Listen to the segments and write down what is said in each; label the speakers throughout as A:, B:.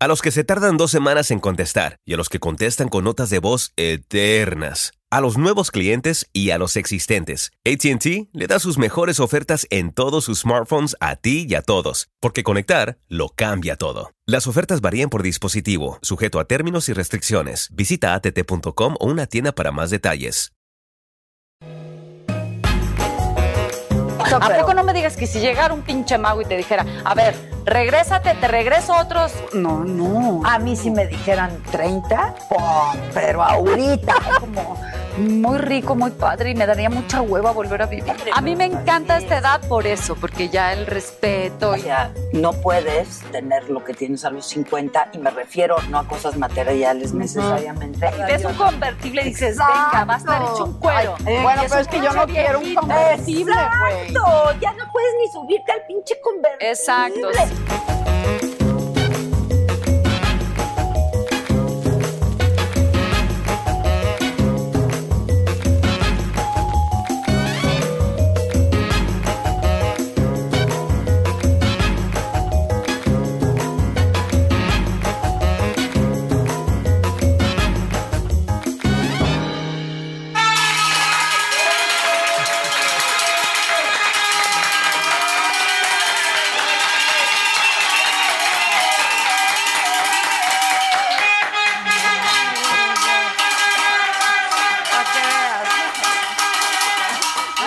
A: A los que se tardan dos semanas en contestar y a los que contestan con notas de voz eternas. A los nuevos clientes y a los existentes, ATT le da sus mejores ofertas en todos sus smartphones a ti y a todos, porque conectar lo cambia todo. Las ofertas varían por dispositivo, sujeto a términos y restricciones. Visita att.com o una tienda para más detalles.
B: ¿A poco no me digas que si llegara un pinche mago y te dijera, a ver, regrésate, te regreso otros?
C: No, no.
D: A mí si me dijeran 30, ¡pum! pero ahorita es como
B: Muy rico, muy padre y me daría mucha hueva volver a vivir. A mí me encanta esta edad por eso, porque ya el respeto
D: o
B: y
D: sea, no puedes tener lo que tienes a los 50 y me refiero no a cosas materiales necesariamente.
B: Y ves un convertible y dices, venga, va a estar hecho un cuero.
C: Ay, eh, bueno, pero es que yo no quiero un convertible, güey.
E: Exacto, ya no puedes ni subirte al pinche convertible.
B: Exacto.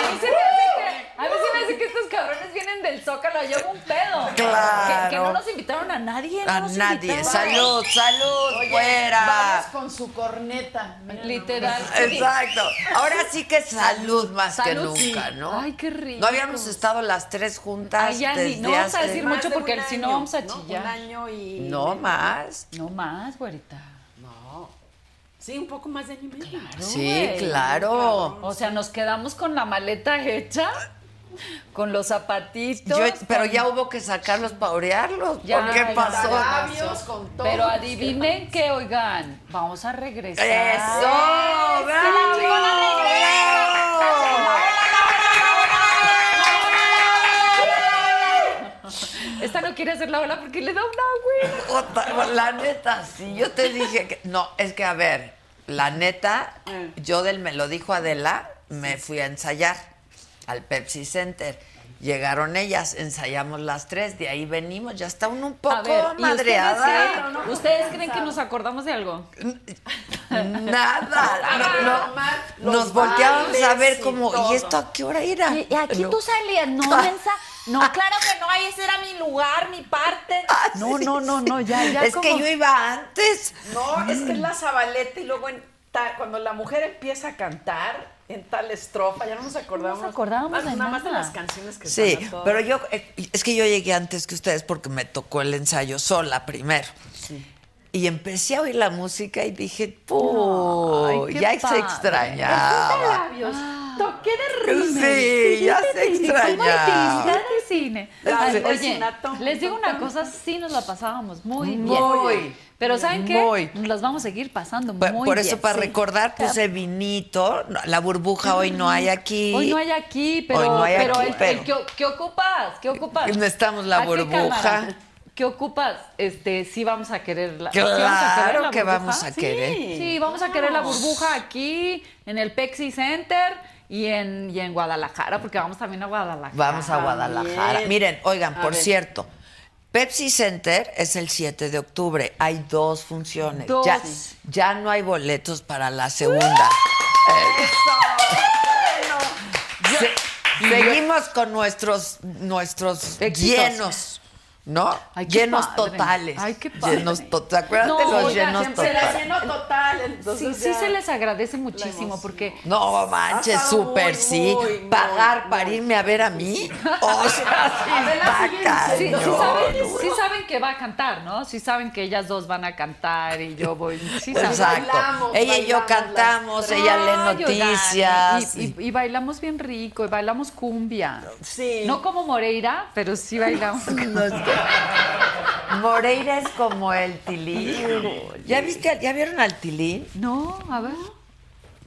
F: A mí se me hace que, a mí se me hace que estos cabrones vienen del Zócalo, yo hago un pedo.
C: Claro.
F: Que, que no nos invitaron a nadie. no
C: A
F: nos
C: nadie.
F: invitaron.
C: Salud, salud,
G: Vamos
C: fuera.
G: con su corneta. Mira
F: Literal.
C: Exacto. Ahora sí que salud más
F: Salud,
C: que
F: sí.
C: nunca, ¿no?
F: Ay, qué rico.
C: No habíamos estado las tres juntas.
F: Ay, ya ni-
C: desde
F: no vamos a
C: hace-
F: decir
G: nomás.
F: mucho
G: Más de
F: porque
G: un
F: si no
G: año,
F: vamos a chillar.
G: Un año y.
C: No más.
F: No más, güerita.
G: Sí, un poco más de año y medio.
C: Sí,
F: güey.
C: claro.
F: O sea, nos quedamos con la maleta hecha, con los zapatitos.
C: Yo- pero
F: con-
C: ya hubo que sacarlos para orearlos.
F: Ya,
C: ¿Por qué
F: ya
C: pasó?
G: Labios con todo.
F: Pero adivinen que, oigan, vamos a regresar.
C: ¡Eso! ¡Bravo! ¡Bravo!
F: Esta no quiere hacer la ola porque le da una güey.
C: Otra- La neta, sí, yo te dije que. No, es que a ver, la neta, yo del me lo dijo Adela, me fui a ensayar al Pepsi Center. Llegaron ellas, ensayamos las tres, de ahí venimos, ya está uno un
F: A ver,
C: poco
F: ¿y ustedes,
C: madreada.
F: creen- ¿ustedes creen que nos acordamos de algo?
C: Nada, no, no,
G: Los
C: nos volteábamos a ver
G: bailes y
C: como, ¿y
G: todo.
C: esto a qué hora era?
E: Y, y aquí
C: Ah, No.
E: tú salías, no,
C: Ah.
E: mensa. No, claro que no, ahí ese era mi lugar, mi parte.
C: No, no, no, no,
F: ya, ya
C: Es que
F: como-
C: yo iba antes.
G: No, es que es la zabaleta y luego en ta- cuando la mujer empieza a cantar en tal estrofa, ya no nos acordamos.
F: No nos acordábamos
G: Más-
F: de
G: nada. más de
F: nada.
G: las canciones que
C: Sí,
G: suenan todas.
C: pero yo, eh, es que yo llegué antes que ustedes porque me tocó el ensayo sola primero. Y empecé a oír la música y dije, ¡puh!
F: Ay, qué
C: Ya se
F: padre.
C: extrañaba. Ah.
G: Labios. Toqué de
C: Sí, ya se
F: Publicidad
C: extrañaba.
F: de cine.
C: La
F: Ay,
C: verdad es
F: Oye,
G: una tonta.
F: les digo una cosa, sí nos la pasábamos muy bien.
C: Muy,
F: Pero ¿saben qué?
C: muy.
F: Nos las vamos a seguir pasando
C: Por,
F: muy
C: por
F: bien.
C: eso, para
F: Sí.
C: recordar, pues, puse vinito. No, La burbuja hoy no hay aquí.
F: Hoy no hay aquí, pero,
C: Hoy no hay
F: pero,
C: aquí,
F: el-
C: pero-
F: el que- ¿qué ocupas? ¿Qué ocupas?
C: Necesitamos la
F: ¿A qué
C: burbuja.
F: cámara? ¿Qué ocupas? Este, sí vamos a querer la sí vamos a querer
C: Claro
F: la
C: que
F: burbuja.
C: vamos a
F: Sí,
C: querer.
F: Sí, vamos a querer la burbuja aquí, en el Pepsi Center y en, y en Guadalajara, porque vamos también a Guadalajara.
C: Vamos a Guadalajara. Miren, oigan, por cierto, Pepsi Center es el 7 de octubre. Hay dos funciones.
F: Dos.
C: Ya, ya no hay boletos para la segunda. Se- seguimos con nuestros, nuestros
F: Éxitos.
C: llenos. ¿no?
F: Ay, qué
C: llenos
F: padre.
C: totales.
F: Ay, qué padre.
C: Llenos totales. Acuérdate
F: No,
C: los
F: oiga,
C: llenos
F: se-
G: Se la
C: totales.
G: llenó total,
F: Sí,
G: entonces
F: sí
G: ya.
F: se les agradece muchísimo porque
C: No
G: Ha
C: manches,
G: estado
C: súper
G: muy,
C: sí.
G: muy, muy,
C: Pagar
G: muy.
C: para irme a ver a mí. O sea, sí
G: Adela
C: está
G: sigue
F: Sí, sí,
C: cañón.
G: diciendo,
F: saben, sí saben que va a cantar, ¿no? Sí saben que ellas dos van a cantar y yo voy. Sí saben.
C: Exacto.
G: Bailamos,
C: ella y yo
G: bailamos las
C: cantamos,
G: tres.
C: ella lee
F: Ay, oigan,
C: noticias.
F: Y, y- y bailamos bien rico, y bailamos cumbia.
G: Sí.
F: No como Moreira, pero sí bailamos.
C: No está- Moreira es como el Tilín. ¿Ya, viste, al- ¿Ya vieron al Tilín?
F: No, a ver.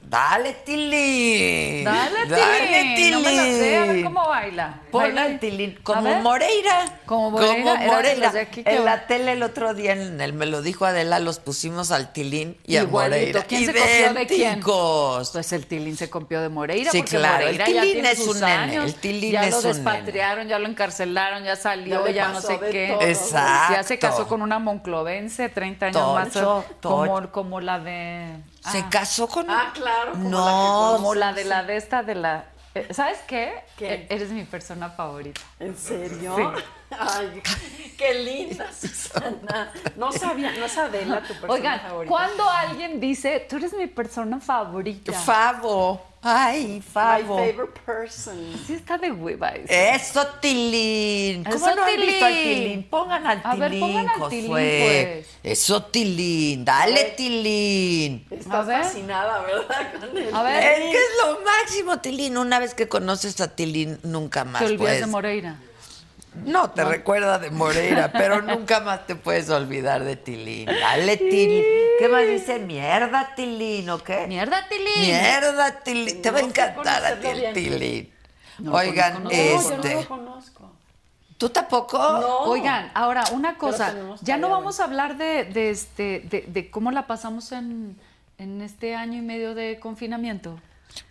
C: Dale, Tilín.
F: Dale,
C: Dale,
F: Tilín. No me la sé, a ver
C: Tilín.
F: cómo baila.
C: Ponle
F: Baila-
C: al Tilín.
F: A
C: Como
F: ver.
C: Moreira.
F: Como Moreira, era de
C: Moreira.
F: los de aquí que-
C: En la tele el otro día, en el Me lo dijo Adela, los pusimos al Tilín y
F: Igualito.
C: a Moreira.
F: ¿Quién se copió de quién?
C: Idénticos.
F: Pues el Tilín se compió de Moreira.
C: Sí,
F: porque
C: claro, el
F: Moreira ya
C: Tilín
F: tiene
C: es
F: sus
C: un nene,
F: años,
C: el Tilín
F: ya
C: es
F: lo
C: un nene.
F: despatriaron, ya lo encarcelaron, ya salió,
G: Ya
F: ya, no
G: le pasó
F: sé
G: de
F: qué.
G: todo.
C: Exacto.
F: Ya se casó con una monclovense, 30 años
C: Tocho,
F: más.
C: tocho.
F: Como, como la de.
C: Se
F: ah,
C: casó con.
G: Ah, claro, como
C: No.
F: Como la de la de esta, de la. eh, ¿Sabes qué?
G: ¿Qué?
F: E- Eres mi persona favorita.
G: ¿En serio? Ay, qué linda, Susana. No sabía, no es Adela tu persona
F: Oigan,
G: favorita.
F: cuando alguien dice, tú eres mi persona favorita,
C: Favo. Ay,
G: My
C: Favo.
G: favorite person.
F: sí está de hueva
C: Eh,
F: eso.
C: Eso, Tilín. ¿Cómo
F: Eso,
C: no han visto al
F: Tilín.
C: Tilín? Pongan al
F: A ver,
C: Tilín,
F: pongan al
C: Josué.
F: Tilín, pues. Eh.
C: Eso, Tilín. Dale, Tilín.
G: Estás
F: ver. Ah,
G: fascinada, ¿verdad? Con él.
F: A ver,
C: Es que es lo máximo, Tilín. Una vez que conoces a Tilín, nunca más pues.
F: te olvidas
C: puedes-
F: de Moreira.
C: No, te recuerda de Moreira, pero nunca más te puedes olvidar de Tilín. Dale, Tilín. ¿Qué más dice? Mierda, Tilín, ¿o qué?
F: Mierda, Tilín.
C: Mierda, Tilín. Te va a
G: No sé
C: encantar a ti
G: conocerlo
C: el
G: bien.
C: Tilín.
F: No lo
C: Oigan,
F: conozco, no,
G: No, yo no
C: este.
G: lo conozco.
C: ¿Tú tampoco?
G: No.
F: Oigan, ahora una cosa,
G: tenemos
F: ya no
G: tarea,
F: vamos a hablar de, de este, de, de cómo la pasamos en, en este año y medio de confinamiento.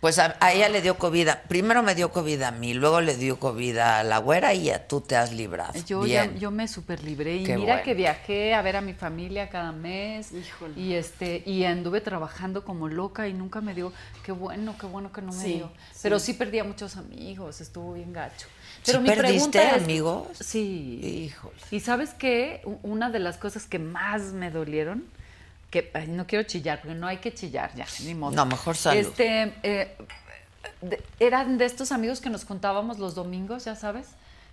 C: Pues a, a ella le dio COVID. a- Primero me dio COVID a mí, luego le dio COVID a la güera y a tú te has librado.
F: Yo ya-
C: Bien.
F: yo me superlibré y
C: Qué
F: mira
C: bueno.
F: que viajé a ver a mi familia cada mes
G: Híjole.
F: y este y anduve trabajando como loca y nunca me dio qué bueno, qué bueno que no me
G: Sí,
F: dio. Pero sí perdí a muchos amigos, estuvo bien gacho. Pero mi
C: perdiste
F: pregunta es-
C: amigos?
F: Sí.
C: Híjole.
F: Y sabes que una de las cosas que más me dolieron, que ay, no quiero chillar, porque no hay que chillar ya, ni modo.
C: No, mejor salud.
F: Este, eh, de- eran de estos amigos que nos contábamos los domingos, ya sabes,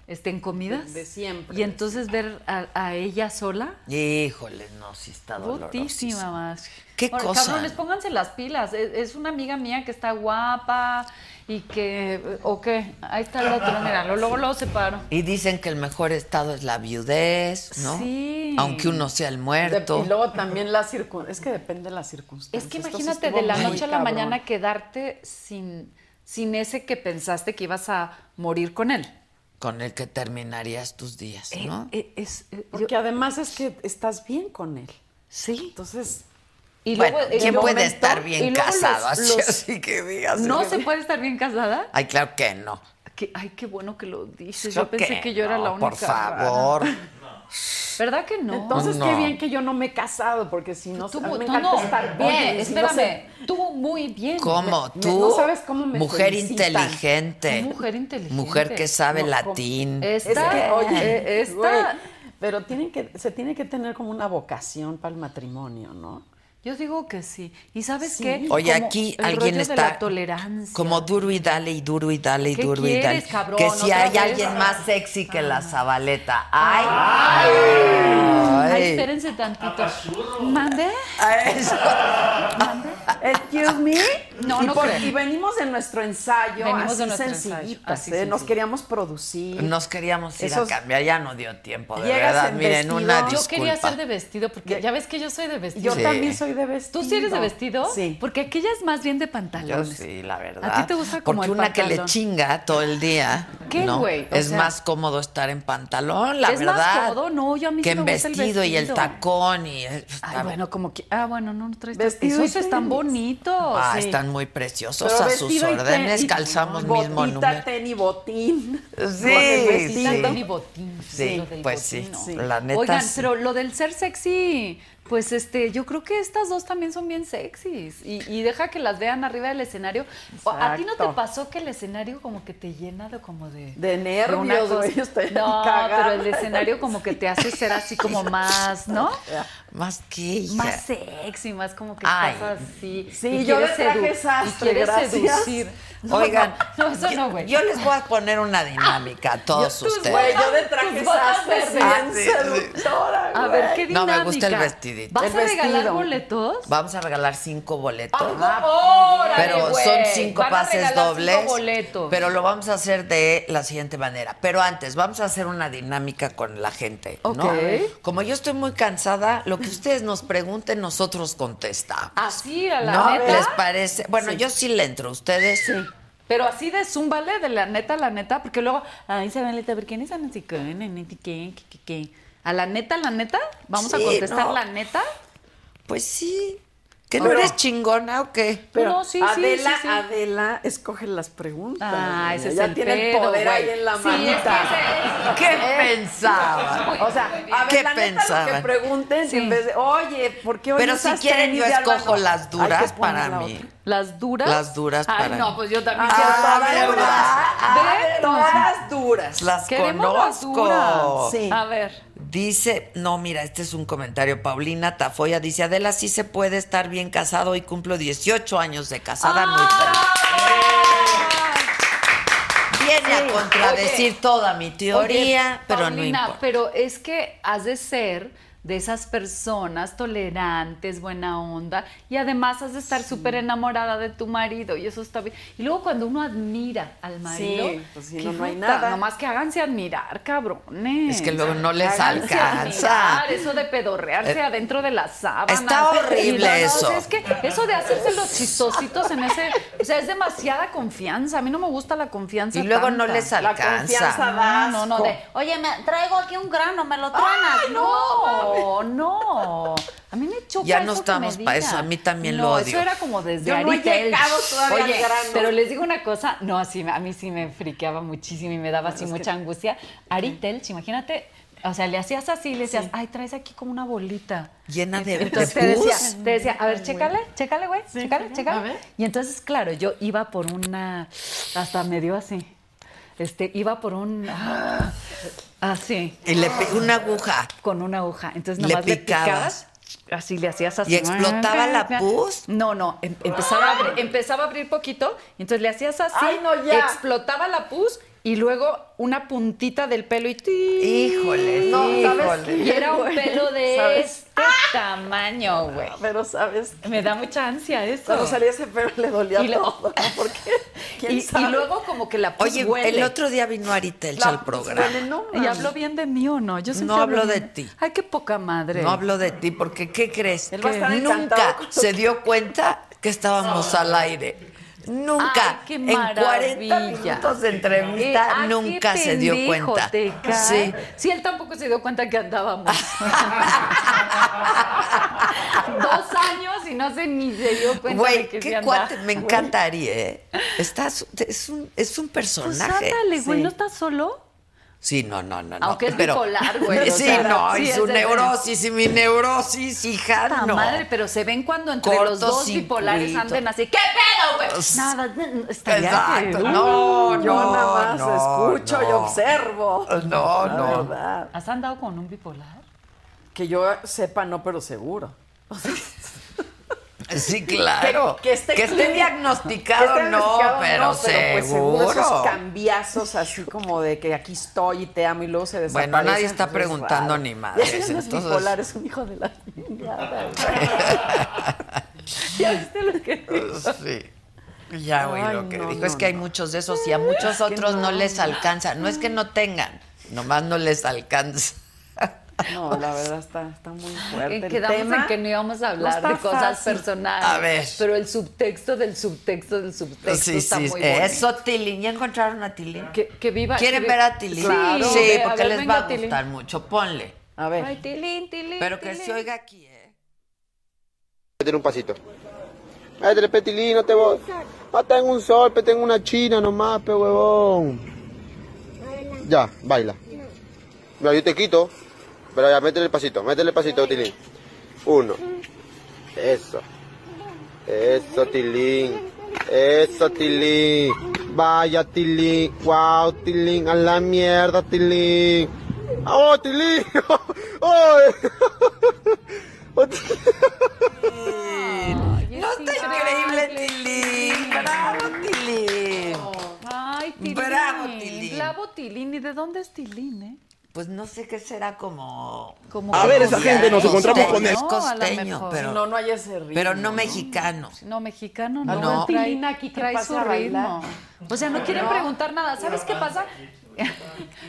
F: este, en comidas.
G: De- de siempre.
F: Y entonces ver a, a ella sola.
C: Híjole, no, sí está
F: Putísima
C: dolorosísima.
F: más.
C: Qué
F: Ahora,
C: cosa.
F: Cabrones, pónganse las pilas. Es, es una amiga mía que está guapa y que. ¿O qué? Ahí está el otro. Mira, lo- luego lo separo.
C: Y dicen que el mejor estado es la viudez, ¿no?
F: Sí.
C: Aunque uno sea el
G: De-
C: muerto.
G: y luego también la circunstancia. Es que depende de las circunstancias.
F: Es que
G: Esto sí
F: imagínate
G: estuvo
F: de la
G: muy
F: noche a la
G: cabrón.
F: mañana quedarte sin, sin ese que pensaste que ibas a morir con él.
C: Con el que terminarías tus días,
F: Eh,
C: ¿no?
F: eh, es, eh, yo-
G: Porque además es que estás bien con él.
F: sí.
G: Entonces,
F: Y
C: bueno,
F: luego, eh,
C: ¿quién
F: de
C: puede
F: momento-
C: estar
F: y
C: bien
F: luego los-
C: casado? así,
F: los-
C: así que digas.
F: no
C: así
F: se
C: que-
F: puede estar bien casada.
C: Ay, claro que no.
F: Que- ay, qué bueno que lo dices.
C: Claro
F: yo pensé que, yo era
C: no,
F: la única.
C: Por favor.
F: ¿Verdad que no?
G: entonces
C: Oh, No.
G: qué bien que yo no me he casado, porque si no,
F: tú,
G: a mí me
F: tú
G: encanta
F: no.
G: estar bien.
F: Oye,
G: y si no
F: espérame. Tú muy bien.
C: ¿Cómo?
G: me-
C: Tú,
G: no sabes cómo me
C: mujer
G: felicitan.
C: inteligente.
F: Mujer inteligente.
C: Mujer que sabe
G: No, ¿cómo?
C: latín.
G: se- Es
F: Esta,
G: que, oye,
F: eh, esta-
G: güey, pero tienen que, se tiene que tener como una vocación para el matrimonio, ¿no?
F: Yo digo que sí. ¿Y sabes
G: Sí.
F: qué?
C: Oye,
F: Como
C: aquí
F: el
C: alguien
F: rollo
C: está
F: de la tolerancia.
C: como duro y dale y duro y dale y
F: ¿Qué
C: duro y
F: quieres,
C: dale.
F: cabrón?
C: que si
F: Otra
C: hay
F: vez.
C: alguien más sexy que
F: Ah.
C: la Zabaleta. Ay. Ay.
F: Ay, espérense tantito. ¿Mande?
C: A eso.
G: Excuse me.
F: Ah. No,
G: y
F: no creo.
G: y venimos de nuestro ensayo,
F: Venimos
G: así
F: de nuestro ensayo,
G: sencillitas,
F: así
G: ¿eh? Nos
F: sencillitas.
G: queríamos producir.
C: Nos queríamos ir
G: Esos-
C: a cambiar, ya no dio tiempo, de
G: Llegas
C: verdad.
G: en
C: Miren,
G: vestido.
C: una
G: Yo
C: Ah, disculpa.
F: Yo quería ser de vestido porque ya ves que yo soy de
G: Yo
F: vestido.
C: Sí.
G: también soy de vestido.
F: ¿Tú sí eres de vestido?
G: Sí.
F: Porque aquella es más bien de
C: Yo
F: pantalones.
C: sí, la verdad.
F: ¿A ti te gusta como
C: Porque
F: el
C: una que le
F: pantalón?
C: chinga todo el día.
F: ¿Qué,
C: ¿no?
F: güey? O
C: Es
F: sea-
C: más cómodo estar en pantalón, la
F: ¿Es más
C: verdad.
F: cómodo? No, yo a mí
C: Que
F: sí me
C: en
F: gusta el
C: vestido y el
F: vestido.
C: tacón y. eh,
F: Ay,
C: está-
F: bueno, como que. Ah, bueno, no, no traes.
G: Vestido y
F: Esos están
G: tenis.
F: bonitos.
C: Ah,
F: pues Sí.
C: están muy preciosos.
G: Pero
C: a sus
G: vestido y
C: órdenes
G: tenis,
C: calzamos
G: botita,
C: mismo número.
G: tenis, botín.
C: Sí,
F: Sí,
G: pues,
C: sí.
F: del botín.
C: Sí,
F: lo del
C: pues sí,
F: botín, no.
C: sí. La neta
F: Oigan,
C: sí.
F: pero lo del ser sexy Pues este, yo creo que estas dos también son bien sexys y, y deja que las vean arriba del escenario. O, ¿A ti no te
G: Exacto.
F: pasó que el escenario como que te llena de como de...
G: De
F: de una
G: nervios,
F: cosa?
G: güey. Estoy
F: No,
G: cagada.
F: pero el escenario como que te hace ser así como más, ¿no?
C: Más que hija.
F: Más sexy, más como que
C: Ay.
F: estás así.
G: Sí,
F: y
G: yo
F: quieres
G: me traje
F: sedu-
G: sastre,
F: y quieres
G: gracias.
F: seducir. No,
C: Oigan,
F: no, no, eso
C: yo,
F: no, güey.
C: yo les voy a poner una dinámica a todos ustedes.
G: Güey, yo de traje
F: Tus botas
G: sastre,
F: verdes. Ah,
G: bien
C: Sí, sí.
G: seductora,
F: A ver, ¿qué
C: No,
F: dinámica?
C: me gusta el vestidito.
F: ¿Vas
G: El
F: a regalar
G: vestido.
F: boletos?
C: Vamos a regalar cinco boletos.
F: ¡Órale,
C: Pero
F: güey!
C: son cinco
F: Van a
C: pases
F: regalar cinco
C: dobles.
F: boletos.
C: Pero lo vamos a hacer de la siguiente manera. Pero antes, vamos a hacer una dinámica con la gente. ¿no?
F: Ok.
C: Como yo estoy muy cansada, lo que ustedes nos pregunten, nosotros contestamos.
F: Así, a la
C: ¿No?
F: neta.
C: ¿Les parece? Bueno, yo sí le entro. ¿Ustedes? Sí.
F: Pero así de zúmbale, de la neta, a la neta, porque luego, ay, se ven ver quién es Nancy Cohen, Nancy Cohen, qué, qué, qué? A la neta, la neta, vamos a
C: Sí,
F: contestar
C: no.
F: la neta.
C: Pues sí. ¿Que no eres chingona o qué?
G: Pero
F: No, sí, sí,
G: Adela,
F: sí, sí.
G: Adela, escoge las preguntas.
F: Ah,
G: niña.
F: ese es
G: ya
F: el
G: tiene
F: pedo,
G: el poder
F: güey.
G: ahí en la
F: Sí,
G: manita.
F: es que ese es-
C: ¿Qué
F: eh,
C: pensaban?
F: pues,
G: O sea, a ver,
C: ¿Qué
G: la neta, lo
C: pensaban?
G: que pregunten
F: Sí.
G: en vez de, oye, ¿por qué hoy
C: Pero
G: usas
C: si quieren,
G: tenis
C: yo
G: de Alba?"
C: escojo
G: No,
C: las
G: hay
C: duras
G: que poner
C: para
G: la
C: mí.
G: otra.
F: Las duras.
C: Las duras
F: Ay,
C: para
F: no,
C: mí.
F: pues yo también quiero
C: Ah,
F: las
C: ¿verdad?
F: duras.
C: Ah,
F: Ve,
G: Todas
F: entonces,
G: las duras.
C: Las
F: Queremos las
C: conozco.
F: duras.
G: Sí.
F: A ver.
C: Dice, no, mira, este es un comentario. Paulina Tafoya dice, Adela, sí se puede estar bien casado y cumplo 18 años de casada. muy
F: Ah.
C: feliz". Viene a contradecir toda mi teoría,
F: Oye,
C: pero no
F: Paulina,
C: importa.
F: pero es que has de ser de esas personas tolerantes, buena onda, y además has de estar súper enamorada de tu marido, y eso está bien. Y luego cuando uno admira al marido,
G: pues si
F: qué
G: no, no hay
F: puta,
G: nada.
F: Nomás que háganse admirar, cabrones.
C: Es que luego no les
F: Háganse
C: alcanza.
F: admirar, eso de pedorrearse
C: Eh,
F: adentro de la sábana.
C: está horrible eso.
F: es que eso de hacerse los chistositos en ese... O sea, es demasiada confianza. A mí no me gusta la confianza
C: Y luego no
F: tanta.
C: les
G: La
C: alcanza.
G: confianza
F: No,
G: da
F: no, no,
G: asco.
F: de, oye, me traigo aquí un grano, me lo truenas.
G: ¡Ay,
F: no, no. A mí me choca
C: Ya
F: eso
C: no
F: que
C: estamos
F: me
C: pa'
F: digan.
C: eso, a mí también
F: No,
C: lo odio.
F: eso era como desde
G: Yo no he
F: Aritel.
G: llegado todavía
F: Oye,
G: al grano.
F: pero les digo una cosa, no, así, a mí sí me friqueaba muchísimo y me daba así mucha angustia. Aritel, imagínate, o sea, le hacías así, le decías, ay, traes aquí como una bolita.
C: Llena de, de
F: Entonces te decía,
C: pus.
F: te decía, a ver, chécale, chécale, güey, chécale,
G: a
F: chécale.
G: ver.
F: Y entonces, claro, yo iba por una, hasta medio así, este, iba por un, ah, así,
C: Y le pe- una aguja.
F: con una aguja. Entonces,
C: Le
F: nomás le picabas.
C: picabas.
F: Así le hacías así. ah,
C: ¿Y explotaba la pus?
F: No, no, em- empezaba, a abrir, empezaba a abrir poquito, y entonces le hacías así,
G: Ay, no, ya.
F: explotaba la pus y luego una puntita del pelo y ti.
C: Híjole,
G: No, ¿sabes
C: híjole.
G: qué?
F: Y era un
G: güey?
F: pelo de
G: ¿Sabes?
F: este tamaño, güey.
G: Pero sabes,
F: Me da mucha ansia eso.
G: cuando salía ese pelo le dolía
F: Y lo-
G: todo. ¿Por qué? ¿Quién
F: y, y
G: sabe?
F: luego como que la pus
C: Oye,
F: "Pues huele.
C: el otro día vino Arita
G: La-
C: al programa.
G: Huele, no,
F: Y hablo bien de mí o no. Yo siempre
C: No hablo de
F: bien.
C: ti.
F: Ay, qué poca madre.
C: No hablo de ti porque ¿qué crees?
G: Él va a
C: Que
G: estar
C: nunca
G: encantado con lo
C: se dio cuenta que estábamos al aire. Nunca.
F: Ay, qué
C: en 40
F: maravilla.
C: minutos de entrevista
F: Eh, ah, qué
C: nunca se dio
F: pendejo,
C: cuenta.
F: ¿te cae?
C: Sí.
F: Sí, él tampoco se dio cuenta que andábamos. Dos años y no se ni se dio cuenta de
C: Güey,
F: que
C: qué
F: sí andaba.
C: cuate, me encanta Ari, ¿eh? Estás, es un, es un
F: Pues
C: personaje.
F: ándale, güey,
C: Sí.
F: ¿no estás solo?
C: Sí, no, no, no. no,
F: Aunque es
C: pero-
F: bipolar, güey, o
C: Sí,
F: sea,
C: no,
F: sí,
C: y
F: es
C: su
F: de-
C: neurosis y mi neurosis, hija,
F: Puta
C: no.
F: madre, pero se ven cuando entre los dos
C: Cortocircuito.
F: bipolares anden así. ¿Qué pedo, güey? Nada, n- estaría
C: Pues, Exacto,
F: que-
C: no, no,
G: Yo nada más
C: no,
G: escucho y
C: no. Eh,
G: observo.
C: No,
F: Ah,
G: La
C: no.
G: verdad.
F: ¿Has andado con un bipolar?
G: Que yo sepa, no, pero seguro.
C: Sí, claro.
G: Que, que esté, clínico.
C: diagnosticado,
G: Que esté
C: no,
G: diagnosticado,
C: pero,
G: pues,
C: seguro.
G: esos cambiazos así como de que aquí estoy y te amo y luego se desaparece.
C: Bueno, nadie está
G: entonces,
C: preguntando
G: raro.
C: ni madres,
G: Ese no es
C: entonces-
G: bipolar, es un hijo de la chingada.
F: ¿Ya viste lo que
C: Sí. Ya oí
G: Ay,
C: lo que
G: no,
C: dijo.
G: no,
C: es que hay
G: no.
C: muchos de esos y a muchos otros no.
G: no.
C: les alcanza. No es que no tengan, nomás no les alcanza.
G: No, la verdad está, está muy fuerte.
F: Eh,
G: el
F: Quedamos
G: tema.
F: en que no íbamos a hablar
G: No
F: de
G: está
F: cosas
G: fácil.
F: personales.
C: A ver.
F: Pero el subtexto del subtexto del subtexto
C: sí,
F: está
C: sí.
F: muy bonito.
C: Eso, Tilín. ¿Ya encontraron a Tilín?
F: Que, que viva.
C: ¿Quieren
F: que vi-
C: ver a Tilín?
F: Sí, claro.
C: sí
F: Ve,
C: porque
F: ver,
C: les
F: venga,
C: va a
F: Tilín.
C: gustar mucho. Ponle.
G: A ver.
F: Ay, tilín, tilín.
C: Pero que
F: tilín.
C: se oiga aquí, ¿eh?
H: meter un pasito. Ay, de repente, Lili, no te voy. No tengo un sol, pe, tengo una china nomás, pe huevón. Ya, baila. Mira, yo te quito, pero ya, métele el pasito, métele el pasito, Tilín. Uno. Eso. Eso, Tilín. Eso, Tilín. Vaya, Tilín. Wow, Tilín. A la mierda, Tilín. ¡Oh, Tilín! ¡Oh! ¡Oh, Tilín!
C: No está increíble, Tilín. Bravo, Tilín.
F: Ay, Tilín.
C: Bravo, Tilín.
F: Bravo, Tilín. ¿Y de dónde es Tilín, eh?
C: Pues no sé qué será como.
F: Como
H: A ver, esa
F: colombiano,
H: gente, nos encontramos con él.
C: Es
F: No, a lo
C: costeño,
F: mejor.
C: pero
G: No, no hay ese ritmo.
C: pero no mexicano.
F: No, mexicano,
C: Ah,
F: no.
C: no.
F: Trae,
E: Tilina, aquí que
F: trae
E: pasa
F: su
E: a bailar.
F: ritmo. O sea, no quieren preguntar nada. ¿Sabes qué pasa?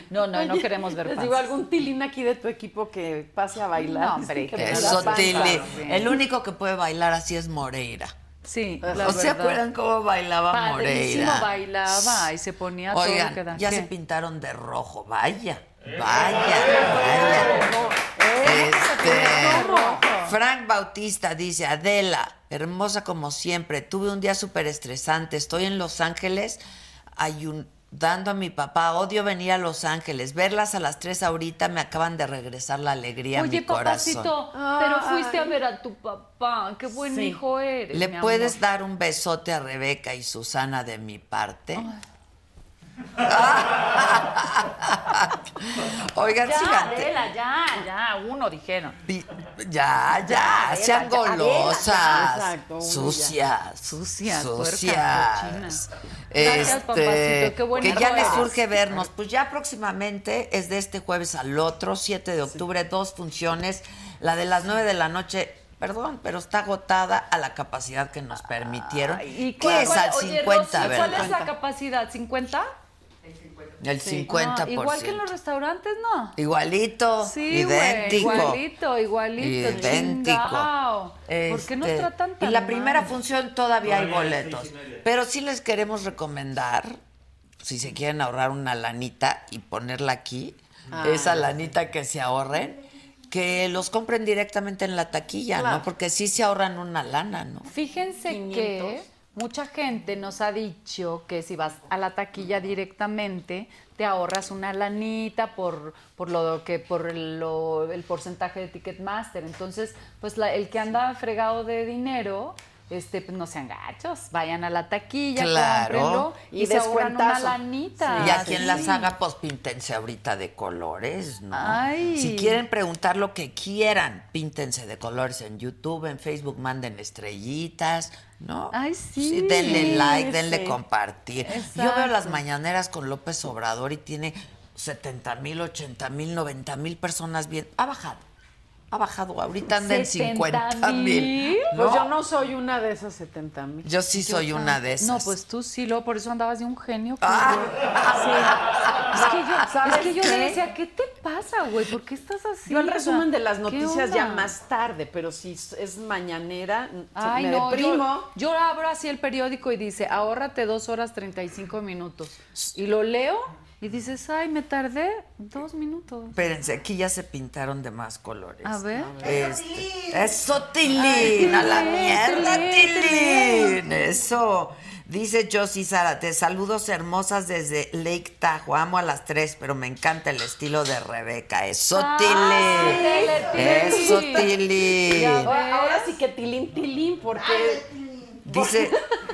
F: No, no, no
E: Oye,
F: queremos ver
E: Les
F: panzas.
E: digo algún tilín aquí de tu equipo que pase a bailar.
F: No, hombre,
E: Dicen que
F: que
E: me da
C: Eso,
E: panza.
C: Tilín. El único que puede bailar así es Moreira.
F: Sí, la
C: ¿No se
F: verdad.
C: acuerdan cómo bailaba
F: Padrísimo
C: Moreira?
F: bailaba y se ponía todo lo que da.
C: Oigan, ya
F: ¿Qué?
C: se pintaron de rojo, vaya, vaya, vaya. Este, Frank Bautista dice, Adela, hermosa como siempre, tuve un día súper estresante, estoy en Los Ángeles ayudando a mi papá, odio venir a Los Ángeles, verlas a las tres ahorita me acaban de regresar la alegría a
F: Oye,
C: mi corazón.
F: papacito, pero fuiste a ver a tu papá. Qué buen
E: Sí.
F: hijo eres.
C: ¿Le
F: mi amor.
C: puedes dar un besote a Rebeca y Susana de mi parte? Ah. Oigan,
F: Ya,
C: fíjate.
F: Adela, ya, ya, uno dijeron.
C: Pi- Ya, ya, sean golosas,
E: exacto, uno ya.
C: sucias,
F: Sucias, puercas, cochinas.
C: sucias.
F: Gracias, papacito, qué bueno
C: que ya
F: que
C: les
F: eres.
C: surge vernos. Pues ya próximamente es de este jueves al otro, 7 de octubre, dos funciones. La de las 9 de la noche, perdón, pero está agotada a la capacidad que nos permitieron.
F: Ay,
C: ¿Qué
F: cuál-
C: es
F: cuál-
C: al
F: oye,
C: 50,
F: Rosy, ¿Cuál es
C: verdad?
F: la capacidad? ¿50?
C: El
F: Sí.
C: 50%.
F: No, igual que en los restaurantes, ¿no?
C: Igualito,
F: Sí, güey,
C: idéntico.
F: igualito, igualito,
C: Idéntico.
F: chingao. ¿Por qué nos
C: Este,
F: tratan tan
C: Y la
F: mal?
C: primera función todavía hay boletos. Pero sí les queremos recomendar, si se quieren ahorrar una lanita y ponerla aquí,
F: Ah.
C: esa lanita que se ahorren, que los compren directamente en la taquilla, ¿no? Porque sí se ahorran una lana, ¿no?
F: Fíjense que mucha gente nos ha dicho que si vas a la taquilla directamente te ahorras una lanita por por lo que por el- lo- el porcentaje de Ticketmaster. Entonces, pues la- el que anda fregado de dinero este, pues no sean gachos, vayan a la taquilla,
C: Claro.
F: cómprenlo y,
G: Y
F: se ahorran una
G: descuentazo.
F: lanita.
C: Y a quien la
F: Sí.
C: haga, pues píntense ahorita de colores, ¿no?
F: Ay.
C: Si quieren preguntar lo que quieran, píntense de colores en YouTube, en Facebook, manden estrellitas, ¿no?
F: Ay, sí.
C: denle like,
F: Sí,
C: denle
F: sí.
C: compartir. Yo veo
F: Exacto.
C: las mañaneras con López Obrador y tiene 70 mil, 80 mil, 90 mil personas bien. Ha bajado. Ha bajado. Ahorita anda en 50 mil.
F: ¿70,000?
C: ¿no?
G: Pues yo no soy una de esas 70 mil.
C: Yo sí soy una de esas.
F: No, pues tú sí, lo, por eso andabas de un genio. que yo.
C: Ah.
F: Sí. Es que yo,
G: ¿Sabes
F: es que yo
G: qué?
F: le decía, ¿qué te pasa, güey? ¿Por qué estás así?
G: Yo el
F: O sea,
G: resumen de las
F: ¿qué
G: noticias ya
F: onda?
G: más tarde, pero si es mañanera,
F: Ay,
G: me
F: no,
G: deprimo.
F: Yo, yo abro así el periódico y dice, ahórrate dos horas 35 minutos. Y lo leo y dices, ay, me tardé dos minutos.
C: Espérense, aquí ya se pintaron de más colores.
F: A ver.
C: Este, eso, Tilín, a la
F: Tilín,
C: mierda,
F: Tilín,
C: Tilín. Eso. Dice Josie Zárate, saludos hermosas desde Lake Tahoe. Amo a las tres, pero me encanta el estilo de Rebeca. Eso,
F: Ah,
C: Tilín.
F: sí,
C: Eso,
F: Tilín.
C: Tilín.
G: Ahora, ahora sí que tilín, tilín, porque
C: Dice,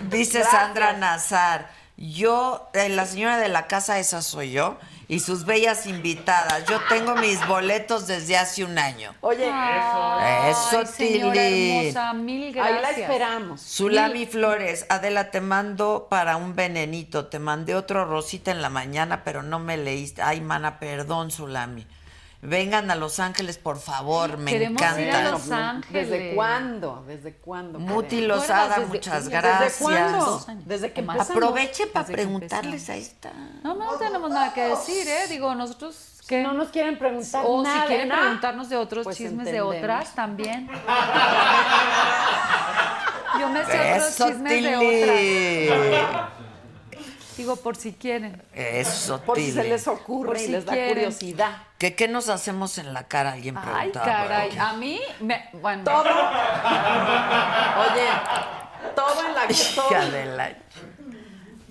C: dice Sandra Nazar, yo, eh, la señora de la casa, esa soy yo, y sus bellas invitadas. Yo tengo mis boletos desde hace un año.
G: Oye,
F: Ay,
C: Eso,
F: señora
C: Tilín.
F: hermosa, mil
G: ahí
F: Ah, gracias.
G: la esperamos.
C: Zulami Flores, Adela, te mando para un venenito. Te mandé otro rosita en la mañana, pero no me leíste. Ay, mana, perdón, Zulami. Vengan a Los Ángeles, por favor, me
F: Queremos ir a
C: encanta.
F: Los Ángeles.
G: ¿Desde cuándo? ¿Desde cuándo?
C: Muti
G: Karen?
C: Lozada,
F: ¿Desde-
C: muchas
F: desde
C: gracias.
G: ¿Desde cuándo?
F: Dos años.
G: Desde que
F: O más.
G: empezamos.
C: Aproveche para
F: Desde que
C: preguntarles,
F: empezamos.
C: ahí está.
F: No, no tenemos nada que decir, ¿eh? Digo, nosotros... ¿qué?
E: No nos quieren preguntar
F: O
E: nada.
F: Oh, si quieren
E: ¿verdad?
F: preguntarnos de otros
G: Pues
F: chismes
G: entendemos.
F: de otras también. Yo me sé otros
C: Eso,
F: chismes de
C: Tilly.
F: otras. Digo, por si quieren.
C: Eso,
G: Por si se
C: Tilly.
G: les ocurre
F: Por
G: y
F: si
G: les da
F: quieren.
G: curiosidad.
C: ¿Qué, ¿Qué nos hacemos en la cara? Alguien preguntaba.
F: Ay,
C: por
F: caray.
C: aquí.
F: A mí, me, bueno.
G: Todo. Oye, todo en la
C: Hija
G: todo,
C: de la-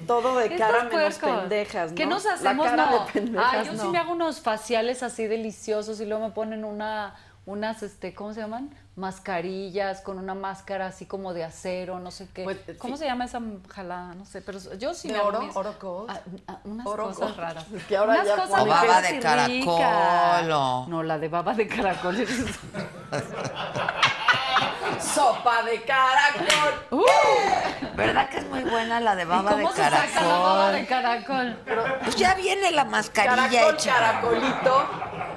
G: todo de
F: Estas
G: cara menos
F: puercos.
G: pendejas, ¿no?
F: ¿Qué nos
G: La
F: hacemos?
G: cara
F: no.
G: de pendejas,
F: Ay, yo sí
G: no.
F: me hago unos faciales así deliciosos y luego me ponen una unas, este, ¿cómo se llaman? Mascarillas, con una máscara así como de acero, no sé qué.
G: Pues,
F: ¿Cómo
G: sí.
F: se llama esa jalada? No sé, pero yo sí
G: ¿De
F: me hago
G: oro?
F: mis-
G: ¿Oro gold?
F: Ah, ah, unas
G: Oro
F: cosas
G: gold.
F: raras.
G: Que ahora
F: unas
G: ya
F: cosas
G: ponen-
C: O baba de
F: raras y ricas.
C: caracol, o-
F: No, la de baba de caracol. es-
G: Sopa de caracol.
F: ¡Uh!
C: ¿Verdad que es muy buena la de baba
F: ¿Cómo
C: de
F: se saca la baba de
C: caracol?
F: caracol?
C: Pues ya viene la mascarilla
G: Caracol,
C: hecha.
G: caracolito.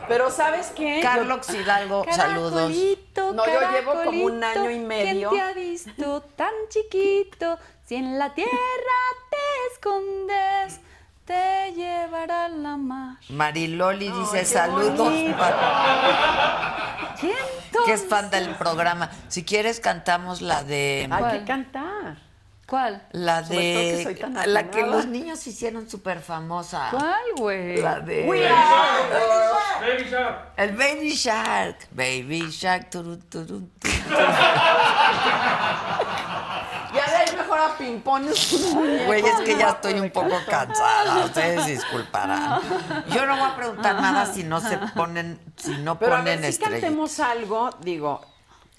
G: Pero ¿sabes qué?
C: Carlos Hidalgo, saludos.
F: Caracolito,
G: No, yo llevo como un
F: caracolito,
G: año y medio.
F: ¿Quién te ha visto tan chiquito? Si en la tierra te escondes, te llevará a la mar.
C: Mariloli dice saludos.
F: ¿Quién
C: Que es fan del programa. Si quieres cantamos la de
G: Hay
F: ¿Cuál?
G: que cantar.
F: ¿Cuál?
C: la
G: Sobre todo que soy
C: de
G: tan
C: la que
G: atinada.
C: los niños hicieron súper famosa.
F: ¿Cuál, güey?
C: La de El Baby Shark. Baby Shark. turun, turun, turun.
G: Ya de ahí mejor a ping-pong.
C: Güey, es que ya estoy un poco cansada. Ustedes disculparán. Yo no voy a preguntar nada si no se ponen, si no
G: Pero a
C: ponen
G: ver, si
C: estrellas.
G: cantemos algo, digo,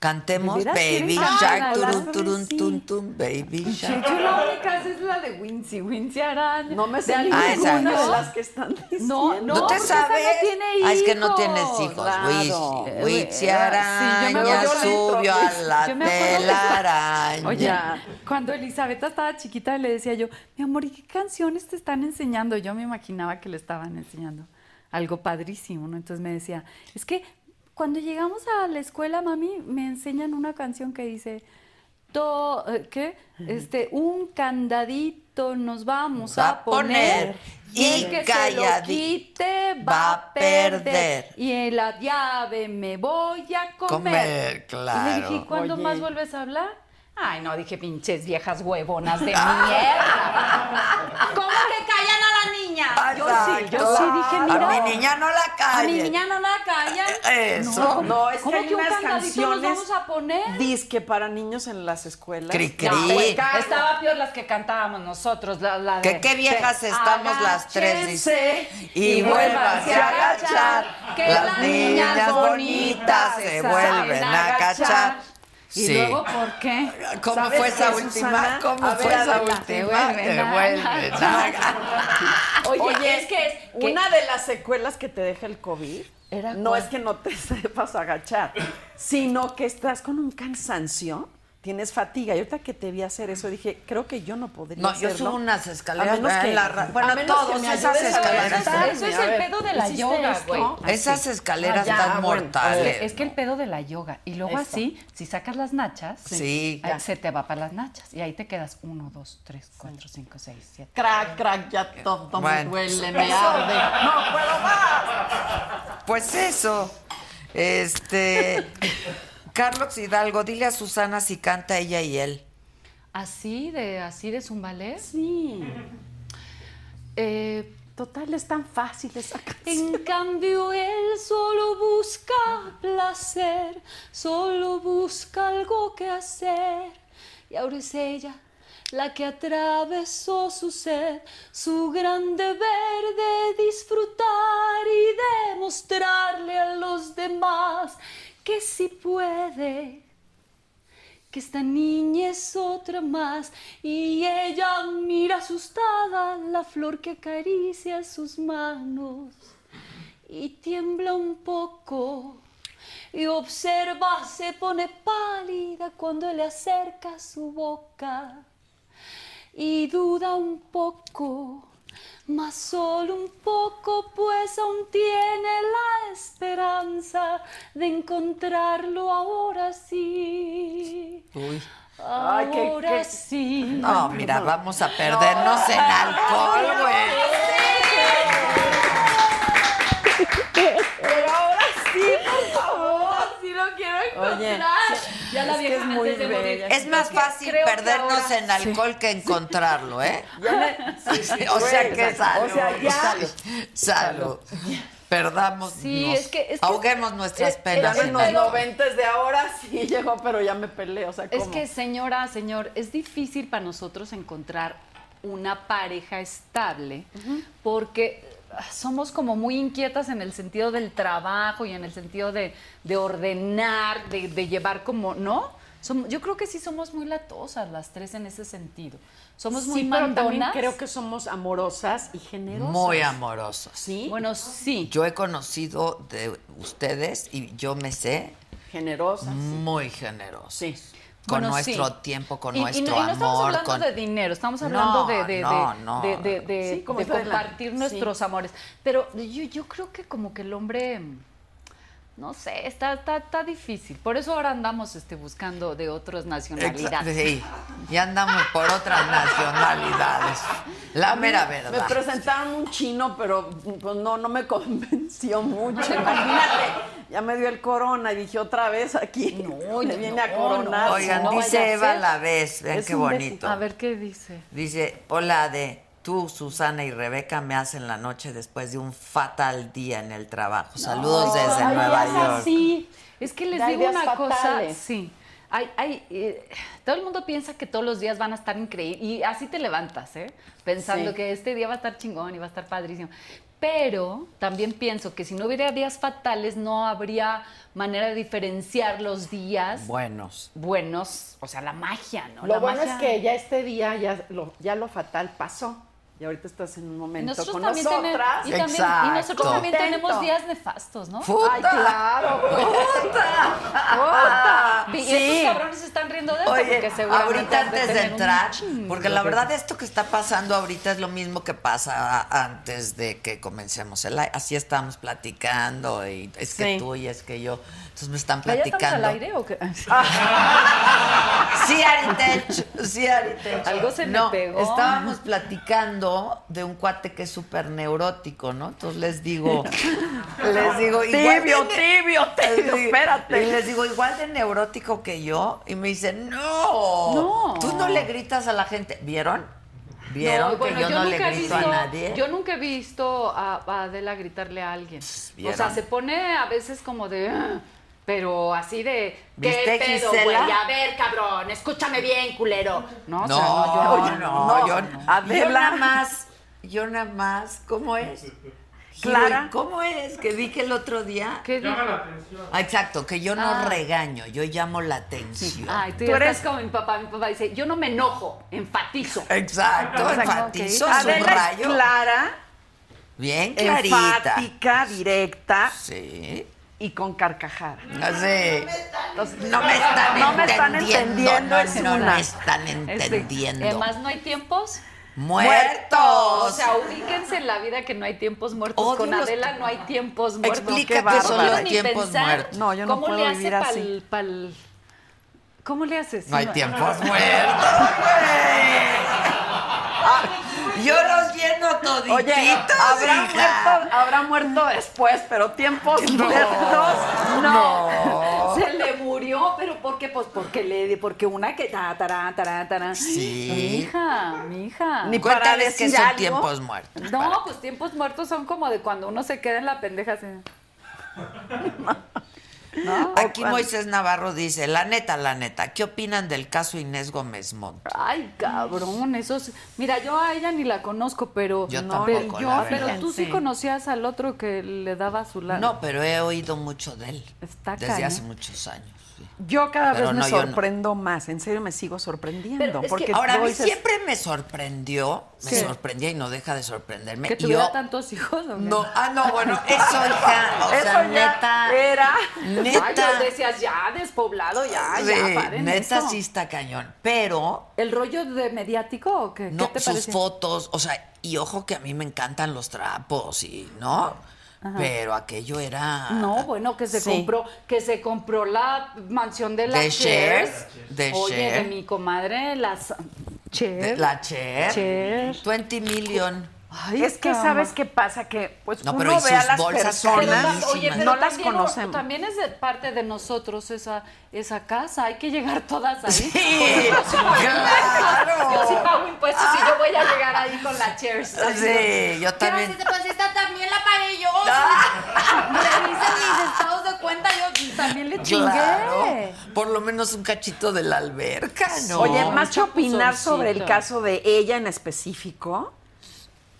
C: Cantemos
G: ¿De veras
C: Baby
G: quieren
C: Shark,
F: cantar?
C: turun,
F: Ah,
C: turun,
F: sí.
C: tun, tun, Baby Shark.
F: Yo la única sé es la de Wincy, Wincy Arán.
G: no me sé
F: de
G: ninguna
C: Ah, esa.
G: de
F: alguno.
G: las que están diciendo.
F: No, no,
C: ¿No te
F: porque esa
C: sabes?
F: no tiene
C: Ah, es que no tienes
F: hijos,
C: hijos.
G: claro.
C: Witch-
F: Eh,
C: Witch
F: sí, yo me
C: araña
G: acuerdo-
C: subió a la
F: Yo me acuerdo que- Oye,
C: telaraña.
F: cuando Elizabeth estaba chiquita le decía yo, mi amor, ¿y qué canciones te están enseñando? Yo me imaginaba que le estaban enseñando algo padrísimo, ¿no? Entonces me decía, es que cuando llegamos a la escuela, mami, me enseñan una canción que dice, "To- eh, ¿qué? Este, un candadito nos vamos
C: Va
F: a,
C: a poner,
F: y
C: y
F: el que se lo
C: calladi-
F: quite
C: va
F: va
C: a
F: a perder,
C: perder.
F: y en la llave me voy a
C: Comer,
F: comer. Y le
C: claro.
F: dije, ¿cuándo
G: Oye.
F: más vuelves a hablar? Ay, no, dije, pinches viejas huevonas de mierda.
E: ¿Cómo que callan a la niña?
F: Yo sí, yo sí dije,
C: A
F: mira.
C: Ah, mi niña no la
F: A
C: calles.
F: mi niña no la callan.
C: Eso.
F: No, ¿cómo-
G: No, es que
F: ¿cómo
G: hay
F: que un
G: unas
F: candadito nos
G: canciones
F: vamos a poner?
G: Disque para niños en las escuelas.
C: Cri, cri.
F: No, pues,
G: Carlos.
F: estaba peor las que cantábamos nosotros. La, la
C: Que
F: de-
C: qué viejas
F: de-
C: estamos las tres, dice.
F: "Agáchense
C: Y vuélvanse a agachar.
F: que
C: Las niñas bonitas se
F: saben
C: vuelven a agachar.
F: Y
C: Sí.
F: luego, ¿por qué?
C: ¿Cómo
G: ¿Sabes
C: fue esa
G: qué,
C: última?
G: Susana?
C: ¿Cómo
G: A
C: fue
G: ver,
C: esa
G: adelante,
C: última?
F: vuelven
C: Te
F: a
C: vuelven a
F: Ah,
C: agachar.
G: Oye,
F: Oye,
G: es que es
F: que-
G: una de las secuelas que te deja el COVID.
F: ¿Era
G: no
F: cuál?
G: es que no te sepas agachar, sino que estás con un cansancio, tienes fatiga. Y ahorita que te vi hacer eso, dije, creo que yo no podría
C: No, yo
G: hacerlo.
C: subo unas escaleras,
G: A menos
C: vean
G: que-
C: la ra-
G: a
C: bueno,
G: menos que
C: todos
G: me
C: esas
G: ayudes a
C: escaleras-
G: levantarme.
F: Eso es
G: A
F: el
G: ver,
F: pedo de la
G: ¿hiciste
F: yoga,
G: esto?
F: güey.
C: Esas escaleras
G: Ah, ya,
C: están
G: bueno,
C: mortales.
F: pues, Es que el pedo de la yoga. Y luego
G: Esto.
F: así, si sacas las nachas,
C: Sí.
F: ahí se te va para las nachas. Y ahí te quedas 1, 2, 3, 4, 5, 6, 7.
G: Crack, crack, ya todo me
C: Bueno.
G: duele, me arde. No puedo más.
C: Pues eso. Este. Carlos Hidalgo, dile a Susana si canta ella y él.
F: Así de, así de zumbalés.
G: Sí,
F: Eh,
G: total, es tan fácil esa canción.
F: En cambio, él solo busca placer, solo busca algo que hacer. Y ahora es ella la que atravesó su sed, su gran deber de disfrutar y demostrarle a los demás que sí puede. Que esta niña es otra más y ella mira asustada la flor que acaricia sus manos y tiembla un poco y observa, se pone pálida cuando le acerca su boca y duda un poco, mas solo un poco, pues aún tiene la esperanza de encontrarlo ahora sí.
G: Ay, qué-
F: Ahora
G: qué-
F: sí.
C: No, mira, vamos a perdernos en alcohol, güey.
G: Pero ahora sí, por favor.
F: Sí lo quiero
G: Oye,
F: encontrar. ya la
G: es que
F: vieja
G: es muy
F: antes de morir.
G: bella.
C: Es más fácil
F: creo que
C: perdernos
F: ahora-
C: en alcohol que encontrarlo, ¿eh? o
G: güey,
C: sea que
G: exacto.
C: salud.
G: O sea, ya.
C: Salud. salud. Perdamos.
F: Sí, es que- es que-
C: ahoguemos nuestras
F: eh,
C: penas.
F: eh,
G: En
C: en
G: los
C: alcohol.
G: noventas de ahora sí llegó, pero ya me peleé, o sea, ¿cómo?
F: Es que, señora, señor, es difícil para nosotros encontrar una pareja estable porque ah, somos como muy inquietas en el sentido del trabajo y en el sentido de, de ordenar, de, de llevar como, ¿no? Som- yo creo que sí somos muy latosas las tres en ese sentido. Somos muy
I: sí, pero también
F: mandonas.
I: creo que somos amorosas y generosas.
C: Muy amorosos.
I: Sí.
F: Bueno, sí.
C: Yo he conocido de ustedes y yo me sé
I: Generosas.
C: muy generosos. Con
F: Bueno,
C: nuestro
F: sí.
C: tiempo, con
F: Y- y no-
C: nuestro
F: y no
C: amor.
F: estamos hablando
C: con...
F: de dinero, estamos hablando
C: No,
F: de, de-
C: no,
F: de-
C: no,
F: de- de- de-
I: Sí, como
F: de
I: esto de la-
F: compartir
I: sí.
F: nuestros amores. Pero yo, yo creo que como que el hombre, no sé, está, está, está difícil. Por eso ahora andamos este, buscando de otras
C: Exa-
F: nacionalidades.
C: Sí, ya andamos por otras nacionalidades. La mera verdad.
G: Me presentaron un chino, pero pues, no, no me convenció mucho. Imagínate, ya me dio el corona y dije otra vez aquí. No, me viene a
F: no,
G: coronar.
F: no,
C: Oigan,
F: no vaya
C: dice
F: a
C: Eva
F: ser.
C: la vez, vean
G: Es
C: qué
G: un beso.
C: bonito.
F: A ver qué dice.
C: Dice, hola de tú, Susana y Rebeca me hacen la noche después de un fatal día en el trabajo. Saludos desde
I: Ay,
C: Nueva
I: es
C: York.
I: así.
F: Es que les
I: Da
F: digo
I: ideas
F: una cosa,
I: fatales.
F: sí. Hay, hay, eh, todo el mundo piensa que todos los días van a estar increíbles y así te levantas, ¿eh? Pensando
I: Sí.
F: que este día va a estar chingón y va a estar padrísimo. Pero también pienso que si no hubiera días fatales no habría manera de diferenciar los días
C: Buenos.
F: buenos, o sea, la magia, ¿no?
G: Lo
F: La
G: bueno
F: magia.
G: es que ya este día ya lo, ya lo fatal pasó. Y ahorita estás en un momento
F: nosotros
G: con
F: también
G: nosotras.
F: tenemos y, también- y
C: Exacto.
F: nosotros también
G: Contento.
F: tenemos días nefastos, ¿no?
C: ¡Puta!
G: Ay, claro, pues. güey.
F: Y
C: Sí.
F: estos cabrones se están riendo de esto
C: Oye,
F: porque seguramente
C: ahorita
F: han de
C: antes de
F: tener un
C: entrar,
F: chingo
C: porque la
F: de-
C: verdad esto que está pasando ahorita es lo mismo que pasa antes de que comencemos el live. Así estábamos platicando y es que
I: Sí.
C: tú y es que yo. Entonces me están
F: ¿Ya estamos al
C: platicando. Ah,
F: aire o qué?
C: Sí, Aritelch, sí, Aritelch.
F: Algo se me
C: No,
F: pegó.
C: Estábamos platicando de un cuate que es súper neurótico, ¿no? Entonces les digo, les digo,
G: Tibio, tibio, tibio,
C: Sí.
G: espérate.
C: Y les digo, igual de neurótico que yo. Y me dicen, no,
F: No.
C: tú no le gritas a la gente. ¿Vieron? ¿Vieron
F: No, bueno,
C: que yo, no le
F: nunca he
C: grito a
F: visto-
C: nadie?
F: Yo nunca he visto a, a Adela gritarle a alguien. O
C: Pues, ¿vieron?
F: sea, se pone a veces como de... "Ah", Pero así de...
C: ¿Viste,
F: ¿Qué pedo, güey?
C: Gisela?
F: A ver, cabrón, escúchame bien, culero. No, o sea,
C: no,
F: no, yo
C: no,
F: no,
C: yo,
F: no.
C: yo
G: Adela.
C: nada más, yo nada más, ¿cómo es?
G: Clara.
C: Giro, ¿Cómo es? Que vi que el otro día.
F: ¿Qué dijo?
C: Ah, exacto, que yo no
F: Ah.
C: regaño, yo llamo la atención.
F: Ay, tú,
G: Tú
F: ya
G: eres-
F: estás como mi papá. Mi papá dice, yo no me enojo, enfatizo.
C: Exacto,
F: Exacto,
C: enfatizo,
F: ok.
G: Adela es
C: subrayo.
G: clara,
C: Bien clarita.
G: enfática, directa
C: Sí.
G: y con carcajada.
C: Así. No me están
G: No me están
C: entendiendo.
G: entendiendo,
C: No,
G: es
C: no, no
G: una. Este,
C: me están entendiendo.
F: Este, Además, no hay tiempos.
C: ¡Muertos!
F: O sea, ubíquense en la vida que no hay tiempos muertos.
C: Odio
F: Con
C: los-
F: Adela no hay tiempos muertos.
C: Explica
F: Qué
C: qué son
F: bárbara.
C: los
F: Ni
C: tiempos
F: pensar
C: muertos.
G: No, yo no
F: ¿Cómo
G: puedo
F: le hace
G: vivir
F: pal-
G: así.
F: pal- ¿Cómo le haces?
C: no hay
F: Sí,
C: tiempos muertos, güey. Ah, Yo los lleno todititos.
G: Oye, habrá
C: hija.
G: muerto, habrá muerto después, pero tiempos muertos, no.
I: Se le murió, pero ¿por qué? Pues porque le porque una que ta, tará, tará, tará.
F: Mi
C: Sí.
F: hija, mi hija.
G: Ni- para
C: Cuéntales que
G: decir
C: son
G: algo.
C: tiempos muertos.
F: No,
C: para-
F: pues tiempos muertos son como de cuando uno se queda en la pendeja así. ¿No?
C: Aquí Moisés Navarro dice, la neta, la neta, ¿qué opinan del caso Inés Gómez Montt?
F: Ay, cabrón, eso es- Mira, yo a ella ni la conozco, pero...
C: Yo
F: no,
C: tampoco,
F: pero, yo-
C: la
F: pero
C: verdad.
F: tú sí conocías al otro que le daba su lado.
C: No, pero he oído mucho de él.
F: Está
C: desde
F: cañón.
C: hace muchos años. sí.
G: Yo cada
C: Pero
G: vez
C: no,
G: me
C: yo no.
G: sorprendo más, en serio me sigo
F: Pero
G: sorprendiendo.
F: es que
G: Porque
C: Ahora, a mí
G: doy ses-
C: siempre me sorprendió, me
F: Sí.
C: sorprendía y no deja de sorprenderme.
F: Que
C: y
F: tuviera
C: yo-
F: tantos hijos. ¿o qué?
C: No, ah, no, bueno, eso, hija, o
G: Eso
C: sea,
G: ya
C: neta,
G: era.
F: Ay,
C: neta,
F: yo decías, ya, despoblado, ya,
C: sí,
F: ya, paren
C: neta
F: esto.
C: sí está cañón, pero
F: ¿El rollo de mediático o qué?
C: no,
F: ¿Qué te
C: sus
F: parece?
C: fotos, o sea, y ojo que a mí me encantan los trapos y, ¿no? Pero aquello era...
F: No, bueno, que se
G: Sí.
F: compró, que se compró la mansión de las
C: De Cher, de
F: Oye,
C: Cher.
F: de mi comadre, las
C: de-
F: Cher.
C: La Cher,
F: Cher.
C: 20 million.
F: Ay,
G: es que
F: cabrón.
G: sabes qué pasa, que pues
C: No, pero
G: uno
C: y
G: ve a
C: sus
G: las
C: bolsas
F: Pero
G: personas,
F: tam-
C: carísimas.
F: oye, pero
G: no las
F: también,
G: conocemos.
F: También es de parte de nosotros esa, esa casa. Hay que llegar todas ahí.
C: Sí,
F: Yo sí
C: claro.
F: pago impuestos y yo voy a llegar ahí con la chairs.
C: Sí, yo
E: ¿Qué haces?
C: también. Ah.
E: Pues esta también la pagué yo. Revisen mis estados de cuenta. Yo también le
C: Claro. Por lo menos un cachito de la alberca, ¿no?
G: Oye, más que opinar
F: chapuzoncito.
G: sobre el caso de ella en específico,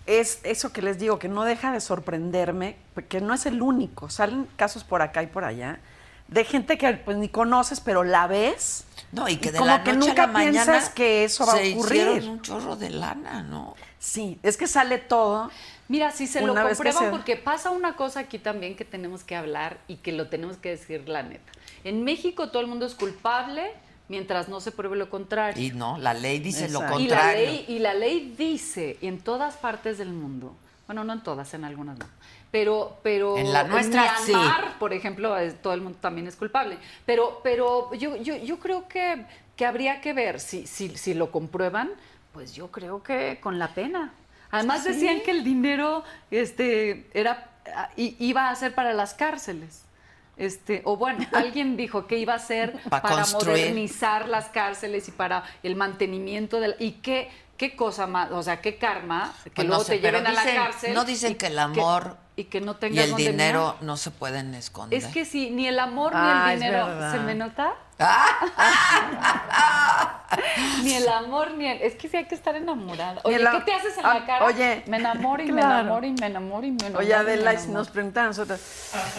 G: es eso que les digo, que no deja de sorprenderme, porque no es el único. Salen casos por acá y por allá de gente que pues ni conoces, pero la ves.
C: No, y que de
G: como
C: la
G: que
C: noche
G: nunca
C: a la mañana
G: piensas que eso va a
C: se
G: ocurrir.
C: hicieron un chorro de lana, ¿no?
G: Sí, es que sale todo.
F: Mira, si se
G: Una
F: lo
G: vez que
F: comprueban,
G: se-
F: porque pasa una cosa aquí también que tenemos que hablar y que lo tenemos que decir la neta. En México todo el mundo es culpable mientras no se pruebe lo contrario.
C: Y no, la ley dice lo
F: Y la,
C: contrario.
F: ley, y la ley dice, y en todas partes del mundo, bueno, no en todas, en algunas no, pero, pero
C: En la nuestra, sí.
F: Myanmar, por ejemplo, es- todo el mundo también es culpable. Pero, pero yo, yo, yo creo que, que habría que ver si, si, si lo comprueban, pues yo creo que con la pena. Además
I: Sí.
F: decían que el dinero este, era, ah, i- iba a ser para las cárceles. Este, o bueno, alguien dijo que iba a ser
C: Pa'
F: para
C: construir.
F: modernizar las cárceles y para el mantenimiento del y qué qué cosa más, o sea, qué karma que
C: Pues no
F: luego
C: sé,
F: te lleven
C: pero
F: a la
C: dicen-
F: cárcel.
C: no dicen
F: y
C: que el amor
F: y que no
C: Y
F: tengas
C: el
F: dónde
C: dinero
F: mirar.
C: no se pueden esconder.
F: Es que si ni el amor
C: Ah,
F: ni
C: es
F: el dinero
C: verdad.
F: se me nota. ni el amor ni el es que sí hay que estar enamorada.
G: Ni
F: Oye,
G: el am-
F: ¿qué te haces en
G: Ah,
F: la cara?
G: oye.
F: me enamoro y me
G: Claro.
F: enamoro y me enamoro y me enamoro.
G: Oye, Adela,
F: y
G: y
F: me
G: si nos preguntan a nosotras,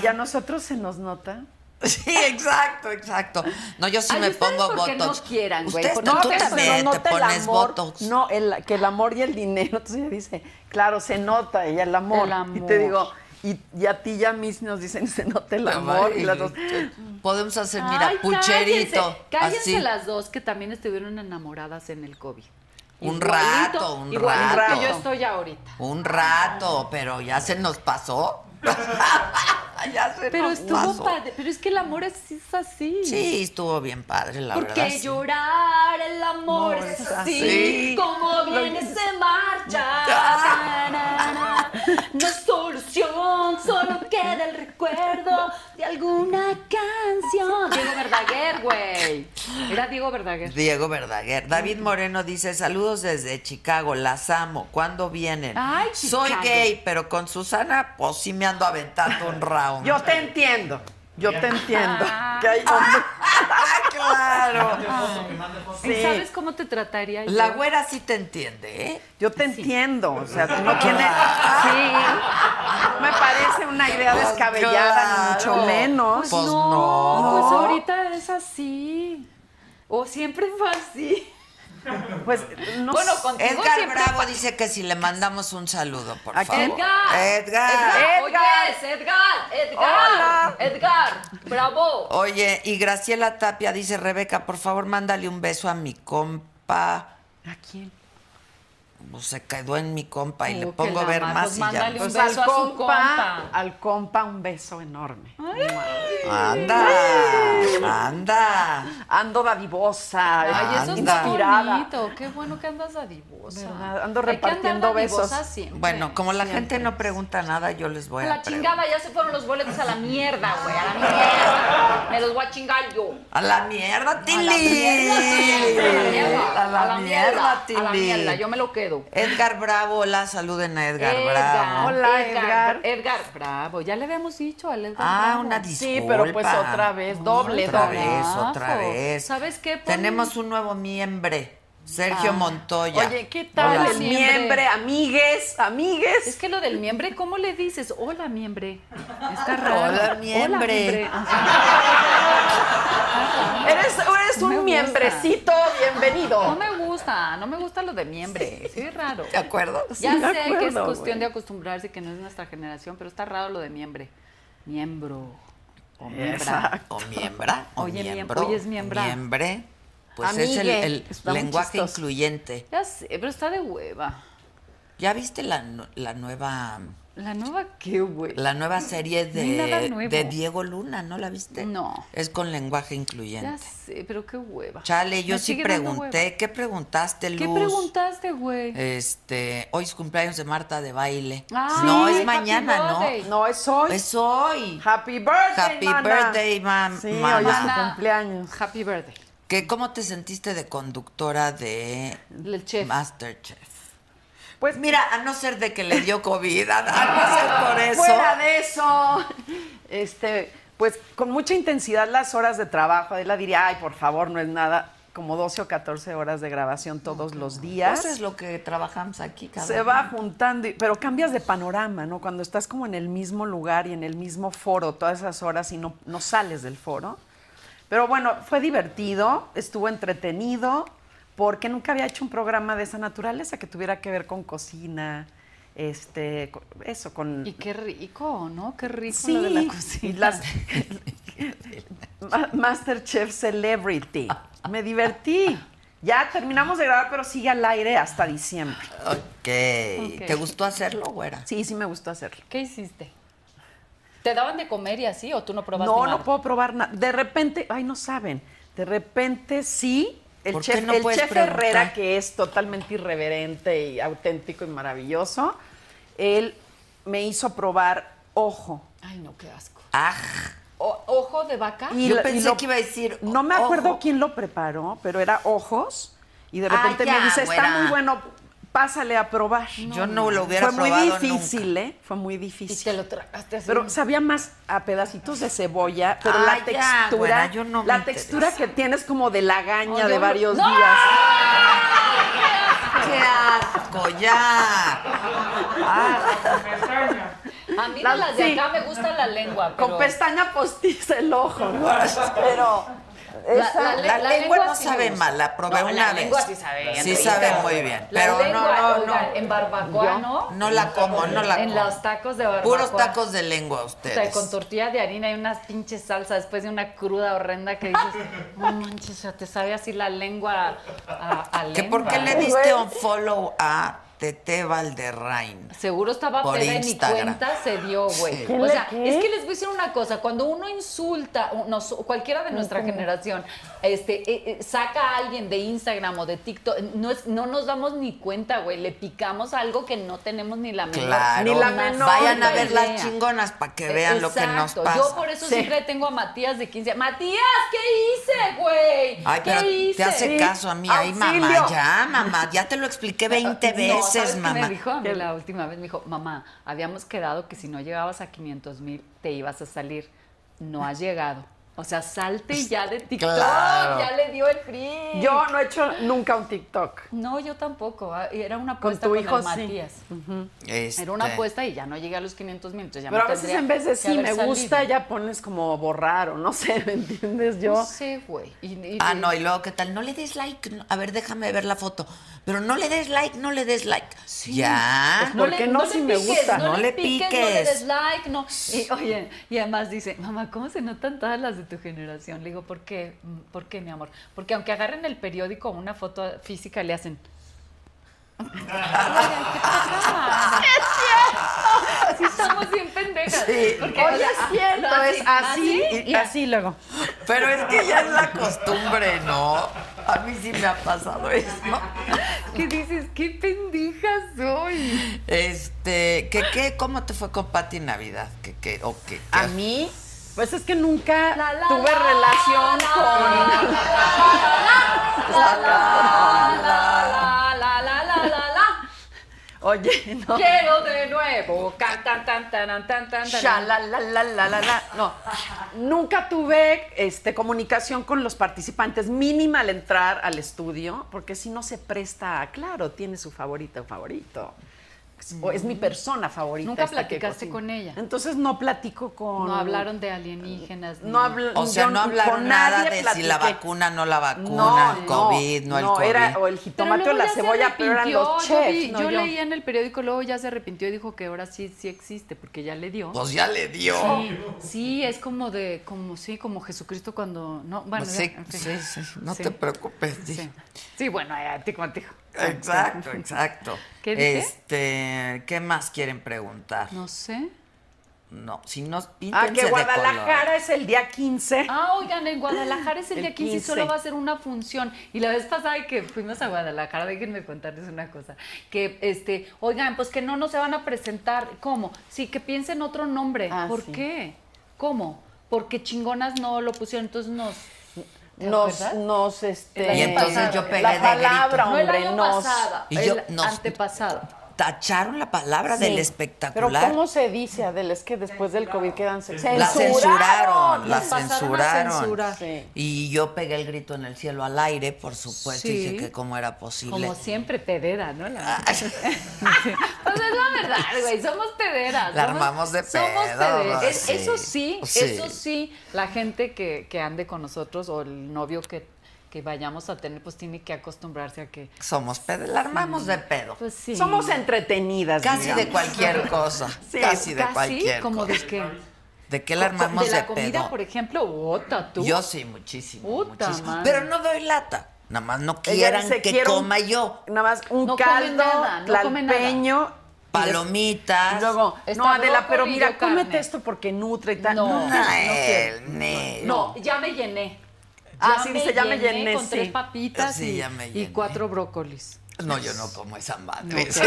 G: ¿y a nosotros se nos nota?
C: Sí, exacto, exacto. No, yo sí
F: Ay,
C: me
F: ustedes
C: pongo
F: porque no
C: botox.
F: quieran, güey,
C: Ustedes
F: porque
C: no,
F: no
C: tú
F: se
C: también te pones botox.
G: No, el- que el amor y el dinero. Entonces ella dice, claro, se nota, y el amor.
F: El amor.
G: Y te digo, y, y a ti y a mí sí nos dicen, se nota el
C: Ay,
G: amor. Y las dos,
C: Podemos hacer,
F: enamoro.
C: mira,
F: Ay,
C: pucherito.
F: Cállense, cállense
C: así.
F: las dos que también estuvieron enamoradas en el COVID.
C: Un
F: Igualito,
C: rato, un
F: igualito que
C: rato.
F: Yo estoy ahorita.
C: Un rato, pero ya se nos pasó. ya se
F: Pero
C: nos
F: estuvo
C: pasó.
F: padre. Pero es que el amor es, es así.
C: Sí, estuvo bien padre, la
F: Porque
C: verdad. sí.
F: llorar el amor
C: No,
F: es
C: es
F: así,
C: así.
F: como viene se marcha. Na, na, na. No es solución, solo queda el recuerdo de alguna canción. Diego Verdaguer, güey. Era Diego Verdaguer.
C: Diego Verdaguer. David Moreno dice, saludos desde Chicago, las amo. ¿Cuándo vienen?
F: Ay,
C: Soy
F: Chicago.
C: gay, pero con Susana, pues sí me ando aventando un round.
G: yo te entiendo, yo te entiendo. Que hay hombres-
C: ¡Ah, claro!
F: ¿Y sabes cómo te trataría yo?
C: La güera sí te entiende, ¿eh?
G: Yo te entiendo, o sea, no tiene. Sí. Me parece una idea
C: Pues claro.
G: descabellada, ni mucho menos.
F: Pues
C: Pues
F: no,
C: no.
F: pues ahorita es así. O siempre fue así.
G: Pues no
F: Bueno,
G: sé.
F: contigo
C: Edgar
F: siempre
C: Bravo dice que si le mandamos un saludo, por
G: ¿A
C: favor.
G: quién?
F: Edgar.
C: Edgar.
F: Oye, es Edgar, Edgar, Edgar, bravo.
C: Oye, y Graciela Tapia dice, Rebeca, por favor, mándale un beso a mi compa.
G: ¿A quién?
C: Pues se quedó en mi compa y
F: Oh,
C: le
F: que
C: pongo a
F: la
C: ver
F: ma-
C: más
F: pues
C: y ya. eh,
F: mándale
C: no-
F: Un
G: Pues
F: beso
G: al
F: a su
G: compa,
F: compa. Ah.
G: al compa un beso enorme.
C: Anda, anda.
G: Ando dadivosa,
F: Ay, eso está
G: inspirada.
F: bonito. Qué bueno que andas dadivosa.
G: ¿Verdad? Ando
F: Hay que andar
G: repartiendo besos.
F: dadivosa siempre.
C: Bueno, como la
F: Siempre.
C: gente no pregunta nada, yo les voy
F: A
C: a
F: la
C: preguntar.
F: chingada, ya se fueron los boletos a la mierda, güey. A la mierda. Me los voy a chingar yo.
C: A la mierda, Tilly.
F: A
C: A la mierda,
F: A la mierda, yo
C: Tilly.
F: me lo quedo.
C: Edgar Bravo, hola, saluden a Edgar, Bravo.
G: Hola,
F: Edgar.
G: Edgar.
F: Edgar, bravo. Ya le habíamos dicho al Edgar.
C: Ah,
F: bravo.
C: una disculpa.
G: Sí, pero pues otra vez, doble,
C: Otra
G: doble.
C: vez, otra
F: Carajo.
C: vez.
F: ¿Sabes qué? Pon-
C: Tenemos un nuevo miembro, Sergio
F: Ah.
C: Montoya.
G: Oye, ¿qué tal
F: Hola,
G: el
F: miembre.
G: miembre, amigues, amigues?
F: Es que lo del miembre, ¿cómo le dices? Hola, miembre. Está raro.
C: Hola,
F: Hola,
C: miembre.
F: miembre.
G: Eres, eres
F: Me gusta.
G: un miembrecito,
F: No
G: bienvenido.
F: me gusta, no me gusta lo de miembre. Sí, es raro.
C: ¿Te acuerdas?
F: Ya
G: Sí,
F: sé
G: me
F: que es
G: acuerdo,
F: cuestión
G: güey.
F: de acostumbrarse, que no es nuestra generación, pero está raro lo de miembre. Miembro. O miembra.
C: O miembra, o
F: Oye, miem-
C: miembro,
F: oye, es miembra.
C: miembre. Pues es el,
G: Amigue.
C: el
G: Está muy
C: lenguaje
G: chistoso.
C: incluyente.
F: Ya sé, pero está de hueva.
C: ¿Ya viste la, nu- la nueva
F: La nueva qué, güey.
C: la nueva serie
F: No hay nada
C: de,
F: nuevo.
C: de Diego Luna? ¿No la viste?
F: No.
C: Es con lenguaje
F: Ya
C: incluyente.
F: sé, pero qué hueva.
C: Chale, yo
F: Me
C: sí
F: sigue dando
C: pregunté. ¿Qué preguntaste, Luz?
F: hueva. ¿Qué preguntaste, güey?
G: Eh,
C: Este, hoy es cumpleaños de Marta de baile.
F: Ah,
C: no,
F: sí,
C: es mañana,
F: happy
C: ¿no?
F: birthday.
G: No, es hoy.
F: Pues,
C: Es hoy.
G: Happy birthday,
C: Happy
G: mana.
C: birthday, mam-
G: Sí, hoy es
C: mamá.
G: tu cumpleaños.
F: Happy birthday.
C: ¿Qué, ¿Cómo te sentiste de conductora de
F: El chef.
C: Masterchef?
G: Pues
C: Mira, a no ser de que le dio COVID, a, a no ser por eso.
G: Fuera de eso. Este, pues con mucha intensidad las horas de trabajo. Adela diría, ay, por favor, no es nada. como 12 o 14 horas de grabación todos los días.
C: Eso es lo que trabajamos aquí. cada
G: Se
C: uno.
G: va juntando, y- pero cambias de panorama, ¿no? Cuando estás como en el mismo lugar y en el mismo foro todas esas horas y no, no sales del foro. Pero bueno, fue divertido, estuvo entretenido, porque nunca había hecho un programa de esa naturaleza que tuviera que ver con cocina, este, co- eso, con...
F: Y qué rico, ¿no? Qué rico
G: Sí,
F: lo de la
G: y
F: cocina.
G: las- Ma- Masterchef Celebrity. Me divertí. Ya terminamos de grabar, pero sigue al aire hasta diciembre.
C: Ok. ¿Te gustó hacerlo, güera?
G: Sí, sí me gustó hacerlo.
F: ¿Qué hiciste? ¿Te daban de comer y así o tú no probaste
G: No,
F: nada?
G: no puedo probar nada. De repente, ay, no saben. De repente sí. El
C: ¿Por qué
G: chef,
C: no
G: el
C: puedes
G: chef
C: preguntar?
G: Herrera, que es totalmente irreverente y auténtico y maravilloso, él me hizo probar ojo.
F: Ay, no, qué asco.
C: Aj.
F: O- ¿Ojo de vaca?
G: Y
C: Yo
G: lo- y
C: pensé
G: lo-
C: que iba a decir.
G: No me acuerdo
C: ojo.
G: quién lo preparó, pero era ojos. Y de
C: Ah,
G: repente
C: ya,
G: me dice, está
C: güera.
G: muy bueno, pásale a probar.
C: Yo no lo hubiera
G: Fue muy
C: probado
G: difícil, ¿eh? Fue muy difícil.
F: Y te lo tragaste así.
G: Pero sabía más a pedacitos de cebolla, pero
C: Ah,
G: la
C: ya,
G: textura,
C: güera, yo no me
G: la textura
C: interesa.
G: que tienes como de lagaña
F: Oh,
G: de
F: yo-
G: varios
F: ¡No!
G: días.
C: ¡Qué asco, ya!
F: A mí de las de
G: sí.
F: acá me gusta la lengua, pero...
G: Con pestaña postiza el ojo, ¿no?
C: Pero.
F: esa-
C: la,
F: la-
C: la
F: la
C: lengua,
F: lengua
C: no
F: sí
C: sabe
F: me
C: mal, la probé
F: No,
C: una
F: la
C: vez.
F: lengua sí sabe,
C: Sí
F: rica.
C: sabe muy bien.
F: La
C: pero
F: lengua,
C: no, no,
F: oigan,
C: no.
F: En barbacoa, ¿no?
C: No la como, no la como.
F: En los tacos de barbacoa.
C: Puros tacos de lengua
F: O
C: ustedes.
F: sea, con tortilla de harina y unas pinches salsas después de una cruda horrenda que dices, no manches, o sea, te sabe así la lengua a, a
C: ¿Que
F: lengua".
C: ¿Por qué le diste un follow a Tete Valderrain?
F: Seguro estaba
C: Por
F: peda y ni
C: Instagram.
F: cuenta se dio,
C: Sí.
F: güey.
C: ¿Quién
F: O sea, es que les voy a decir una cosa. Cuando uno insulta, o nos- cualquiera de nuestra generación, este, eh, eh, saca a alguien de Instagram o de TikTok, no, es- no nos damos ni cuenta, güey. Le picamos algo que no tenemos ni la menor.
C: Claro.
F: ni la
G: menor
C: Vayan a ver
F: idea. E-,
C: las chingonas para que vean lo que nos
F: Exacto.
C: pasa.
F: Yo por eso
G: Sí.
F: siempre tengo a Matías de 15. Matías, ¿qué hice, güey?
C: Ay,
F: ¿Qué
C: pero
F: hice?
C: te hace caso a mí. Ay, mamá,
G: Auxilio.
C: ya, mamá. Ya te lo expliqué 20
F: No, ¿sabes
C: veces,
F: qué
C: mamá.
F: me dijo a mí la última vez? Me dijo, mamá, habíamos quedado que si no llegabas a 500 mil te ibas a salir. No has llegado. O sea, salte ya de TikTok.
C: Claro.
F: Ya le dio el free.
G: Pues, Yo no he hecho nunca un TikTok.
F: No, yo tampoco. ah, Era una apuesta
G: tu
F: con,
G: hijo,
F: el
G: sí.
F: Matías.
C: Este,
F: Era una apuesta y ya no llegué a los 500 mil. entonces ya
G: Pero
F: me
G: a veces
F: tendría
G: en vez de
F: que
G: sí,
F: haber
G: me gusta,
F: salido.
G: ya pones como borrar o no sé, ¿me entiendes? Yo.
F: No sé, güey. Y- y-
C: Ah,
F: y-
C: no, y luego, ¿qué tal? No le des like. no- A ver, déjame ver la foto. Pero no le des like, no le des like. Ya.
G: Pues, ¿por qué no si me gusta?
C: No
F: no
C: le
F: le
C: piques.
F: des like, no. Y, oye, y además dice, mamá, ¿cómo se notan todas las de tu generación? Le digo, ¿por qué? Mm, ¿Por qué, mi amor? Porque aunque agarren el periódico o una foto física, le hacen... ¡Es cierto! Sí, estamos bien pendejas.
C: Sí.
F: Porque, o sea, ah, lo hacen
G: y así luego.
C: Pero es que ya es la costumbre, ¿no? A mí sí me ha pasado eso.
F: ¿Qué dices? ¿Qué pendeja soy?
C: Este, ¿qué, qué, ¿cómo te fue con Pati Navidad? ¿Qué, qué, o qué, qué
F: Ah,
G: A
C: has-
G: mí, pues es que nunca
F: La, la,
G: tuve
F: la,
G: relación
F: la,
G: con.
F: La, la, la, la, la, la, la, la.
G: Oye, no.
F: Quiero de nuevo. Can, tan, tan, taran, tan, tan, taran.
G: Sha, la, la, la, la, la, la. No, nunca tuve este, comunicación con los participantes, mínima al entrar al estudio, porque si no se presta, a- claro, tiene su favorito o favorito. Es- O es mi persona favorita.
F: Mm. Nunca
G: esta que
F: platicaste
G: cocina.
F: con ella.
G: Entonces no platico con.
F: No hablaron de alienígenas. ni-
G: No habl-
C: O sea,
G: yo
C: no hablaron
G: con
C: nada
G: nadie
C: de si
G: platiqué.
C: la vacuna, no la vacuna,
G: No,
C: el COVID, no, el COVID.
G: era o el
F: Pero
G: jitomate o
F: luego
G: la
F: ya se
G: cebolla, pero eran
F: arrepintió,
G: los
F: Yo,
G: chefs.
F: vi-
G: no
F: yo
G: yo.
F: leía en el periódico, luego ya se arrepintió y dijo que ahora sí, sí existe, porque ya le dio.
C: Pues ya le dio.
F: Sí, sí, es como de, como sí, como Jesucristo cuando no, bueno,
C: Pues
F: ya,
C: sí,
F: en fin.
C: sí, sí, no
F: Sí.
C: te preocupes. sí.
F: Sí, Sí, bueno, eh, ya, tico, tico.
C: Exacto, exacto.
F: ¿Qué dije?
C: Este, ¿qué más quieren preguntar?
F: No sé.
C: No, si no,
G: Ah,
C: píntense
G: que
C: de
G: Guadalajara es el día 15.
F: Ah, oigan, en Guadalajara es el,
G: El
F: día 15 y
G: 15.
F: solo va a ser una función. Y la vez pasada que fuimos a Guadalajara, déjenme contarles una cosa, que este, oigan, pues que no nos se van a presentar, ¿cómo? Sí, que piensen otro nombre.
G: Ah,
F: ¿Por
G: sí.
F: qué? ¿Cómo? Porque chingonas no lo pusieron, entonces nos. ¿Te
G: Nos,
F: acuerdas?
G: nos, este.
C: Y entonces yo pegué de
G: la palabra,
C: grito.
F: no el
G: hombre,
F: año
G: nos.
F: pasado,
C: Y
F: el
C: yo, nos-
F: antepasado.
C: tacharon la palabra
J: Sí.
C: del espectacular.
J: Pero ¿cómo se dice, Adela? Es que después del COVID quedan censurados.
C: La censuraron, la
J: Nos pasaron a
C: censuraron.
J: censurar. Sí.
C: Y yo pegué el grito en el cielo al aire, por
F: Sí.
C: supuesto, dije que cómo era posible.
F: Como siempre, pedera, ¿no? La...
C: Ah,
F: pues es la verdad, güey, somos pederas.
C: La
F: somos-
C: armamos de
F: Somos
C: pedo,
F: pederas.
C: ¿no?
F: Es-
C: Sí,
F: Eso sí,
C: sí.
F: eso sí, la gente que, que ande con nosotros o el novio que, que vayamos a tener, pues tiene que acostumbrarse a que...
C: Somos pedo, la armamos de pedo.
F: Pues sí.
G: Somos entretenidas.
C: Casi de cualquier cosa, casi de cualquier
F: como
C: cosa.
F: de que...
C: ¿De qué la armamos
F: de
C: de,
F: la comida,
C: pedo?
F: por ejemplo, bota, tú.
C: Yo sí, muchísimo.
F: Puta
C: muchísimo.
F: madre.
C: Pero no doy lata. Nada más no
G: Ella
C: quieran
G: dice,
C: que
G: "Quiero un-
C: coma yo.
G: Nada más un
F: No come
G: caldo,
F: nada, no come nada.
G: tlalpeño.
C: Palomitas.
G: y luego, no,
F: Está
G: Adela,
F: brócoli
G: pero
F: y
G: mira,
F: yo carne.
G: cómete esto porque nutre y tal.
F: No.
G: No,
F: Ah,
G: no quiero.
C: El nel.
F: No, ya me llené.
G: Ah, sí, dice, ya me llené,
F: Con
G: sí.
F: tres papitas
C: Sí,
F: y,
C: ya me
F: y
C: llené.
F: cuatro brócolis.
C: No, yo no como esa
F: No,
C: madre.
F: qué
C: sí.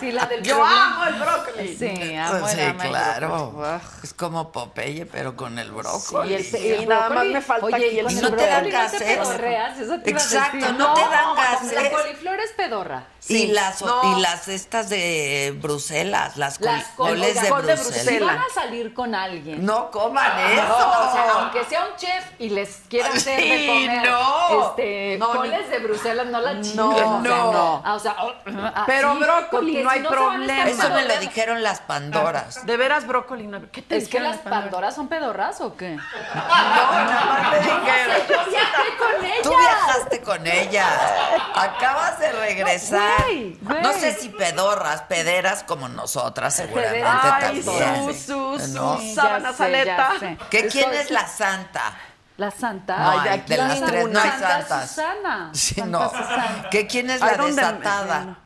F: Sí, la del
G: Ah, Yo
F: problema.
G: amo el brócoli.
F: Sí, amo
C: Sí,
F: el ama el
C: claro.
F: brócoli.
C: Es como Popeye, pero con el
F: Y
C: brócoli.
F: el, y el
G: Nada
F: brócoli-
G: más me falta
F: Oye,
G: aquí el
F: y con
C: No te dan
F: brócoli No te
C: gases.
F: pedorreas, eso te iba a
C: Exacto,
F: decir.
C: no te dan eh.
F: La
C: gases.
F: coliflor es pedorra.
C: Y, las,
G: No.
C: y las estas de Bruselas, las, col-
F: Las col-
C: coles
F: oiga,
C: de,
F: col de
C: Bruselas.
F: Si van a salir con alguien.
C: No coman eso.
F: No, o sea, aunque sea un chef y les quiera
C: Sí,
F: hacer de comer
C: no.
F: este,
G: No,
F: coles de Bruselas, no la chinguen.
G: No,
F: o sea,
G: no.
F: ah, o sea, oh, ah,
G: Pero
F: sí,
G: brócoli,
F: porque
G: no
F: si
G: hay
F: se van a
G: problema.
F: estar
C: Eso me lo
F: pedorreando.
C: dijeron las
E: Ah.
C: Pandoras.
G: De veras, brócoli. No. ¿Qué te
F: Es que
G: dijeron
F: las
G: las Pandoras?
F: Pandoras son pedorras o qué?
C: Dijeron,
F: Yo viajé con ella.
C: Tú viajaste con ella. Acabas de regresar.
F: No, güey, güey.
C: No sé si pedorras, pederas como nosotras, seguramente
G: Ay,
C: también.
G: sus, sus,
C: No.
G: sus
F: Ya
G: sábanas
F: sé, ya
G: aleta.
F: sé.
C: ¿Qué, ¿Quién
F: Estoy-
C: es la santa?
F: La Santa.
C: No hay, de las
F: Santa-
C: tres no hay
F: Santa
C: santas.
F: Susana.
C: Sí,
F: Santa
C: no.
F: Susana.
C: ¿Qué, ¿Quién es
G: Ay,
C: la
G: ¿dónde me-
C: desatada?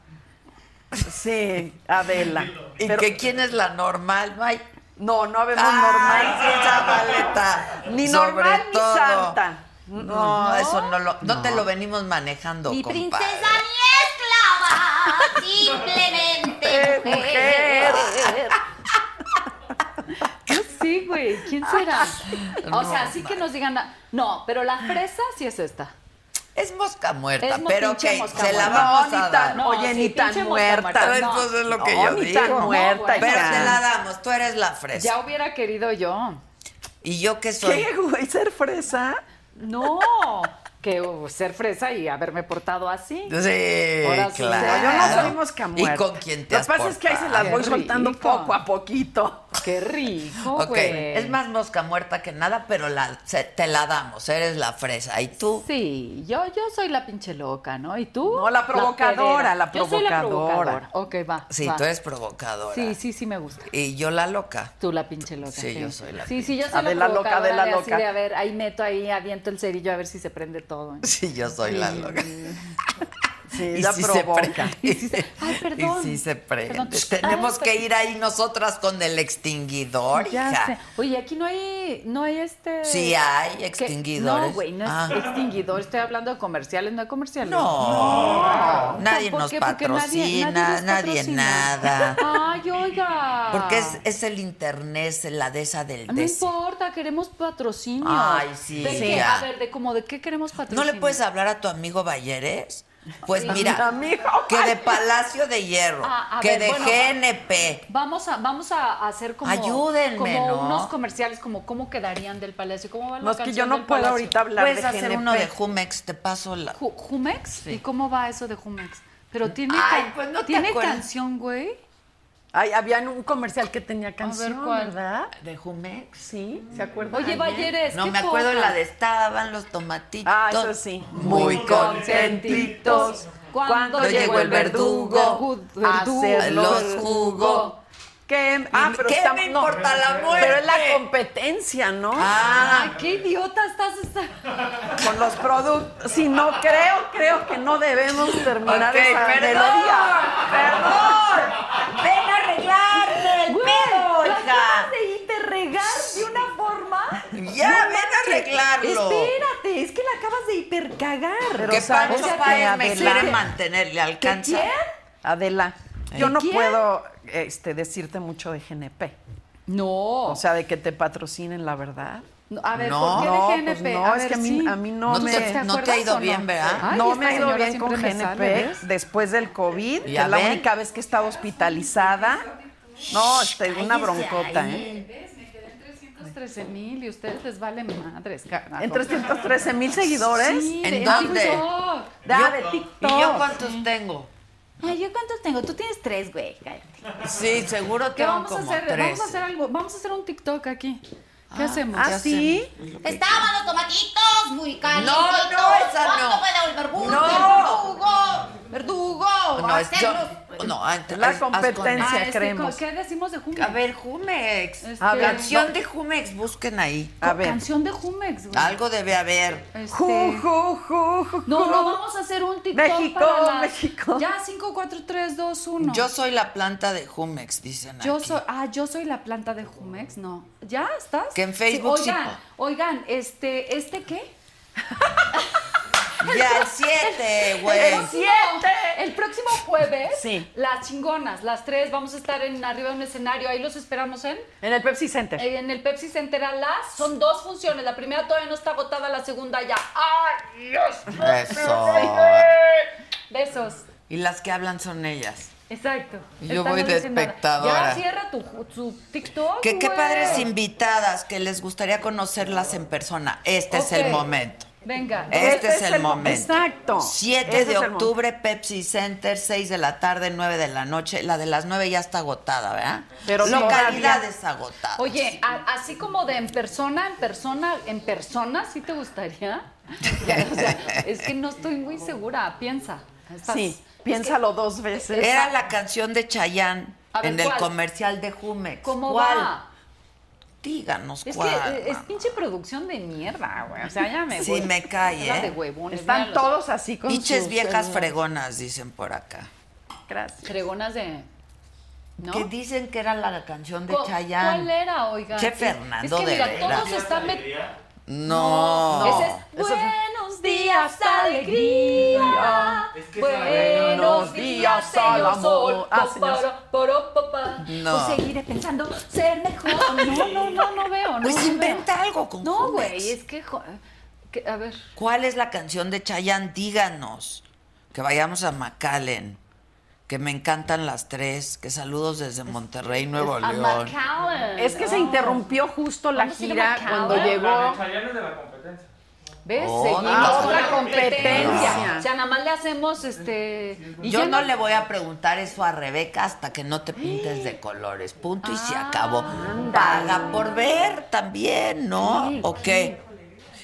G: Sí, Adela.
C: ¿Y
G: Pero-
C: que quién es la normal? No hay.
G: No, no habemos
C: Ay, sí,
G: normal.
C: chavaleta.
G: Ni
C: Sobre
G: normal ni
C: todo.
G: santa.
C: No, eso no lo, no, te lo venimos manejando,
E: Mi
C: compadre.
E: princesa ni esclava,
C: Eh,
E: simplemente mujer.
F: Sí, güey. ¿Quién será? o sea, sí que nos digan. la- No, pero la fresa sí es esta.
C: Es mosca muerta,
F: Es mo-
C: pero ok,
F: pinche mosca
C: se la
F: muerta.
C: vamos
G: No,
C: a
G: ni
C: dar.
G: tan,
F: No, sí,
G: oye, ni
F: pinche
G: tan
F: mosca
G: muerta.
F: muerta, no.
C: Entonces es lo que
G: No,
C: yo
G: ni
C: digo.
G: tan muerta,
C: pero
G: ya.
C: te la damos, tú eres la fresa.
F: Ya hubiera querido yo.
C: ¿Y yo qué soy?
G: ¿Qué, güey? ¿Ser fresa?
F: No. Que uh, ser fresa y haberme portado así.
C: Sí,
F: Ahora sí,
C: claro.
F: ya.
G: Yo no soy mosca muerta.
C: ¿Y con quién te
G: Lo
C: has
G: que pasa es que ahí se las
F: Qué
G: voy soltando
F: rico.
G: poco a poquito.
F: Qué rico,
C: portado? Ok,
F: güey.
C: es más mosca muerta que nada, pero la, se- te la damos, eres la fresa. ¿Y tú?
F: Sí, yo, yo soy la pinche loca, ¿no? ¿Y tú?
G: No, la provocadora,
F: pedera.
G: la
F: Yo soy la
G: provocadora.
F: provocadora. Ok, va.
C: Sí,
F: va.
C: tú eres provocadora.
F: Sí, sí, sí me gusta.
C: Y yo la loca.
F: Tú la pinche loca.
C: Sí, yo soy la
F: Sí, sí, yo
G: pinche-
F: soy la
G: Adela loca,
F: provocadora
G: Adela
F: de así
G: loca.
F: de, a ver, ahí meto ahí, aviento el cerillo a ver si se prende todo.
C: Sí, yo soy la loca.
G: Sí,
C: Y
G: ella
C: sí se
G: provoca.
C: prende.
F: Y sí se- Ay, perdón.
C: Y sí se prende.
F: Perdón.
C: Tenemos
F: Ay,
C: que
F: perdón.
C: ir ahí nosotras con el extinguidor,
F: Ya
C: hija.
F: sé. Oye, aquí no hay, no hay este...
C: Sí hay
F: ¿Qué?
C: extinguidores.
F: No, güey, no es
C: Ah.
F: extinguidor. Estoy hablando de comerciales, no hay comerciales.
C: No, nadie
F: ¿Por
C: nos
F: qué? Porque nadie-
C: patrocina, nadie,
F: nos patrocina.
C: nada.
F: Ay, oiga.
C: Porque es, es el internet, es la de esa del
F: No
C: des.
F: importa, queremos patrocinio.
C: Ay, sí,
F: ¿De
C: sí,
F: qué?
C: ya.
F: A ver, de cómo, ¿de qué queremos patrocinio?
C: ¿No le puedes hablar a tu amigo Balleres? Pues mira,
G: amigo
C: que de Palacio de Hierro,
F: Ah, a
C: que
F: ver,
C: de
F: bueno,
C: GNP.
F: Vamos a, vamos a hacer como,
C: Ayúdenme,
F: como
C: ¿no?
F: unos comerciales, como cómo quedarían del palacio, cómo va la
G: No, es que yo
F: canción
G: no
F: del
G: puedo
F: Palacio?
G: ahorita hablar
C: Puedes
G: de
C: hacer
G: GNP.
C: uno de Jumex, te paso la.
F: Ju- ¿Jumex? ¿Y cómo va eso de Jumex? Pero tiene,
C: Ay,
F: can-
C: pues no te
F: ¿tiene
C: acuerdas.
F: canción, güey.
G: Ay, había un comercial que tenía canción,
F: ¿cuál?
G: ¿verdad?
C: ¿De Jumex?
G: Sí, ¿se acuerdan?
F: Oye, Valleres,
C: No
F: qué
C: me acuerdo
F: poca.
C: la de estaban los tomatitos.
G: Ah, eso sí.
C: Muy contentitos.
F: Cuando llegó el verdugo,
G: a
F: verdugo,
G: hacerlos
C: los
G: jugo. ¿Qué, ah, pero
C: ¿Qué
G: está-
C: me
G: no,
C: importa la muerte?
G: Pero es la competencia, ¿no?
C: Ah,
F: Ay, qué idiota estás. esta-
G: Con los productos. Si no creo, creo que no debemos terminar
C: Ok,
G: esa
C: perdón.
G: melodía. Perdón.
C: ven a arreglarte el pedo,
F: Lo acabas
C: hija.
F: de irte a regar de una forma.
C: Ya, ven a arreglarlo.
F: Espérate, es que la acabas de hipercagar.
G: Pero
C: Que
G: sabes
C: Pancho
G: que,
C: Páez me
G: Adela-
C: quiere mantener, le alcanza.
G: Adela, yo
C: ¿Eh?
G: no
F: ¿Quién?
G: puedo este, decirte mucho de GNP.
F: No.
G: O sea, de que te patrocinen, la verdad.
F: No, A ver,
C: No.
F: ¿por qué
C: No,
F: de
C: pues
F: GNP?
G: no,
F: A
G: es
F: ver,
G: que a mí-
F: sí.
G: a mí no No me- te- no te ha
F: acuerdas
G: ido
F: o
G: bien, ¿verdad?
F: Ay,
G: no
F: esta
G: me ha ido
F: señora
G: bien con
F: siempre
G: GNP
F: me sale, ¿ves?
G: después del COVID, que
F: Ya
G: es la
F: ven.
G: única vez que he estado hospitalizada. No, este, una broncota, ¿eh?
F: ¿Ves? Me quedé en 313 mil y ustedes les valen madres, carajo.
G: ¿En 313 mil seguidores?
F: Sí,
G: ¿En
F: de
G: dónde?
F: TikTok. Ah,
G: Da,
F: Yo-
G: de
F: ¿Y yo cuánto?
C: cuántos tengo?
E: Ay, ¿yo cuántos tengo? Tú tienes tres, güey. cállate.
C: Sí, seguro
F: ¿Qué
C: tengo
F: vamos a
C: como
F: hacer?
C: tres.
F: Vamos a hacer algo. Vamos a hacer un TikTok aquí. ¿Qué
C: Ah,
F: hacemos?
C: ¿ah, sí?
E: Estaban los tomatitos muy calientitos.
C: No, no, esa
E: ¿Cuánto
C: no.
E: puede volver? Burger,
C: No.
E: Verdugo, verdugo.
C: No, es yo.
E: hacerlos.
C: No, antes-
G: La
C: haz- haz con-
G: competencia, Ah, este, creemos.
F: ¿Qué decimos de Jumex?
C: A ver, Jumex.
F: Este-
C: A ver, Canción de Jumex, busquen ahí.
G: A ver.
F: Canción de Jumex, güey.
C: Algo debe haber.
F: Este-
G: Ju, ju, ju, ju,
F: No, no,
G: ju.
F: vamos a hacer un TikTok
G: México,
F: para las-
G: México.
F: Ya, 5, 4, 3, 2, 1.
C: Yo soy la planta de Jumex, dicen
F: Yo
C: aquí.
F: soy, ah, yo soy la planta de Jumex, no. ¿Ya estás?
C: Que en Facebook sí,
F: oigan,
C: po.
F: oigan, este, ¿este qué?
C: Ya, el 7, güey.
F: El próximo- El próximo jueves,
G: Sí.
F: las chingonas, las tres, vamos a estar en arriba de un escenario. Ahí los esperamos en.
G: En el Pepsi Center.
F: eh, En el Pepsi Center a las. Son dos funciones. La primera todavía no está agotada, la segunda ya. ¡Ay, Dios!
C: Eso.
F: Besos.
C: Y las que hablan son ellas.
F: Exacto.
C: Yo
F: Esta
C: voy de
F: dice nada. Ya
C: espectadora.
F: cierra tu, tu TikTok.
C: Que qué
F: güey.
C: padres invitadas, que les gustaría conocerlas en persona. Este es
F: Ok.
C: el momento.
F: Venga.
C: Este, es, el, momento.
G: Exacto.
C: 7
G: Ese
C: de
G: es el momento.
C: octubre, Pepsi Center, 6 de la tarde, 9 de la noche. La de las 9 ya está agotada, ¿verdad?
G: Pero
C: Localidades
G: todavía-
C: agotadas.
F: Oye, a- así como de en persona, en persona, en persona, ¿sí te gustaría? Ya, o sea, es que no estoy muy segura, piensa. Estás-
G: Sí, piénsalo dos veces.
C: Era la canción de Chayanne
F: A ver,
C: en el
F: ¿cuál?
C: comercial de Jumex.
F: ¿Cómo
C: ¿Cuál?
F: va?
C: Díganos
F: Es que
C: cuál.
F: eh, es
C: mano.
F: pinche producción de mierda, güey. O sea, ya me
C: Sí,
F: voy.
C: me cae,
F: Era
C: ¿eh?
F: de huevones.
G: Están
F: mira los
G: todos así con
C: Pinches
G: sus
C: viejas
G: celulares.
C: fregonas, dicen por acá.
G: Gracias.
F: Fregonas de... ¿No?
C: Que dicen que era la canción de
F: ¿Cu-
C: Chayanne.
F: ¿Cuál era, oiga?
C: Che,
F: Es-
C: Fernando,
F: es que,
C: de
F: mira,
C: veras.
F: todos están... met-
C: No.
F: Ese es, buenos días, alegría. buenos días, señor sol.
G: Ah, señor sol.
F: Poporo, poro, popa.
C: No.
F: O seguiré pensando ser mejor. No, no, no, no veo. No,
C: Pues
F: no veo.
C: inventa algo con
F: No,
C: Jumex.
F: güey, es que, jo- que- A ver.
C: ¿Cuál es la canción de Chayanne? Díganos. Que vayamos a McAllen. Que me encantan las tres. Que saludos desde Monterrey, Nuevo
F: A
C: León.
F: McAllen.
G: Es que se interrumpió justo la
F: Vamos a ir a
G: gira
F: Macao.
G: cuando llegó.
F: ¿Ves?
C: Oh,
F: Seguimos
C: ah,
F: con la
G: otra
F: competencia.
G: competencia.
F: O sea, nada más le hacemos este. y
C: Yo
F: ya
C: no le voy a preguntar eso a Rebeca hasta que no te pintes de colores. Punto y se
F: Ah,
C: acabó. Paga por ver también, ¿no? ¿O qué?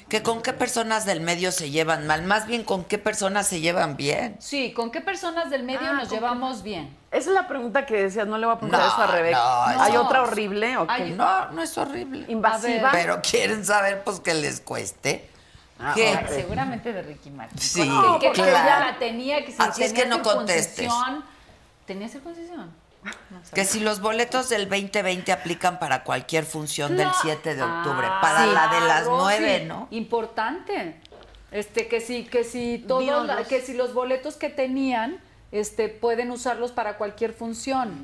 C: Que con qué personas del medio se llevan mal, más bien con qué personas se llevan bien.
F: Sí, ¿con qué personas del
C: Ah,
F: medio nos llevamos bien?
G: Esa es la pregunta que decías, no le voy a preguntar
C: No,
G: eso a Rebeca.
C: no,
G: ¿Hay
F: eso-
G: otra horrible o qué?
F: Hay-
C: No, no es horrible.
G: ¿Invasiva?
F: A ver.
C: Pero quieren saber, pues, que les cueste.
G: Ah,
C: ¿Qué?
F: Ay, seguramente de Ricky Martin.
C: Sí,
F: Bueno, que, que
C: claro.
F: ella la tenía, que si
C: Así es
F: tenía
C: que no contestes.
F: circuncisión. ¿Tenía circuncisión?
C: Que si los boletos del 2020 aplican para cualquier función del 7 de octubre,
F: Ah,
C: para
F: sí.
C: la de las
F: Claro,
C: 9,
F: sí.
C: ¿no?
F: Importante. Este, que si, que si todos,
C: Dios.
F: la- que si los boletos que tenían, este, pueden usarlos para cualquier función.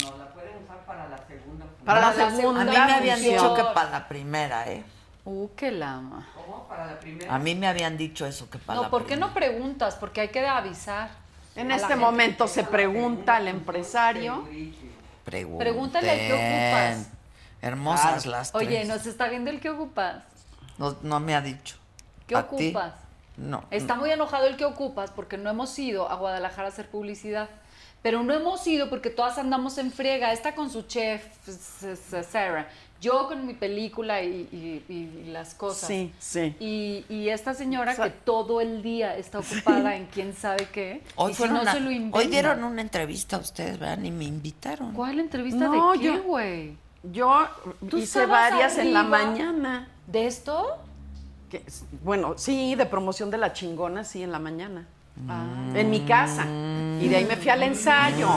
G: Para
F: No,
G: la
F: la
G: segunda.
C: A mí me habían
G: función.
C: dicho que para la primera, ¿eh?
F: Uh, qué lama.
C: A mí me habían dicho eso que para
F: No,
C: la
F: ¿por qué no
C: primera.
F: preguntas? Porque hay que avisar.
G: En
F: a la
G: este
F: gente.
G: momento se pregunta al empresario.
C: Pregunten.
F: Pregúntale a qué ocupas. Ah,
C: Hermosas las tres.
F: Oye, nos está viendo el que ocupas.
C: no, no me ha dicho.
F: ¿Qué
C: ¿A ti?
F: ocupas?
C: No.
F: Está muy enojado el que ocupas porque no hemos ido a Guadalajara a hacer publicidad. Pero no hemos ido porque todas andamos en friega. Esta con su chef, S- S- Sarah. Yo con mi película y, y- y las cosas.
G: Sí, sí.
F: Y, y esta señora
G: O sea-
F: que todo el día está ocupada en quién sabe qué.
C: Hoy,
F: y si
C: fueron
F: no
C: a-
F: se lo
C: hoy
F: inventa.
C: dieron una entrevista a ustedes, ¿verdad? Ni me invitaron.
F: ¿Cuál entrevista
G: No,
F: de qué,
G: yo-
F: güey?
G: Yo
F: Tú
G: hice
F: estabas
G: varias en la
F: arriba.
G: mañana.
F: ¿De esto?
G: Que- bueno, sí, de promoción de la chingona, sí, en la mañana. En mi casa. Y de ahí me fui al ensayo.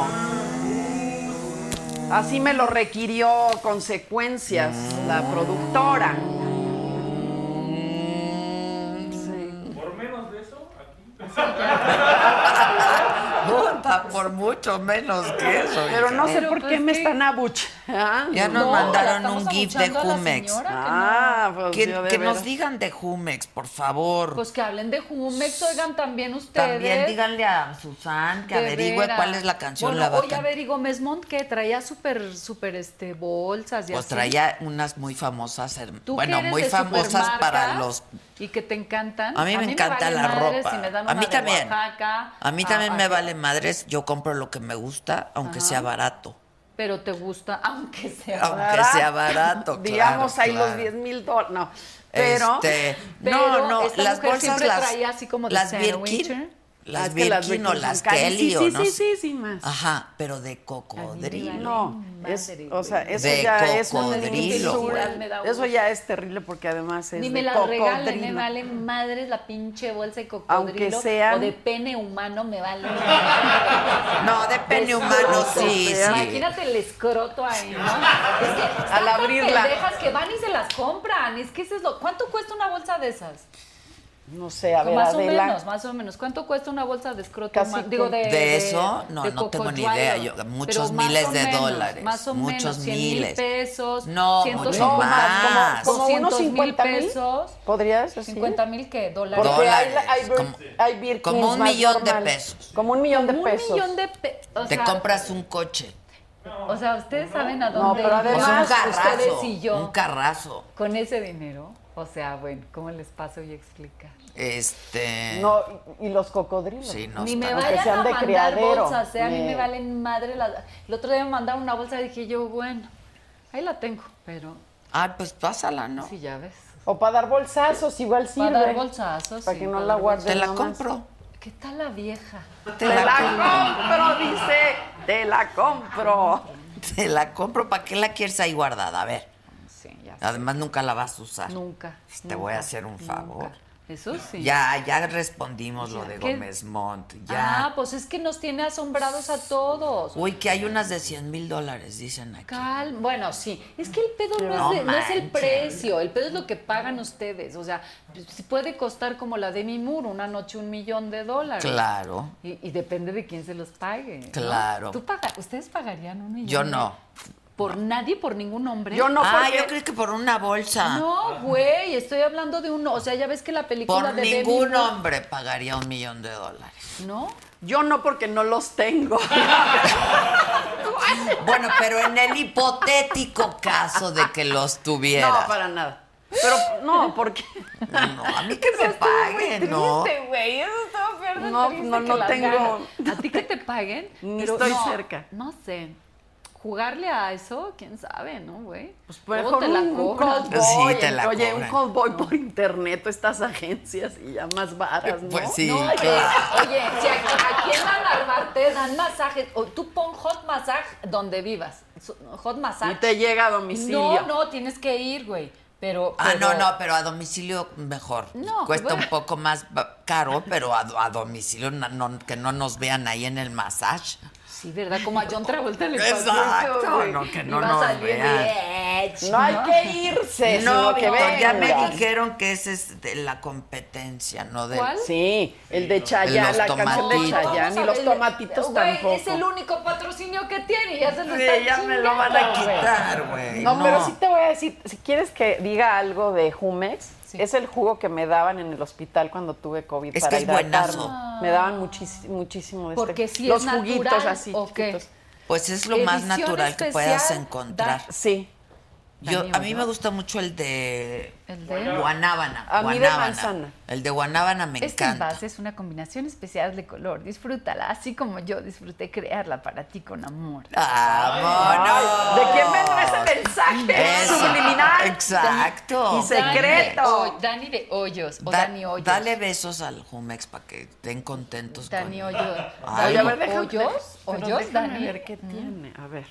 G: Así me lo requirió consecuencias la productora.
C: Puta, por mucho menos que eso.
G: Pero no sé
F: Pero
G: por
F: pues
G: qué me
F: que-
G: están abuchando.
C: Ya nos
F: No, la
C: mandaron
F: estamos
C: un GIF de
F: abuchando a la
C: Jumex.
F: señora, que no.
G: Ah, Ah, pues
C: que
G: yo de
C: que nos
G: veras.
C: digan de Jumex, por favor.
F: Pues que hablen de Jumex, oigan también ustedes.
C: También díganle a Susan que
F: de
C: averigüe
F: veras.
C: cuál es la canción
F: bueno,
C: la
F: Hoy
C: vaca.
F: averigó Mesmont que traía súper, súper este, bolsas y
C: Pues
F: así.
C: traía unas muy famosas, herm-
F: Tú que
C: bueno,
F: eres
C: muy
F: de
C: famosas para
F: supermarcas
C: los.
F: Y que te encantan.
C: A mí me encanta
F: vale
C: la
F: madre
C: ropa.
F: si me dan
C: A
F: una
C: mí
F: de
C: también.
F: Oaxaca,
C: A mí también
F: ah,
C: me
F: ah,
C: vale madres, yo compro lo que me gusta, aunque
F: Ajá.
C: sea barato.
F: Pero te gusta, aunque sea
C: Aunque
F: barato.
C: sea barato, claro,
G: Digamos ahí
C: claro.
G: los 10 mil dólares. No. Pero.
C: Este,
G: pero
C: no, no,
G: esta
C: las
G: mujer
C: bolsas
G: siempre
C: las
G: traía así como de
C: las
G: Sarah
C: Birkin,
G: Winter.
C: las
G: Ah, es que las
C: Birkin o
G: Birkin
C: las
G: son caras.
C: Kelly
G: Sí, sí,
C: o no
G: sí,
C: sé.
G: sí, sí, más.
C: Ajá, pero de cocodrilo.
G: No, es- o sea, eso
C: De
G: ya es una
C: cocodrilo.
G: tensura.
F: Me da
G: Eso ya es terrible porque además es
F: Ni
G: de
F: me la
G: cocodrilo.
F: regalen, me vale madres la pinche bolsa de cocodrilo.
G: Aunque sean-
F: O de pene humano, me vale madres.
C: No, de pene humano, sí, sí.
F: Imagínate el escroto ahí, ¿no? Es que están tan
G: abrirla.
F: pendejas que van y se las compran. Es que eso es lo... ¿Cuánto cuesta una bolsa de esas?
G: No sé, a ver,
F: más
G: Adela.
F: o menos, más o menos. ¿Cuánto cuesta una bolsa de escroto
G: Casi
F: humano? Digo, de,
C: de, eso, no,
F: de
C: no tengo ni
F: cocoyuelo.
C: idea. Yo, muchos
F: Pero más
C: miles
F: o
C: de
F: menos,
C: dólares.
F: Más o
C: muchos
F: menos, 100
C: miles.
F: pesos.
C: No,
F: 150,
C: mucho más.
G: Como, como unos
F: 200 mil
G: 50 mil
F: pesos.
G: ¿Podrías decir?
F: 50 mil que dólares.
G: Porque hay,
C: Dólares,
G: hay, bir- hay Birkins
C: como un
G: más
C: millón de
G: normales.
C: pesos.
G: Como un millón de
F: un
G: pesos.
F: millón de pesos. O
C: Te
F: sea,
C: compras un coche.
F: O sea, ustedes saben a
G: No,
F: dónde
G: pero
F: irían
G: además,
F: ustedes
C: Carrazo,
F: y yo
C: un carrazo.
F: con ese dinero. O sea, bueno, ¿cómo les paso y explicar?
C: Este.
G: No, y y los cocodrilos.
C: Sí, no
F: Ni
C: está-
F: me
G: Aunque
F: vayan
G: sean
F: a
G: de
F: mandar
G: criadero.
F: bolsas, ¿eh? a mí
G: Me-
F: me valen madre. las- El otro día me mandaron una bolsa y dije yo, bueno, ahí la tengo, pero
C: Ay, pues pásala, ¿no?
F: sí, ya ves.
G: O para dar bolsazos, igual sirve.
F: Para dar bolsazos.
G: Para
F: sí,
G: que no
F: para
G: la
F: dar
G: guarden.
C: Te la
G: nomás.
C: compro.
F: bolsas. ¿Qué tal la vieja?
C: Te
G: Te la
C: la
G: compro, dice. Te la compro.
C: compro. Te la compro. ¿Para qué la quieres ahí guardada? A ver.
F: Sí, ya sé.
C: Además, nunca la vas a usar. Pues
F: Nunca.
C: Ah, Te voy a
F: nunca,
C: hacer un
F: nunca.
C: favor.
F: Eso sí.
C: Ya, ya respondimos lo de
F: ¿Qué?
C: Gómez Montt. Ya.
F: Ah, pues es que nos tiene asombrados a todos.
C: Uy, que hay unas de 100 mil dólares, dicen aquí.
F: Cal- bueno, sí. Es que el pedo no,
C: No
F: es, de- no es el
C: manches.
F: precio, el pedo es lo que pagan ustedes. O sea, si puede costar como la de mi muro, una noche un millón de dólares.
C: Claro.
F: Y, y depende de quién se los pague. ¿no?
C: Claro.
F: ¿Tú paga- ¿Ustedes pagarían un millón?
C: Yo no.
F: ¿Por nadie, por ningún hombre? Ah,
G: Yo no,
C: ah,
G: porque-
C: yo creo que por una bolsa.
F: No, güey, estoy hablando de uno. O sea, ya ves que la película
C: por
F: de Demi
C: ningún
F: Moore-
C: hombre pagaría un millón de dólares.
F: ¿No?
G: Yo no, porque no los tengo.
C: Bueno, pero en el hipotético caso de que los tuviera.
G: No, para nada. Pero no, porque
C: No, a mí que me paguen, ¿no?
K: Triste, güey. Eso estaba peor de
G: No,
K: triste
G: no,
K: que
G: no
K: las
G: tengo-
K: ganas.
F: ¿A ti que te paguen?
G: Ni
F: Pero
G: estoy
F: no,
G: cerca.
F: No sé. Jugarle a eso, quién sabe, ¿no, güey?
G: Pues
F: Luego te la
G: un, un
F: cobran.
G: callboy,
C: Sí, te la
G: oye, un
C: cobran.
G: callboy por internet, o estas agencias y ya más varas, ¿no?
C: Pues sí,
F: No, oye,
C: claro.
F: oye, si aquí, aquí en la Narvar te dan masajes, o tú pon hot massage donde vivas. So- Hot massage.
G: Y te llega a domicilio.
F: no, no, tienes que ir, güey. Pero,
C: Ah,
F: pero-
C: no, no, pero a domicilio mejor.
F: No, pues
C: Cuesta
F: bueno.
C: un poco más ba- caro, pero a, do- a domicilio na- no- que no nos vean ahí en el masaje.
F: Sí, ¿verdad? Como a John Travolta le pasó
C: Exacto,
F: eso, güey.
C: no, que no
F: Y va
C: nos
F: saliendo y,
C: vean.
F: "Eh,
G: No hay
F: chino".
G: que irse,
C: No,
G: sino que
C: Víctor, ya me
G: vengas.
C: dijeron que ese es de la competencia, no de...
F: ¿Cuál?
G: Sí, el de Chayanne,
C: Los
G: la canción de
C: tomatitos.
G: Chayanne y
F: Vamos a
G: los
F: ver,
G: tomatitos
F: güey,
G: tampoco.
F: Es el único patrocinio que tiene y ya se lo
C: Sí,
F: están
C: ya me lo van a
F: chingando, güey.
C: quitar, güey.
G: No, pero sí te voy a decir, si quieres que diga algo de Jumex,
F: Sí.
G: es el jugo que me daban en el hospital cuando tuve COVID
C: Es
G: para
C: que es
G: hidratarme.
C: buenazo.
G: Me daban muchísimo, muchísimo de este.
F: Ah. Porque si
G: Los
F: es
G: juguitos
F: natural,
G: así
F: ¿o qué?
G: chiquitos.
C: Pues es lo más
F: Edición
C: natural que puedas
F: especial,
C: encontrar.
G: Sí.
C: Yo,
F: Dani,
C: a mí
F: ¿oyó?
C: me gusta mucho el de,
F: ¿El de?
C: guanábana.
G: A mí de
C: guanábana.
G: manzana.
C: El de guanábana me
F: Este
C: encanta.
F: envase es una combinación especial de color. Disfrútala, así como yo disfruté crearla para ti con amor.
C: ¡Vámonos!
G: ¿De quién vendrá ese mensaje
C: Oh. Eso.
G: subliminal?
C: Exacto.
G: Y secreto.
F: Dani de, Hoy- Dani de Hoyos o
C: Da-
F: Dani Hoyos.
C: Dale besos al Jumex para que estén contentos.
F: Dani
C: con-
F: Hoyos.
C: Ay,
G: Oye, a
F: Dani
G: ver, déjame,
F: Hoyos.
G: pero
F: Hoyos,
G: déjame
F: Dani.
G: ver qué tiene. A ver.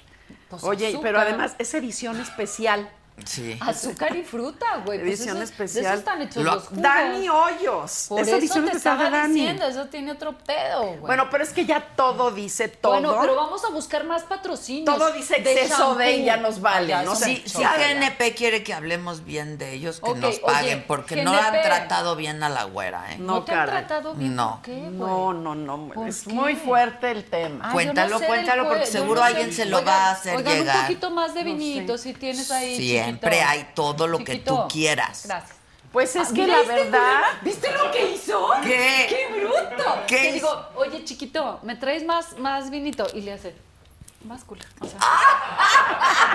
F: Pues
G: Oye,
F: azúcar.
G: pero además es edición especial.
C: Sí.
F: Ah, Azúcar y fruta, güey. pues
G: Edición
F: eso- De
G: especial.
F: eso están hechos
C: Lo-
F: los jugos.
G: Dani Hoyos.
F: Por
G: es
F: eso
G: edición
F: te
G: especial de
F: estaba
G: Dani.
F: diciendo, eso tiene otro pedo, güey.
G: Bueno, pero es que ya todo dice todo.
F: Bueno, pero vamos a buscar más patrocinios.
G: Todo dice exceso de,
F: shampoo.
G: ya nos vale,
F: Ya,
G: ¿no?
F: eso
G: Sí,
F: me
C: Si, si
F: choca.
C: GNP quiere que hablemos bien de ellos, que
F: Ok,
C: nos paguen,
F: oye,
C: porque no
F: GNP.
C: han tratado bien a la güera, ¿eh?
F: ¿No
G: No,
F: te han
G: Karen.
F: tratado bien?
C: No.
F: ¿Por qué, güey?
G: No, no, no.
F: ¿Por
G: Es
F: qué?
G: muy fuerte el tema.
F: Ah, yo
C: Cuéntalo,
F: no sé del
C: cuéntalo, porque
F: jue- yo
C: seguro
F: no
C: alguien
F: sé.
C: se lo
F: Oigan,
C: va a hacer
F: oigan,
C: llegar.
F: un poquito más de vinito, si tienes ahí
C: Sí, Siempre hay todo lo que tú quieras.
F: Gracias.
I: Pues es
F: Ah,
I: que la
F: ¿viste,
I: verdad.
F: culera? ¿Viste lo que hizo?
C: ¿Qué?
F: ¡Qué bruto!
C: ¿Qué
F: Que
C: hizo?
F: digo, oye, chiquito, ¿me traes más, más vinito? Y le hace, más culero. O sea,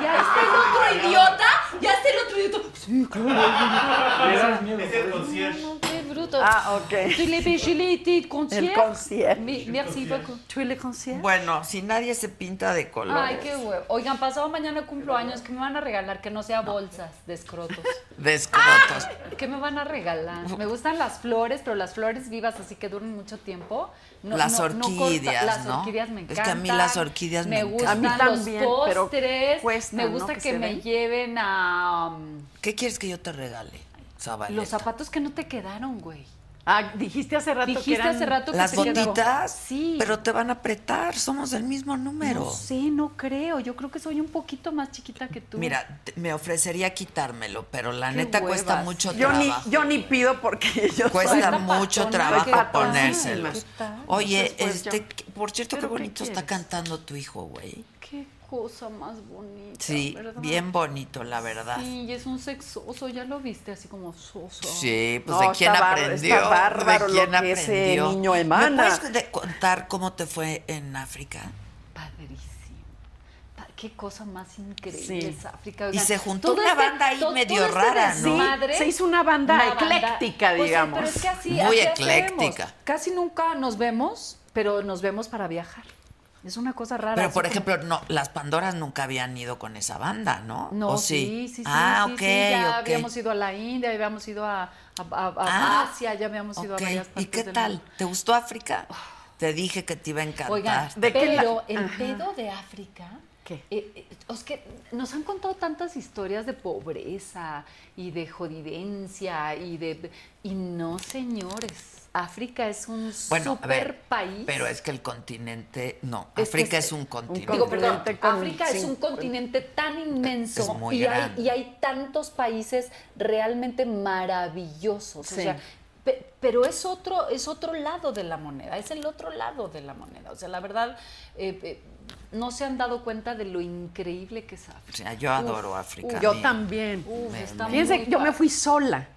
F: ya está el otro idiota, ya está el otro idiota. Sí, claro.
L: Es el concierge.
F: No, qué bruto.
I: Ah, ok.
F: Tu le je l'ai été concierge.
I: El concierge.
F: Mi- Merci beaucoup. Tu le concierge.
C: Bueno, si nadie se pinta de color.
F: Ay, qué huevo. Oigan, pasado mañana cumplo años. ¿Qué me van a regalar? Que no sea bolsas de escrotos.
C: De escrotos.
F: ¿Qué me van a regalar? Me gustan las flores, pero las flores vivas, así que duran mucho tiempo.
C: Las
F: corta-
C: orquídeas,
F: las
C: ¿no?
F: orquídeas me
C: Es que a
F: encantan.
C: mí las orquídeas me
F: gustan.
C: encantan. A mí
F: también,
C: también,
F: los
C: pero
F: postres.
C: cuestan,
F: me
C: ¿no?
F: gusta
C: Que
F: que,
C: se
F: me
C: ven.
F: lleven a um,
C: ¿Qué quieres que yo te regale? Zabaleta?
F: los zapatos que no te quedaron, güey.
I: Ah, dijiste hace rato
F: Dijiste
I: que eran...
F: hace rato que
C: Las
F: te quedaron.
C: botitas,
F: Sí.
C: pero te van a apretar, somos del mismo número.
F: No sé, no creo. Yo creo que soy un poquito más chiquita que tú.
C: Mira, te- me ofrecería quitármelo, pero la
F: Qué
C: neta cuesta
F: huevas.
C: mucho
G: Yo ni,
C: trabajo.
G: yo ni pido porque yo
C: Cuesta
G: soy-
C: mucho
G: patona,
C: trabajo
G: qué tal.
C: ponérselos.
G: ¿Qué tal?
C: Oye,
G: Entonces, pues,
C: este,
G: yo-
C: que- por cierto, qué
F: ¿Pero qué
C: bonito está
F: quieres?
C: cantando tu hijo, güey.
F: Qué cosa más bonita.
C: Sí,
F: ¿verdad?
C: bien bonito, la verdad.
F: Sí, y es un sexoso, ya lo viste así como soso.
C: Sí, pues
G: No,
C: de quién
G: está bar-
C: aprendió.
G: está bárbaro
C: de
G: lo
C: quién
G: que ese
C: aprendió.
G: niño
C: ¿Me
G: emana.
C: puedes de- contar cómo te fue en África?
F: Padrísimo. Pa- Qué cosa más increíble
C: Sí.
F: es África.
C: Y se juntó
F: todo
C: una banda ahí
F: to-
C: medio
F: todo este
C: rara, ¿no?
F: desmadre,
G: Sí, se hizo una banda
F: una
G: ecléctica,
F: Pues sí,
G: digamos.
F: pero es que así,
C: Muy
F: así hacemos.
C: ecléctica.
F: Casi nunca nos vemos, pero nos vemos para viajar. Es una cosa rara.
C: Pero
F: así
C: por
F: como-
C: ejemplo, no, las Pandoras nunca habían ido con esa banda, ¿no?
F: No,
C: ¿O
F: sí, sí, sí.
C: oh, Ah,
F: sí,
C: ok,
F: sí, ya
C: ok.
F: habíamos ido a la India, habíamos ido a, a- a- a
C: Ah,
F: Asia, ya habíamos ido
C: ok.
F: a varias partes
C: ¿Y qué
F: del
C: tal?
F: mundo. Ah.
C: ¿Te gustó África? Te dije que te iba a encantar.
F: Oigan, pero el pedo de África.
C: ¿Qué?
F: eh, eh, es que nos han contado tantas historias de pobreza y de jodidencia y de. Y no, señores. África es un
C: Bueno, a ver,
F: super país.
C: Pero es que el continente, no,
F: Es que
C: África
F: es-
C: es un continente.
F: Digo, perdón,
G: continente con-
F: África es
G: sí.
F: un continente tan inmenso
C: Es muy
F: y, hay,
C: grande.
F: y hay tantos países realmente maravillosos. O
G: Sí.
F: sea, pe- pero es otro, es otro lado de la moneda, es el otro lado de la moneda. O sea, la verdad, eh, eh, no se han dado cuenta de lo increíble que es
C: O
F: África.
C: sea, yo adoro África. a
G: Yo
C: mí.
G: también.
F: Uf, está
G: Fíjense,
F: muy
G: yo me
F: padre.
G: fui sola.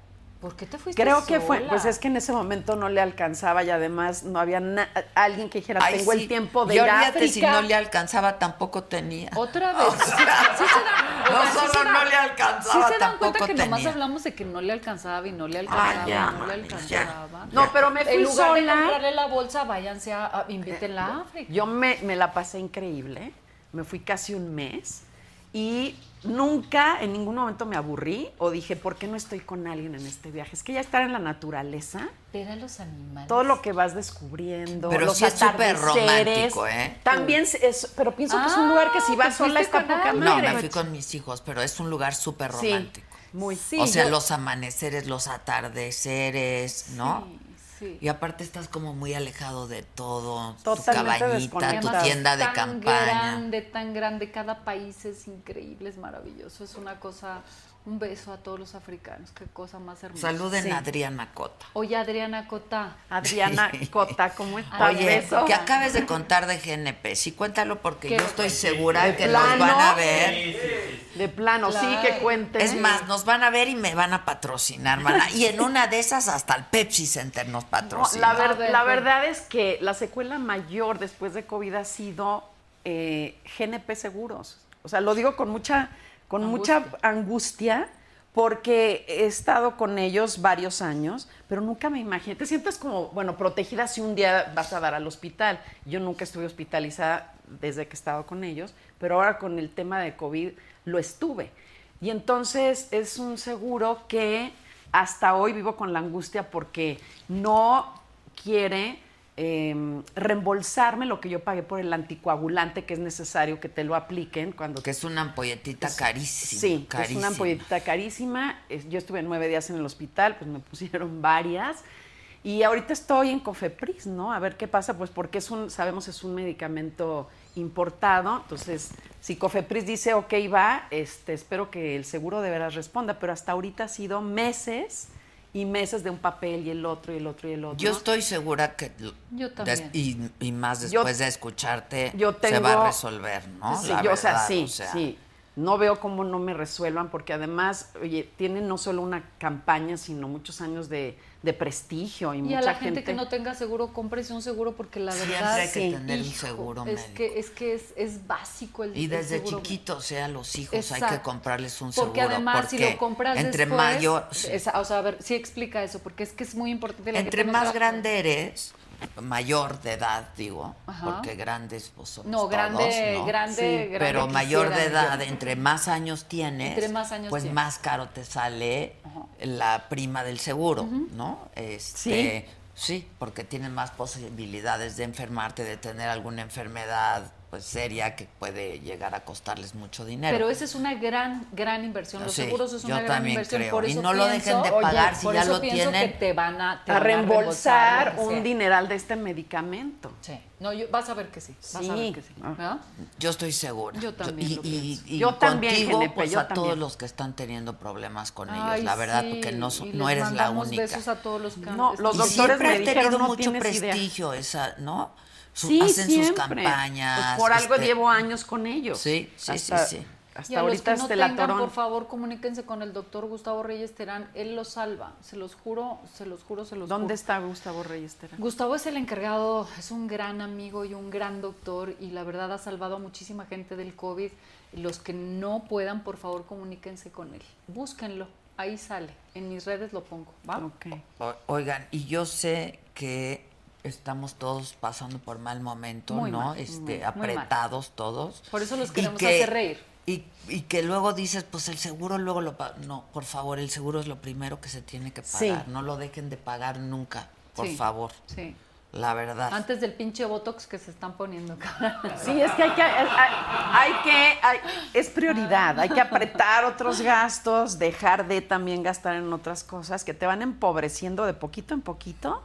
F: ¿Por qué te fuiste
G: Creo que fue,
F: sola?
G: pues es que en ese momento no le alcanzaba y además no había na- alguien que dijera,
C: Ay,
G: tengo
C: sí,
G: el tiempo de
C: y
G: ir a
C: olvídate, si
G: África.
C: no le alcanzaba, tampoco tenía.
F: Otra vez. Sí, sí se da-
C: No
F: oigan, sí
C: solo
F: se da-
C: no le alcanzaba,
F: Sí se dan cuenta
C: tampoco
F: que nomás
C: tenía.
F: hablamos de que no le alcanzaba y no le alcanzaba
C: Ah,
F: y
C: ya,
F: no le
C: mami, ya.
F: alcanzaba.
G: No, pero me
F: en
G: fui
F: lugar de
G: sola.
F: comprarle la bolsa, váyanse a, a- invítenla
C: Eh,
F: a África.
G: Yo me, me la pasé increíble. Me fui casi un mes y nunca en ningún momento me aburrí o dije, ¿por qué no estoy con alguien en este viaje? Es que ya estar en la naturaleza,
F: Ver a los animales.
G: todo lo que vas descubriendo,
C: Pero
G: los
C: sí es súper
G: atardeceres.
C: romántico, ¿eh?
G: También es, pero pienso que es
F: Ah,
G: un lugar que si
F: te
G: vas sola
F: fuiste
G: está
F: con
G: poca
F: alguien.
C: No,
G: madre.
C: me fui con mis hijos, pero es un lugar súper
G: Sí,
C: romántico.
G: muy.
F: Sí,
C: o sea,
F: yo-
C: los amaneceres, los atardeceres, ¿no?
F: Sí.
C: Y aparte estás como muy alejado de todo,
G: Totalmente
C: tu cabañita, tu
G: desconectado.
C: tienda de
F: tan
C: campaña.
F: grande, tan grande. Cada país es increíble, es maravilloso. Es una cosa. Un beso a todos los africanos. Qué cosa más hermosa.
C: Saluden
F: Sí.
C: a Adriana Cota.
F: Oye, Adriana Cota.
G: Adriana Cota, ¿cómo estás?
F: Tal
C: Oye,
F: vez, ¿no?
C: que acabes de contar de GNP, sí cuéntalo porque
F: ¿Qué?
C: yo estoy segura
G: ¿De
C: que nos
G: plano?
C: van a ver.
G: De plano, sí,
F: Claro.
G: que cuente.
C: Es más, nos van a ver y me van a patrocinar, mana. Y en una de esas hasta el Pepsi Center nos
G: No, pues, la,
C: patrocina.
G: ver-
F: A ver,
G: la
F: a ver.
G: verdad es que la secuela mayor después de COVID ha sido eh, GNP Seguros. O sea, lo digo con mucha, con mucha angustia porque he estado con ellos varios años, pero nunca me imaginé. Te sientes como, bueno, protegida si un día vas a dar al hospital. Yo nunca estuve hospitalizada desde que he estado con ellos, pero ahora con el tema de COVID lo estuve. Y entonces es un seguro que hasta hoy vivo con la angustia porque no quiere eh, reembolsarme lo que yo pagué por el anticoagulante que es necesario que te lo apliquen cuando
C: que es una ampolletita carísima.
G: Sí, que es
C: carísima.
G: una ampolleta carísima. Es- Yo estuve nueve días en el hospital, pues me pusieron varias. Y ahorita estoy en Cofepris, ¿no? A ver qué pasa, pues porque es un, sabemos es un medicamento importado. Entonces, si Cofepris dice, ok, va, este, espero que el seguro de veras responda. Pero hasta ahorita ha sido meses y meses de un papel y el otro y el otro y el otro.
C: Yo estoy segura que l-
F: Yo también.
C: y, y más
G: Yo-
C: después de escucharte
G: yo
C: se
G: tengo-
C: va a resolver, ¿no?
G: Pues Sí,
C: La
G: yo, o sea,
C: verdad,
G: sí,
C: o sea,
G: sí. No veo cómo no me resuelvan, porque además, oye, tienen no solo una campaña, sino muchos años de, de prestigio y,
F: Y
G: mucha
F: a la gente, que no tenga seguro, cómprese un seguro porque la
C: Siempre
F: verdad
C: hay que
F: sí,
C: tener un
F: hijo,
C: seguro
F: es
C: médico.
F: que es que es, es básico el
C: Y
F: el
C: desde
F: seguro
C: chiquitos, sea, los hijos pues, hay que
F: Exacto.
C: comprarles un seguro.
F: porque además si
C: porque
F: lo compras
C: entre
F: después,
C: mayor,
F: esa- o sea, a ver, sí explica eso, porque es que es muy importante. la que
C: entre
F: tú no
C: más
F: sabes.
C: grande eres, mayor de edad, digo,
F: Ajá.
C: porque grandes pues somos
F: No, grande-
C: todos, ¿no?
F: grande, Sí. grande
C: Pero mayor de
F: quisiera
C: edad,
F: yo.
C: entre más años tienes,
F: Entre más años
C: pues
F: tienes.
C: más caro te sale la prima del seguro, ¿no? Este, sí. porque tienes más posibilidades de enfermarte, de tener alguna enfermedad pues seria que puede llegar a costarles mucho dinero.
F: Pero esa es una gran, gran inversión. Los
C: Sí,
F: seguros es
C: yo
F: una gran
C: también
F: inversión.
C: creo.
F: Por
C: Y
F: eso
C: no lo dejen
F: pienso-
C: de pagar si
F: por
C: ya
F: eso
C: lo
F: pienso
C: tienen.
F: Que te van a, te
G: a
F: van
G: reembolsar
F: lo que
G: un
F: sea.
G: dineral de este medicamento.
F: Sí. No, yo- vas a ver que sí. Vas a ver que sí.
G: Ah.
F: ¿Verdad?
C: Yo estoy segura.
F: Yo también
C: Y,
F: lo
C: y-
F: pienso.
C: y
F: Yo también,
C: contigo,
F: Genepe,
C: pues
F: yo
C: a todos
F: también.
C: los que están teniendo problemas con ellos.
F: Ay,
C: la verdad,
F: sí,
C: porque no, so-
F: y
C: no
F: les
C: eres la
F: mandamos
C: única.
F: besos a todos los can-
G: No, los
C: Y
G: doctores
C: siempre
G: me
C: has
G: dijeron,
C: tenido
G: "No
C: mucho
G: tienes idea".
C: prestigio, esa, ¿no? Su-
G: Sí,
C: hacen sus
G: siempre.
C: campañas.
G: Pues por algo
C: este,
G: llevo años con ellos.
C: Sí, sí, sí,
G: Hasta-
C: sí.
G: Hasta
F: Y a los
G: ahorita
F: que no
G: este la
F: tengan,
G: torón.
F: por favor, comuníquense con el doctor Gustavo Reyes Terán. Él los salva. Se los juro, se los juro, se los juro.
G: ¿Dónde está Gustavo Reyes Terán?
F: Gustavo es el encargado, es un gran amigo y un gran doctor y la verdad ha salvado a muchísima gente del COVID. Los que no puedan, por favor, comuníquense con él. Búsquenlo, ahí sale. En mis redes lo pongo, ¿va?
C: O- Oigan, y yo sé que estamos todos pasando por mal momento,
F: Muy
C: ¿no?
F: mal, muy-
C: este,
F: muy
C: apretados todos.
F: Por eso los
C: Y
F: queremos
C: que-
F: hacer reír.
C: Y, y que luego dices, pues el seguro luego lo pa- No, por favor, el seguro es lo primero que se tiene que
F: Sí.
C: pagar. No lo dejen de pagar nunca, por
F: Sí,
C: favor.
F: Sí.
C: La verdad.
F: Antes del pinche Botox que se están poniendo, cabrón.
G: Sí, es que hay que, hay, hay que hay- es prioridad, hay que apretar otros gastos, dejar de también gastar en otras cosas que te van empobreciendo de poquito en poquito.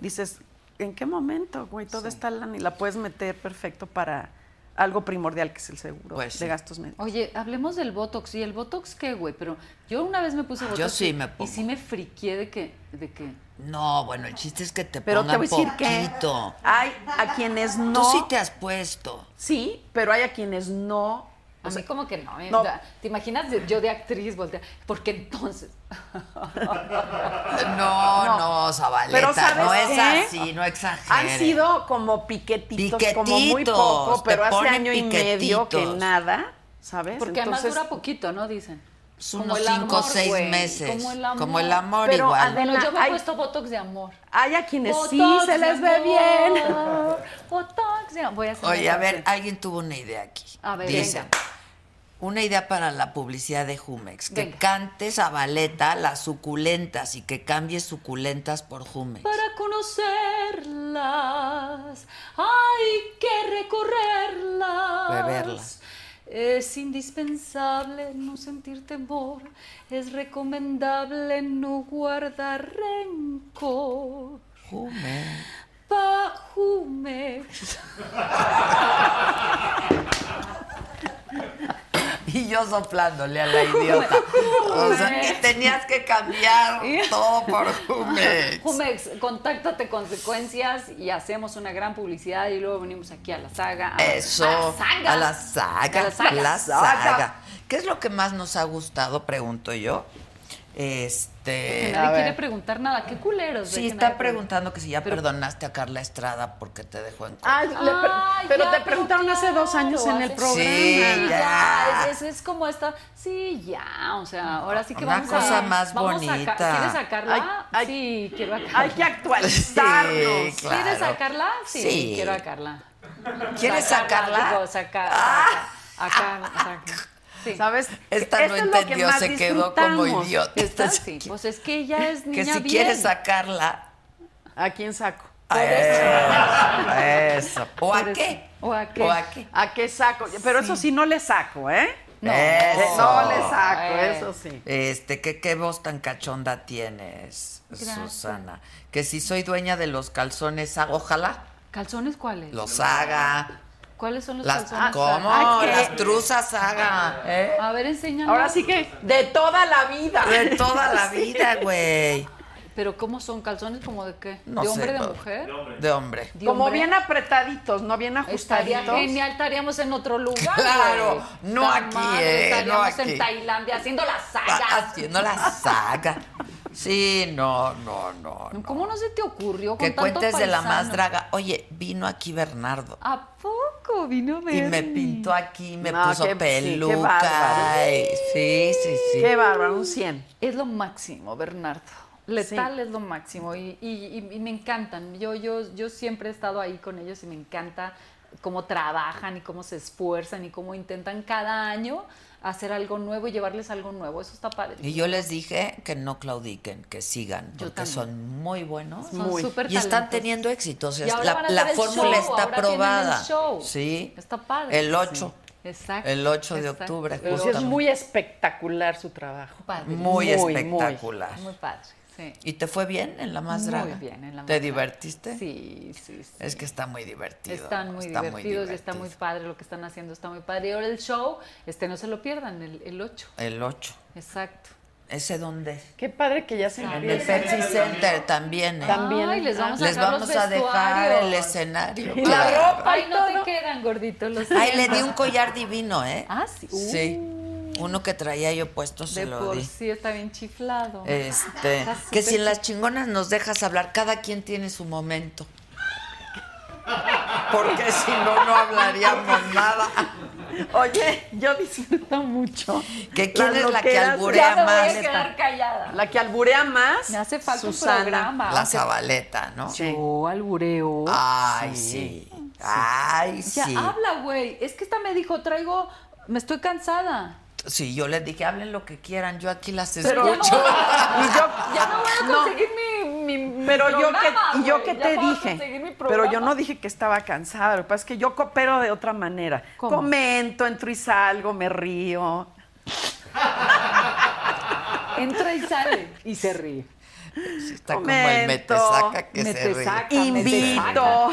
G: Dices, ¿en qué momento, güey? Toda esta lana y la puedes meter perfecto para algo primordial que es el seguro de gastos médicos.
F: Oye, hablemos del Botox. ¿Y el Botox qué, güey? Pero yo una vez me puse Botox.
C: sí
F: y-
C: me
F: Y
C: pongo.
F: sí me friqué de que... De que
C: No, bueno, el chiste es que te
F: Pero
C: pongan
F: te voy a decir que-
C: poquito.
G: Hay a quienes no.
C: Tú sí te has puesto.
G: Sí, pero hay a quienes no.
F: A mí como que no, ¿eh?
G: no.
F: O sea, ¿Te imaginas de- yo de actriz voltea? Porque entonces... Eh,
C: No, no, Zabaleta,
G: Pero ¿sabes
C: no es
G: qué?
C: así, no exageres.
G: Han sido como piquetitos, como muy
C: Piquetitos,
G: poco,
C: te
G: pero hace
C: ponen
G: año y medio que
C: piquetitos.
G: nada, ¿sabes?
F: Porque además
G: Entonces-
F: dura poquito, ¿no? Dicen.
C: Es
F: Como
C: unos
F: el
C: cinco o
F: amor,
C: seis
F: güey,
C: meses.
F: Como el amor.
C: Como el amor
F: Pero,
C: igual.
F: Adela,
G: Bueno,
F: yo me he
G: hay-
F: puesto Botox de amor.
G: Hay a quienes sí
F: Botox
G: se les
F: de
G: ve bien.
F: amor, Botox de amor. Voy a hacer
C: Oye,
F: una
C: a ver,
F: canción.
C: alguien tuvo una idea aquí.
F: A ver,
C: Dice,
F: venga.
C: Una idea para la publicidad de Jumex. Que
F: Venga.
C: cantes a Valeta las suculentas y que cambies suculentas por Jumex.
F: Para conocerlas hay que recorrerlas.
C: Beberlas.
F: Es indispensable no sentir temor, es recomendable no guardar rencor.
C: Jumex.
F: Pa Jumex.
C: Y yo soplándole a la idiota. O sea, que tenías que cambiar todo por Jumex.
F: Jumex, contáctate consecuencias y hacemos una gran publicidad y luego venimos aquí a la saga. a-
C: Eso,
F: a la saga.
C: a la saga,
F: A la saga.
C: la saga. ¿Qué es lo que más nos ha gustado? Pregunto yo. Este.
F: Que nadie quiere preguntar nada. Qué culeros.
C: Sí,
F: de que
C: está
F: nadie pregunta.
C: preguntando que si ya perdonaste a Carla Estrada porque te dejó en
G: Ay, le pre-
F: Ah,
G: pero
F: ya,
G: te preguntaron hace dos años en el
F: hace-
G: programa.
C: Sí, ya.
F: Es, es- es como esta. Sí, ya. O sea, ahora sí que
C: Una
F: vamos a.
C: cosa más
F: vamos a ca-
C: bonita.
F: ¿Quieres sacarla?
G: Ay, ay.
F: sí, quiero a Carla.
G: Hay que actualizarnos.
C: Sí,
F: ¿Quieres
C: claro.
F: a Carla? Sí,
C: Sí.
F: quiero a Carla.
C: ¿Quieres Ah. sacarla?
F: Ah, Digo, saca, saca, acá, saca. Sí.
G: ¿Sabes?
C: Esta
G: Esto
C: no
G: es lo que
C: entendió,
G: más
C: se quedó como
G: disfrutamos.
C: idiota.
F: Está sí. Pues es que ella es
C: que
F: niña
C: si
F: bien.
C: quieres sacarla.
G: ¿A quién saco?
C: a Eso. a eh, eso. ¿O a qué?
F: ¿O a qué?
C: ¿O a qué?
G: ¿A qué saco? Pero eso sí no le saco, ¿eh?
F: No.
C: Eso.
G: No le saco,
F: Eh.
G: eso sí.
C: Este, ¿qué, qué voz tan cachonda tienes,
F: Gracias.
C: Susana? Que si soy dueña de los calzones, hago- ojalá
F: ¿Calzones cuáles?
C: los haga.
F: ¿Cuáles son los
C: Las,
F: calzones?
C: ¿Cómo?
G: ah, ¿qué?
C: Las truzas haga. ¿eh?
F: A ver, enséñanos.
G: Ahora sí que de toda la vida.
C: De toda la
G: Sí.
C: vida, güey.
F: ¿Pero cómo son? ¿Calzones como de qué?
C: No
F: ¿De
C: sé,
F: hombre, de
C: no.
F: mujer?
C: De hombre. De hombre.
F: De
M: Como
F: hombre.
M: bien apretaditos, no bien
F: Estaría
M: ajustaditos.
F: genial, estaríamos en otro lugar.
C: Claro,
F: güey.
C: no
F: Puta
C: aquí,
F: madre,
C: eh, no
F: Estaríamos
C: aquí. Ah,
F: en Tailandia haciendo la saga.
C: Haciendo la saga. Sí, no, no, no. no.
F: ¿Cómo no se te ocurrió con
C: Que
F: tanto
C: cuentes de la más
F: paisano?
C: draga. Oye, vino aquí Bernardo.
F: ¿A poco vino
C: Y
F: Bernie?
C: me pintó aquí, me
F: No,
C: puso
F: qué- sí, qué
C: peluca.
F: bárbaro.
C: y- Sí, sí, sí.
F: Qué bárbaro, un 100. Es lo máximo, Bernardo. Letal es lo máximo y, y- y- y me encantan. Yo, yo, yo siempre he estado ahí con ellos y me encanta cómo trabajan y cómo se esfuerzan y cómo intentan cada año hacer algo nuevo y llevarles algo nuevo. Eso está padre.
C: Y yo les dije que no claudiquen, que sigan, porque
F: también.
C: son muy buenos.
F: Son Muy. súper
C: Y están
F: talentosos.
C: teniendo éxito. o sea,
F: Y ahora
C: la
F: van a
C: la
F: hacer el
C: fórmula
F: show,
C: está
F: ahora tienen el
C: probada.
F: show.
C: Sí.
F: Está padre.
C: El ocho.
F: Sí. Exacto.
C: El ocho de octubre, Pues sí, es justamente.
G: muy espectacular su trabajo.
F: Padre.
C: Muy,
G: Muy,
C: espectacular.
F: Muy padre. Sí.
C: ¿Y te fue bien en la más
F: Muy
C: draga?
F: bien en La Más
C: ¿Te
F: Draga.
C: divertiste?
F: Sí, sí, sí.
C: Es que está muy divertido.
F: Están muy
C: está
F: divertidos y está muy padre lo que están haciendo, está muy padre. Y ahora el show, este no se lo pierdan, el, el 8.
C: El 8.
F: Exacto.
C: ¿Ese dónde? es?
G: Qué padre que ya se
C: En el
G: empieza.
C: Pepsi Center también. ¿eh?
G: También.
F: Ay, les vamos a
C: Les
F: dejar
C: vamos
F: los
C: a dejar el
F: vestuarios.
C: escenario.
G: Y la
C: claro.
F: Ay, no te quedan, gordito. Los
C: Ay, le di un collar divino, ¿eh?
F: Ah, sí. Uh,
C: Sí. Uno que traía yo puesto se
F: De
C: lo
F: por
C: di.
F: sí está bien chiflado.
C: Este,
F: Está súper
C: que si en las chingonas nos dejas hablar, cada quien tiene su momento. Porque si no, no hablaríamos nada.
G: Oye, yo disfruto mucho.
C: ¿Que
G: las
C: quién es la que
G: loqueras de-
C: alburea más?
F: callada.
G: La que alburea más.
F: Me hace falta
G: Susana,
F: un programa.
C: La Zabaleta, ¿no?
F: Yo albureo.
G: Ah,
C: Ay, sí. Ay,
F: Ya
C: sí.
F: habla, güey. Es que esta me dijo, traigo, me estoy cansada.
C: Sí, yo les dije, hablen lo que quieran, yo aquí las
F: Pero ya no
C: escucho.
F: Ya no voy a
G: Ah, No.
F: conseguir mi, mi- mi
G: Pero yo
F: programa,
G: que, y yo
F: güey.
G: que
F: Ya
G: te
F: puedo conseguir mi
G: dije, pero yo
F: programa.
G: no dije que estaba cansada, lo que pasa es que yo coopero de otra manera. Comento, entro y salgo, me río.
F: Entra y sale. Y se ríe.
C: Está como el
G: Momento.
C: metesaca que se ríe.
F: Metesaca,
G: Invito.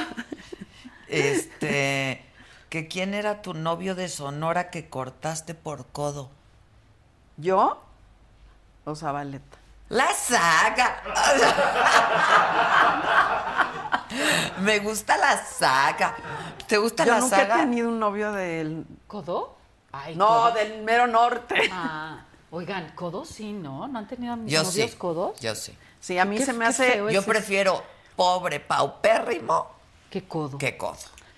C: Este, que quién era tu novio de Sonora que cortaste por codo.
G: ¿Yo? O Zabaleta.
C: La saga. Me gusta la saga. ¿Te gusta
G: Yo
C: la
G: nunca he
C: saga?
G: tenido un novio del...
F: ¿Codo? Ay,
G: No,
F: codo.
G: del mero norte.
F: Ah, oigan, codo sí, ¿no? ¿No han tenido a mis
C: Yo
F: novios
C: sí.
F: codos?
C: Yo sí.
G: Sí, a mí
F: Qué-
G: se me
F: qué
G: hace...
F: feo
C: Yo
F: es-
C: prefiero pobre paupérrimo
F: ¿Qué codo?
C: que codo.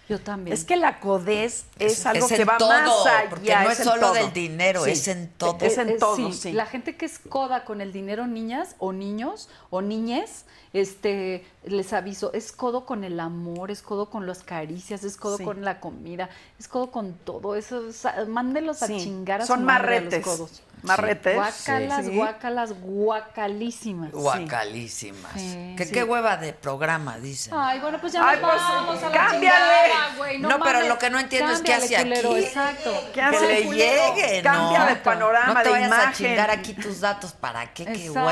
F: Yo también.
G: Es que la codez es algo
C: es en
G: que va
C: todo,
G: más allá.
C: porque no es
G: en
C: solo
G: todo.
C: del dinero,
G: Sí.
C: es en todo.
G: Es en
F: Eh, eh,
G: todo, sí.
F: La gente que es coda con el dinero, niñas o niños o niñes, este, les aviso, es codo con el amor, es codo con las caricias, es codo
G: Sí.
F: con la comida, es codo con todo eso. o sea, mándelos a
G: Sí.
F: chingar a
G: Son
F: su madre a
G: marretes.
F: los codos.
G: Marretes.
F: Guacalas,
G: Sí.
F: guacalas, guacalísimas.
C: Guacalísimas.
F: Sí,
C: que
F: sí.
C: qué hueva de programa, dicen.
F: Ay, bueno, pues ya
G: Ay,
F: nos
G: pues,
F: vamos a la
G: cámbiale.
F: chingada, güey. No,
C: No, pero
F: mames.
C: lo que no entiendo es qué
F: Cámbiale,
C: hace
F: culero,
C: aquí.
F: Exacto.
G: ¿Qué
C: Que
G: hace
C: le
G: el culero?
C: llegue,
G: Cambia
C: ¿no?
G: de panorama,
C: No te
G: de
C: vayas a
G: imagen.
C: chingar aquí tus datos. ¿Para qué? ¡Qué
F: Exacto,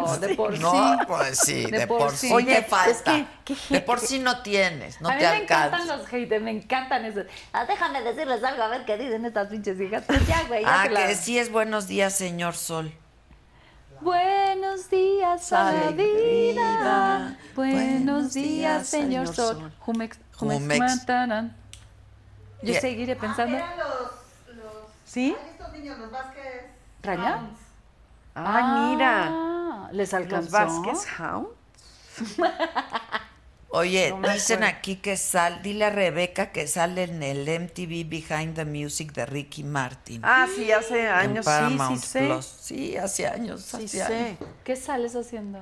C: hueva!
F: de por
C: no,
F: sí.
C: pues sí, de, por, sí,
F: Oye,
C: te
F: es
C: falta.
F: que- que-
C: de por sí no tienes, no
F: a mí
C: te
F: me
C: alcanza.
F: encantan los haters, me encantan esos. Ah, déjame decirles algo, a ver qué dicen estas pinches hijas. Pues ya, güey, ya
C: Ah,
F: se la-
C: que sí es buenos días, señor Sol.
F: Buenos días a la vida. Buenos días,
C: días,
F: señor
C: señor
F: Sol.
C: Sol.
F: Jumex, jumex,
C: Jumex.
F: mataran. Yo
C: Ye-
F: seguiré pensando. ¿Sí? ¿Raya?
G: Ay, mira.
F: Ah, ¿Les
G: Los
F: alcanzó?
G: Vázquez Hound.
C: Oye,
G: No me
C: dicen
G: acuerdo.
C: aquí que sal, dile a Rebeca que sale en el MTV Behind the Music de Ricky Martin.
G: Ah, sí, hace
C: en
G: años. Sí, sí,
C: Paramount
G: sé.
C: Plus. Sí, hace años,
G: Sí,
C: hace
G: sé.
C: años.
F: ¿Qué sales haciendo?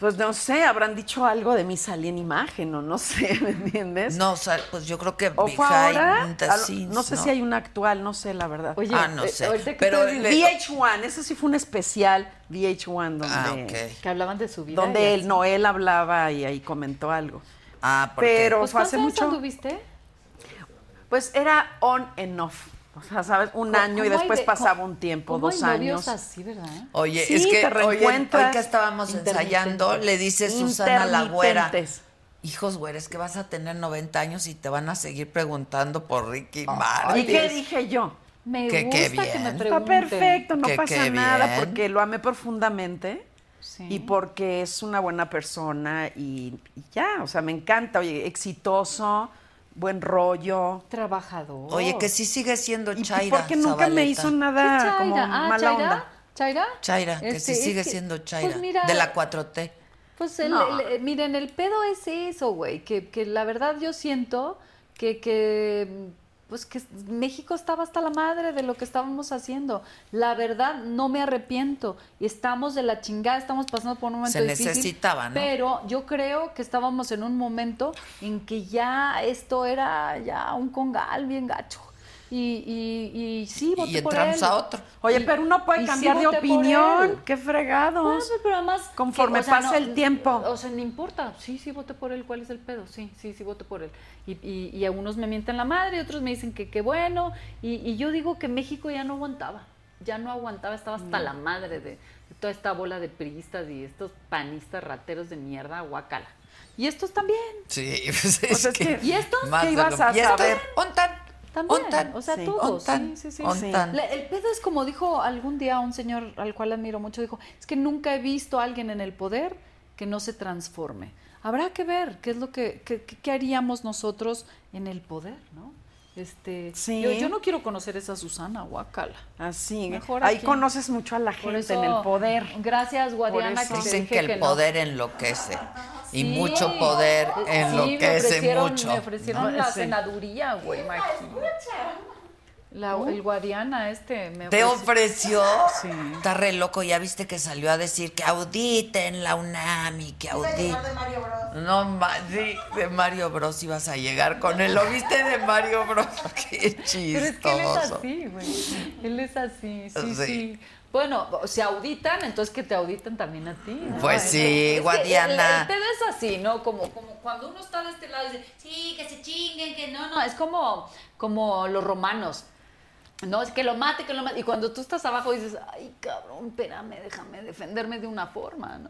G: Pues no sé, habrán dicho algo de mi salí en imagen o no sé, ¿me entiendes?
C: No, o sea, pues yo creo que
G: O fue ahora.
C: Behind the
G: a lo-
C: Scenes,
G: no sé si hay una actual, no sé, la verdad.
F: Oye,
C: Ah, no
F: eh,
C: sé,
F: ahorita que
C: pero
F: ustedes-
C: le-
G: VH1, ese sí fue un especial VH1 donde,
C: Ah, ok.
F: que hablaban de su vida.
G: donde
F: y Pues,
G: él,
F: así.
G: no, él hablaba y ahí comentó algo.
C: Ah, porque
G: Pero
F: Pues,
G: fue hace
F: ¿cuántos
G: mucho.
F: anduviste?
G: Pues era on and off. O sea, ¿sabes? Un año y
F: ¿Cómo hay
G: después
F: de-
G: pasaba
F: cómo-
G: un tiempo,
F: cómo hay
G: dos
F: novios
G: años.
F: así, ¿verdad?
C: Oye,
G: Sí,
C: es que
G: te
C: hoy, hoy
G: reencuentras.
C: que estábamos ensayando, le dice Susana la güera,
G: Intermitentes.
C: hijos güeres, que vas a tener 90 años y te van a seguir preguntando por Ricky Martin.
G: ¿Y qué dije yo?
F: Me
C: Que-
F: gusta
C: que
F: que me
C: bien.
F: pregunten.
G: Está perfecto, no
C: Que-
G: pasa
C: qué
G: nada
C: bien.
G: porque lo amé profundamente
F: Sí.
G: y porque es una buena persona y, y ya, o sea, me encanta, oye, exitoso, buen rollo.
F: Trabajador.
C: Oye, que sí sigue siendo
G: Y
C: Chaira.
G: porque nunca me
C: Zabaleta.
G: hizo nada
F: ¿Qué Chaira?
G: como
F: Ah,
G: mala
F: Chaira.
G: onda.
F: ¿Chaira?
C: Chaira, que
F: Este,
C: sí
F: es
C: sigue
F: que-
C: siendo Chaira.
F: pues mira,
C: de la 4T.
F: Pues el,
C: No.
F: el- el- miren, el pedo es eso, güey, que, que la verdad yo siento que, que, pues que México estaba hasta la madre de lo que estábamos haciendo. La verdad, no me arrepiento. Estamos de la chingada, estamos pasando por un momento
C: Se
F: difícil.
C: necesitaba, ¿no?
F: Pero yo creo que estábamos en un momento en que ya esto era ya un congal bien gacho. Y, y, y sí, voté por él.
G: Oye,
F: Y-
G: pero uno
F: y
G: puede
F: sí
G: cambiar de
F: voté por él.
G: opinión. Qué fregados.
F: Bueno, pues, pero además
G: Conforme
F: que, o sea,
G: pasa
F: no,
G: el tiempo.
F: O sea, no importa. Sí, sí, voté por él. ¿Cuál es el pedo? Sí, sí, sí, voté por él. Y, y, y a unos me mienten la madre, y otros me dicen que qué bueno. Y, y yo digo que México ya no aguantaba. Ya no aguantaba. Estaba hasta
J: No.
F: la madre de, de toda esta bola de priistas y estos panistas rateros de mierda, guacala. Y estos también.
C: Sí, pues
F: O sea, es que ¿Y estos?
C: más
F: ¿Qué
C: de
F: ibas
C: lo-
F: a
C: ¿Y estos?
F: saber?
C: Ontan.
F: También,
C: Ontan.
F: o sea,
C: Sí.
F: todos,
C: Ontan,
F: sí, sí, sí.
C: ontan.
F: La- el pedo es como dijo algún día un señor al cual admiro mucho, dijo, es que nunca he visto a alguien en el poder que no se transforme. Habrá que ver qué es lo que, qué, qué- qué haríamos nosotros en el poder, ¿no? Este,
G: Sí.
F: yo, yo no quiero conocer esa Susana, guácala.
G: Así.
F: Mejor
G: Ahí
F: aquí.
G: conoces mucho a la
F: Por
G: gente
F: eso,
G: en el poder.
F: Gracias, Guadiana, que te
C: Dicen
F: dije
C: que el
F: no.
C: poder enloquece. Y
F: Sí.
C: mucho poder
F: Sí, me
C: enloquece
F: ofrecieron-
C: mucho.
F: Me ofrecieron
C: ¿no?
F: la senaduría, güey, imagínate. La- el Guadiana este me
C: ¿Te
F: ofreció-
C: ofreció? Está re loco, ya viste que salió a decir que auditen la UNAM y que auditen. No, ma- sí, de Mario Bros ibas a llegar con él. ¿Lo viste de Mario Bros? Qué
F: Pero es que él es
C: chistoso.
F: así, güey. Él es así, sí,
C: Sí.
F: sí. Bueno, se auditan, entonces que te auditan también a ti. ¿no?
C: Pues
F: Es-
C: sí,
F: es que
C: Guadiana.
F: El, el pedo es así, ¿no? Como, como cuando uno está de este lado y dice, sí, que se chinguen, que no, no. Es como, como los romanos. No, es que lo mate, que lo mate. Y cuando tú estás abajo dices, ay, cabrón, espérame, déjame defenderme de una forma, ¿no?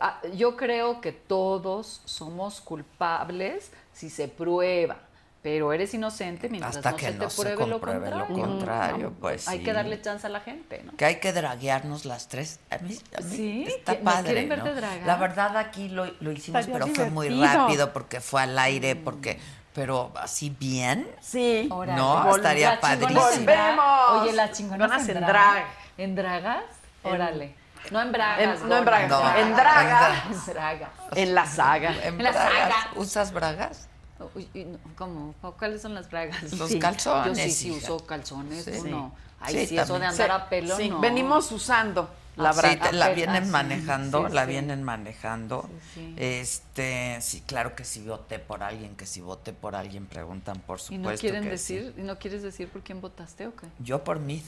F: Ah, Yo creo que todos somos culpables si se prueba, pero eres inocente mientras
C: Hasta
F: no
C: que
F: se
C: no
F: te
C: se
F: pruebe lo
C: compruebe lo
F: contrario.
C: contrario,
F: ¿no?
C: pues
F: Hay
C: sí.
F: que darle chance a la gente, ¿no?
C: Que hay que draguearnos las tres. A mí, a mí
F: Sí,
C: está
F: que nos
C: padre.
F: quieren ver
C: ¿no?
F: de dragar.
C: La verdad, aquí lo, lo hicimos,
F: Estaría
C: pero fue muy
F: divertido. Mm.
C: rápido porque fue al aire, porque. Pero así bien.
G: Sí.
F: Ahora,
C: No,
F: vol-
C: estaría
F: la chingonas
C: padrísimo.
F: en drag.
G: ¡Volvemos!
F: Oye, las chingonas
G: Gonas
F: en
G: en
F: drag.
G: drag.
F: ¿En dragas? Órale. No en bragas.
G: En- no
F: gorda.
G: en bragas, No, en en dragas. dragas.
F: En dragas.
G: En la saga.
C: En
F: En la
C: bragas.
F: saga.
C: ¿Usas bragas?
F: Uy, uy, no, ¿Cómo? ¿Cuáles son las bragas?
C: Los
F: Sí,
C: calzones,
F: Yo sí, sí
C: hija.
F: uso calzones,
C: Sí.
F: tú no. Ay,
C: Sí,
F: sí, eso de
C: también.
F: andar
C: Sí,
F: a pelo,
G: Sí,
F: no.
G: venimos usando la
C: Ah, Sí,
G: braga.
C: te- la
F: apenas,
C: vienen
F: sí,
C: manejando,
F: sí,
C: la
F: sí.
C: vienen manejando.
F: Sí, sí.
C: Este, sí, claro que si voté por alguien, que si voté por alguien, preguntan, por
F: ¿Y
C: supuesto.
F: no quieren
C: que
F: decir?
C: sí.
F: ¿Y no quieres decir por quién votaste o qué?
C: Yo por mí.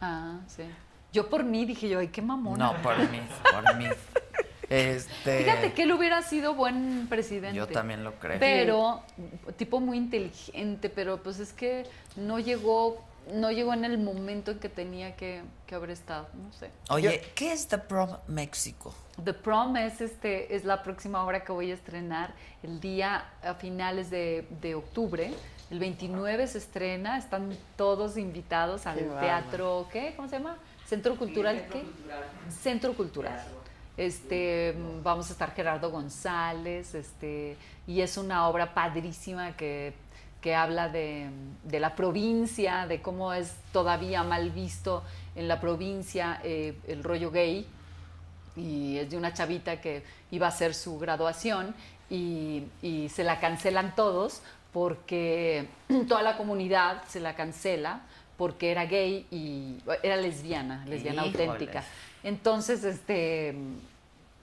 F: Ah, sí. Yo por mí dije yo, ay, qué mamona.
C: No, por mí, por mí. Este,
F: Fíjate que él hubiera sido buen presidente.
C: Yo también lo creo.
F: Pero, tipo muy inteligente, pero pues es que no llegó, no llegó en el momento en que tenía que, que haber estado, no sé.
C: Oye, ¿qué es The Prom México?
F: The Prom es, este, es la próxima obra que voy a estrenar el día a finales de, de octubre. El 29 se estrena, están todos invitados al
J: Qué bárbaro.
F: teatro, ¿qué? ¿Cómo se llama? Centro Cultural, ¿qué? Centro Cultural. Este, mm, vamos a estar Gerardo González, este, y es una obra padrísima que, que habla de, de la provincia, de cómo es todavía mal visto en la provincia eh, el rollo gay y es de una chavita que iba a hacer su graduación y, y se la cancelan todos porque toda la comunidad se la cancela porque era gay y era lesbiana, lesbiana
J: Híjole.
F: auténtica. Entonces, este,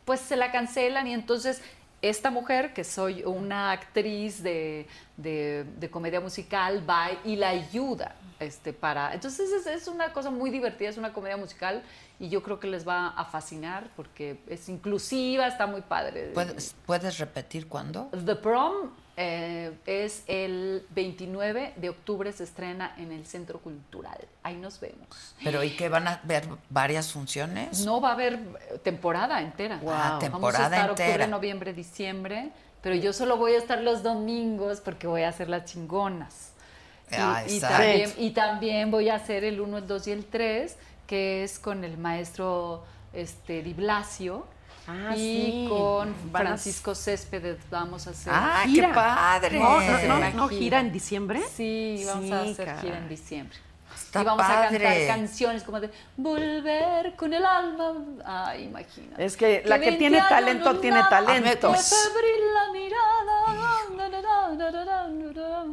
F: pues se la cancelan y entonces esta mujer, que soy una actriz de, de- de comedia musical, va y la ayuda este, para... Entonces es, es una cosa muy divertida, es una comedia musical y yo creo que les va a fascinar porque es inclusiva, está muy padre.
C: ¿Puedes, puedes repetir cuándo?
F: The Prom eh, es el 29 de octubre, se estrena en el Centro Cultural. Ahí nos vemos.
C: Pero ¿y qué van a ver varias funciones?
F: No va a haber eh, temporada entera.
C: Ah,
F: Vamos
C: temporada
F: a estar octubre,
C: entera.
F: noviembre, diciembre, pero yo solo voy a estar los domingos porque voy a hacer las chingonas. Y,
C: Ah,
F: y
C: exacto.
F: también, y también voy a hacer el 1, el 2 y el 3, que es con el maestro este, Di Blasio.
I: Ah,
F: y
I: sí.
F: con
I: Van a-
F: Francisco Céspedes vamos a hacer
I: Ah, qué
F: gira.
I: padre.
F: Vamos a hacer
I: No,
F: una
I: no, no, gira en diciembre.
F: Sí, vamos a
I: ¿Eh? Sí,
F: hacer gira
I: caray.
F: en diciembre.
I: Está
F: y vamos a
I: padre.
F: cantar canciones como de Volver con el alma. Ay, imagínate.
G: Es que la que
F: 20
G: tiene
F: años
G: talento,
F: no
G: tiene
F: nada.
G: talento.
F: Me febril la mirada.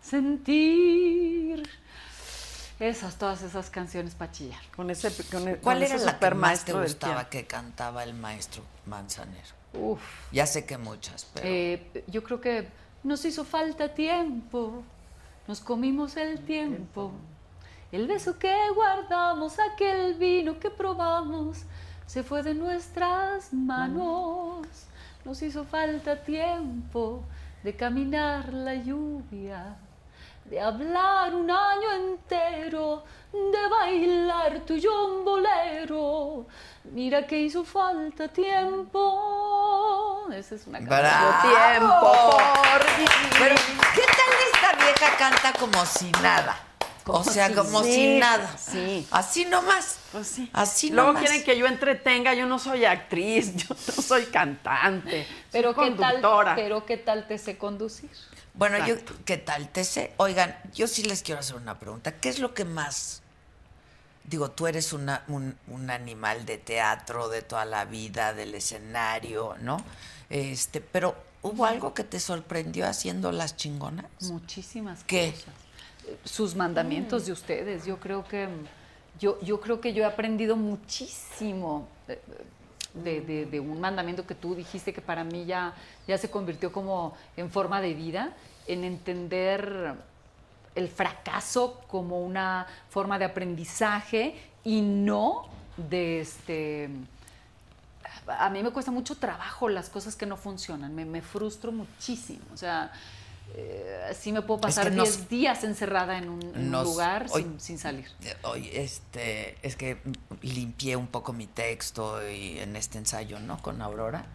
F: Sentir. Esas, todas esas canciones para chillar.
G: Con ese, con
C: ¿Cuál era la que más te gustaba que cantaba el maestro Manzanero?
F: Uf.
C: Ya sé que muchas, pero...
F: Eh, yo creo que nos hizo falta tiempo, nos comimos el tiempo. El beso que guardamos, aquel vino que probamos, se fue de nuestras manos. Nos hizo falta tiempo de caminar la lluvia, de hablar un año entero, de bailar tu yo un bolero. Mira que hizo falta tiempo. Esa es una canción.
C: ¡Bravo! Pero, ¿qué tal esta vieja canta como si nada? O sea, como si nada.
G: Sí.
C: Así nomás.
G: Pues sí.
C: Así
G: Luego
C: nomás.
G: quieren que yo entretenga, yo no soy actriz, yo no soy cantante.
F: Pero
G: soy
F: qué tal,
G: conductora.
F: pero qué tal te sé conducir.
C: Bueno, yo, ¿qué tal, Tese? Oigan, yo sí les quiero hacer una pregunta. ¿Qué es lo que más... Digo, tú eres una- un, un animal de teatro, de toda la vida, del escenario, ¿no? Este, pero ¿hubo algo que te sorprendió haciendo las chingonas?
F: Muchísimas
C: ¿Qué?
F: cosas. Sus mandamientos de ustedes. Yo creo que yo, yo creo que yo he aprendido muchísimo eh, de, de- de un mandamiento que tú dijiste que para mí ya, ya se convirtió como en forma de vida, en entender el fracaso como una forma de aprendizaje y no de este a mí me cuesta mucho trabajo las cosas que no funcionan, me, me frustro muchísimo, o sea, eh, sí me puedo
C: Es que
F: pasar 10
C: nos-
F: días encerrada en un, en un
C: nos-
F: lugar
C: hoy-
F: sin, sin salir.
C: Hoy, este, es que limpié un poco mi texto y en este ensayo, ¿no? Con Aurora.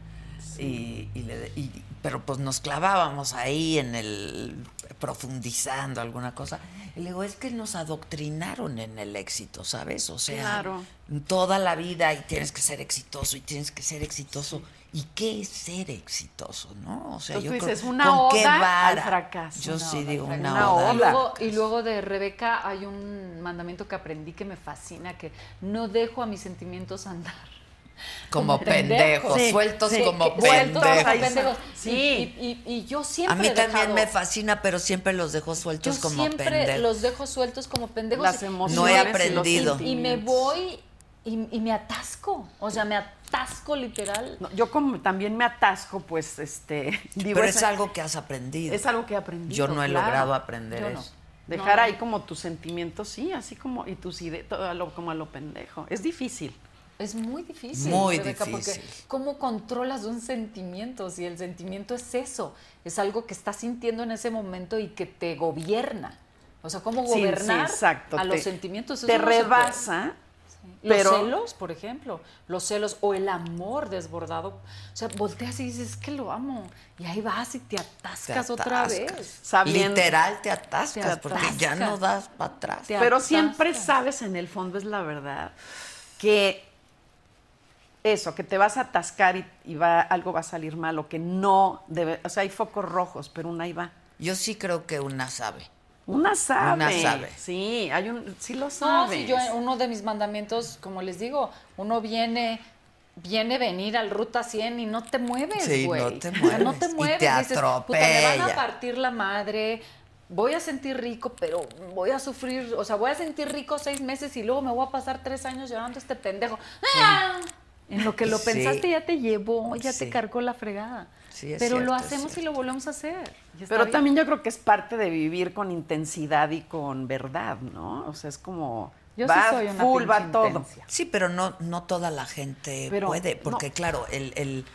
C: Y, y le- y- pero pues nos clavábamos ahí en el profundizando alguna cosa. Y le digo, es que nos adoctrinaron en el éxito, ¿sabes? O sea,
G: Claro.
C: toda la vida y tienes que ser exitoso y tienes que ser exitoso. ¿Y qué es ser exitoso, no? O sea,
G: Entonces
C: yo
G: tú
C: creo,
G: dices, una
C: ¿con qué
G: oda al
C: vara?
G: fracaso.
C: Yo
G: Una
C: sí
G: oda al
C: digo,
G: fracaso.
C: una,
G: Una
C: oda. al
F: Y luego, y luego de Rebeca hay un mandamiento que aprendí que me fascina, que no dejo a mis sentimientos andar.
C: Como pendejos,
F: Sí,
C: sueltos
F: sí,
C: como
F: que-
C: pendejos.
F: sueltos como pendejos.
C: Sí.
F: Y, y- y- y yo
C: A
F: siempre
C: mí
F: he
C: también
F: dejado-
C: me fascina, pero siempre los dejo sueltos
F: Yo
C: como
F: siempre
C: pendejos.
F: los dejo sueltos como pendejos.
C: Las
F: Y-
C: emociones No he y los aprendido.
F: Y, me
C: sentimientos.
F: voy y, y me atasco. O sea, me atasco literal.
G: No, yo como también me atasco, pues, este. digo,
C: Pero es algo que has aprendido.
G: Es algo que he aprendido.
C: Yo no he
G: claro.
C: logrado aprender Yo no. eso.
G: Dejar
F: No.
G: ahí como tus sentimientos, sí, así como, y tus ideas, como a lo pendejo. Es difícil.
F: Es muy difícil.
G: Muy
F: Rebeca, porque
G: difícil.
F: ¿cómo controlas un sentimiento? Si el sentimiento es eso, es algo que estás sintiendo en ese momento y que te gobierna. O sea, ¿cómo
G: Sí, sí,
F: gobernar
G: exacto,
F: a los
G: te-
F: sentimientos? Eso
G: te
F: no se puede.
G: rebasa,
F: Sí. Los
G: pero-
F: celos, por ejemplo, los celos o el amor desbordado. O sea, volteas y dices, es que lo amo. Y ahí vas y te atascas, otra vez.
C: Literal te atascas, porque ya no das para atrás.
G: Pero siempre sabes en el fondo, es la verdad, que eso, que te vas a atascar y, y va, algo va a salir mal o que no debe, o sea, hay focos rojos, pero una ahí va.
C: Yo sí creo que una sabe.
G: Una sabe.
C: Una sabe.
G: Sí, hay un, sí lo
F: No,
G: sabes.
F: sí, yo uno de mis mandamientos, como les digo, uno viene viene venir al ruta 100 y no te mueves,
C: Sí,
F: güey.
C: no te
F: O sea, no te
C: mueves, y
F: mueves,
C: te
F: dices, puta, me van
C: atropella".
F: a partir la madre. Voy a sentir rico, pero voy a sufrir, o sea, voy a sentir rico seis meses y luego me voy a pasar tres años llorando a este pendejo. ¡Ah! En lo que lo
C: Sí.
F: pensaste ya te llevó, ya
C: Sí.
F: te cargó la fregada.
C: Sí, es
F: pero lo
C: cierto, es
F: hacemos y lo volvemos a hacer. Y está
G: Pero
F: bien.
G: también yo creo que es parte de vivir con intensidad y con verdad, ¿no? O sea, es como
F: Yo sí
G: va
F: soy una
G: full, va
F: pinche
G: todo.
F: intensa.
C: Sí, pero no, no toda la gente
G: Pero,
C: puede, porque
G: no.
C: claro, el, el-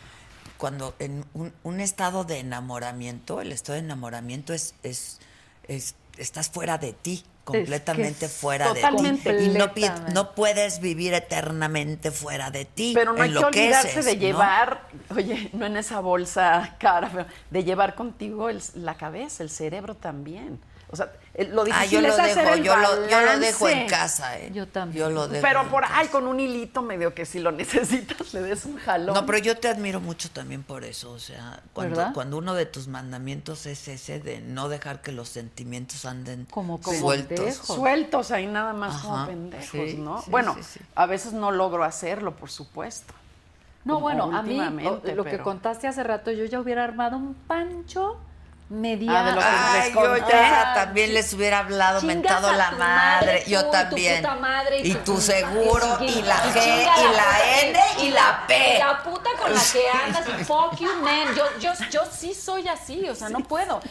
C: cuando en un, un estado de enamoramiento, el estado de enamoramiento es, es, es- estás fuera de ti. completamente
N: es
C: fuera de
N: totalmente.
C: ti. Y no, pi-
N: Completamente.
C: no puedes vivir eternamente fuera de ti.
G: Pero no hay que
C: Enloqueces,
G: olvidarse de
C: ¿no?
G: llevar, oye, no en esa bolsa cara, pero de llevar contigo el- la cabeza, el cerebro también. O sea, el- lo
C: Ah,
G: difícil
C: yo lo
G: es hacer
C: dejo,
G: el
C: yo lo, yo lo dejo en
G: balance.
C: casa, ¿eh? Yo también. Yo lo dejo.
G: Pero por ahí con un hilito medio que si lo necesitas le des un jalón.
C: No, pero yo te admiro mucho también por eso. O sea, cuando,
G: ¿Verdad?
C: cuando uno de tus mandamientos es ese de no dejar que los sentimientos anden
G: como
C: sueltos.
G: Sueltos ahí nada más como
C: Ajá,
G: pendejos,
C: sí,
G: ¿no?
C: sí,
G: bueno,
C: sí, sí.
G: a veces no logro hacerlo, por supuesto.
F: No,
G: Como
F: bueno, a mí lo,
G: últimamente,
F: lo que
G: pero-
F: contaste hace rato, yo ya hubiera armado un pancho media.
G: Ah, de lo que
C: Ay,
G: les
C: yo
G: conté.
C: ya también les hubiera hablado,
F: Pues, Chingas
C: mentado
F: a
C: la
F: tu
C: madre.
F: madre,
C: yo
F: tú, tu
C: también.
F: puta madre y
C: y
F: tu
C: tu
F: puta-
C: seguro,
F: y-
C: y la
F: y
C: G,
F: chinga
C: y
F: la
C: la
F: madre,
C: N, y la P.
F: La puta con la que andas, fuck you, man. Yo, yo, yo sí soy así, o sea, no puedo.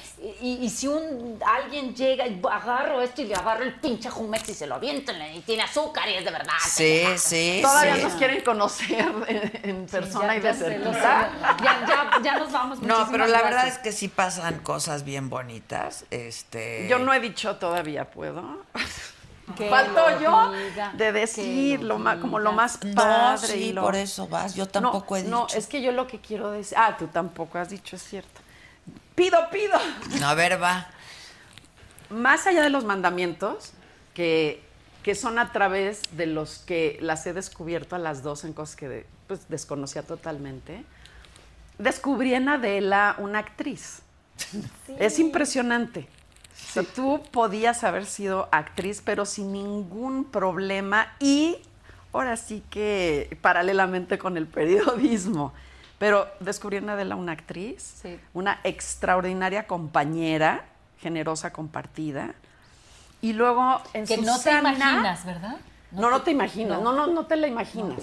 F: Y, y- y si un alguien llega y agarro esto y le agarro el pinche jumex y se lo aviento y tiene azúcar y es de verdad.
C: Sí, sí,
G: Todavía
C: sí.
G: nos quieren conocer en, en persona
F: ya-
G: y
F: ya
G: de
F: sé, lo
G: cerquita.
F: sé. Ya, ya- ya nos vamos.
C: No, pero
F: Muchísimas
C: la verdad
F: gracias.
C: es que sí pasan cosas bien bonitas. Este,
G: Yo no he dicho todavía, ¿puedo?
F: Que
G: Faltó
F: lo
G: yo
F: diga,
G: de decir lo ma- como lo más
C: No,
G: padre.
C: sí,
G: y lo-
C: por eso vas, yo tampoco he
G: No,
C: dicho.
G: es que yo lo que quiero decir... Ah, tú tampoco has dicho, es cierto. Pido, pido.
C: No, a ver, va.
G: Más allá de los mandamientos, que, que son a través de los que las he descubierto a las dos en cosas que de- pues, desconocía totalmente, descubrí en Adela una actriz. Es impresionante. O sea, tú podías haber sido actriz, pero sin ningún problema y ahora sí que paralelamente con el periodismo. Pero descubrí en Adela una actriz, una extraordinaria compañera, generosa, compartida. Y luego en
F: Que no te
G: Susana-
F: imaginas, ¿verdad?
G: no, no te imaginas, no, no, no te la imaginas.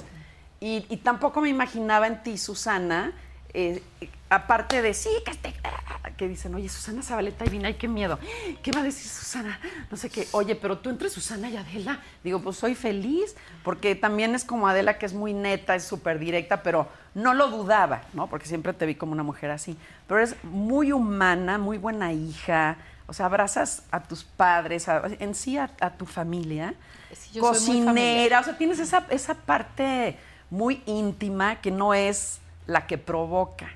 G: Y, y tampoco me imaginaba en ti, Susana, eh, eh, aparte de sí, que, este- ah", que dicen, oye, Susana Zabaleta y Vina, ay, qué miedo. ¿Qué va a decir Susana? No sé qué, oye, pero tú entre Susana y Adela. Digo, pues soy feliz, porque también es como Adela, que es muy neta, es súper directa, pero no lo dudaba, ¿no? Porque siempre te vi como una mujer así. Pero es muy humana, muy buena hija. O sea, abrazas a tus padres, a- en sí a- a tu familia
F: yo soy muy
G: cocinera,
F: familiar.
G: o sea, tienes esa, esa parte muy íntima que no es la que provoca.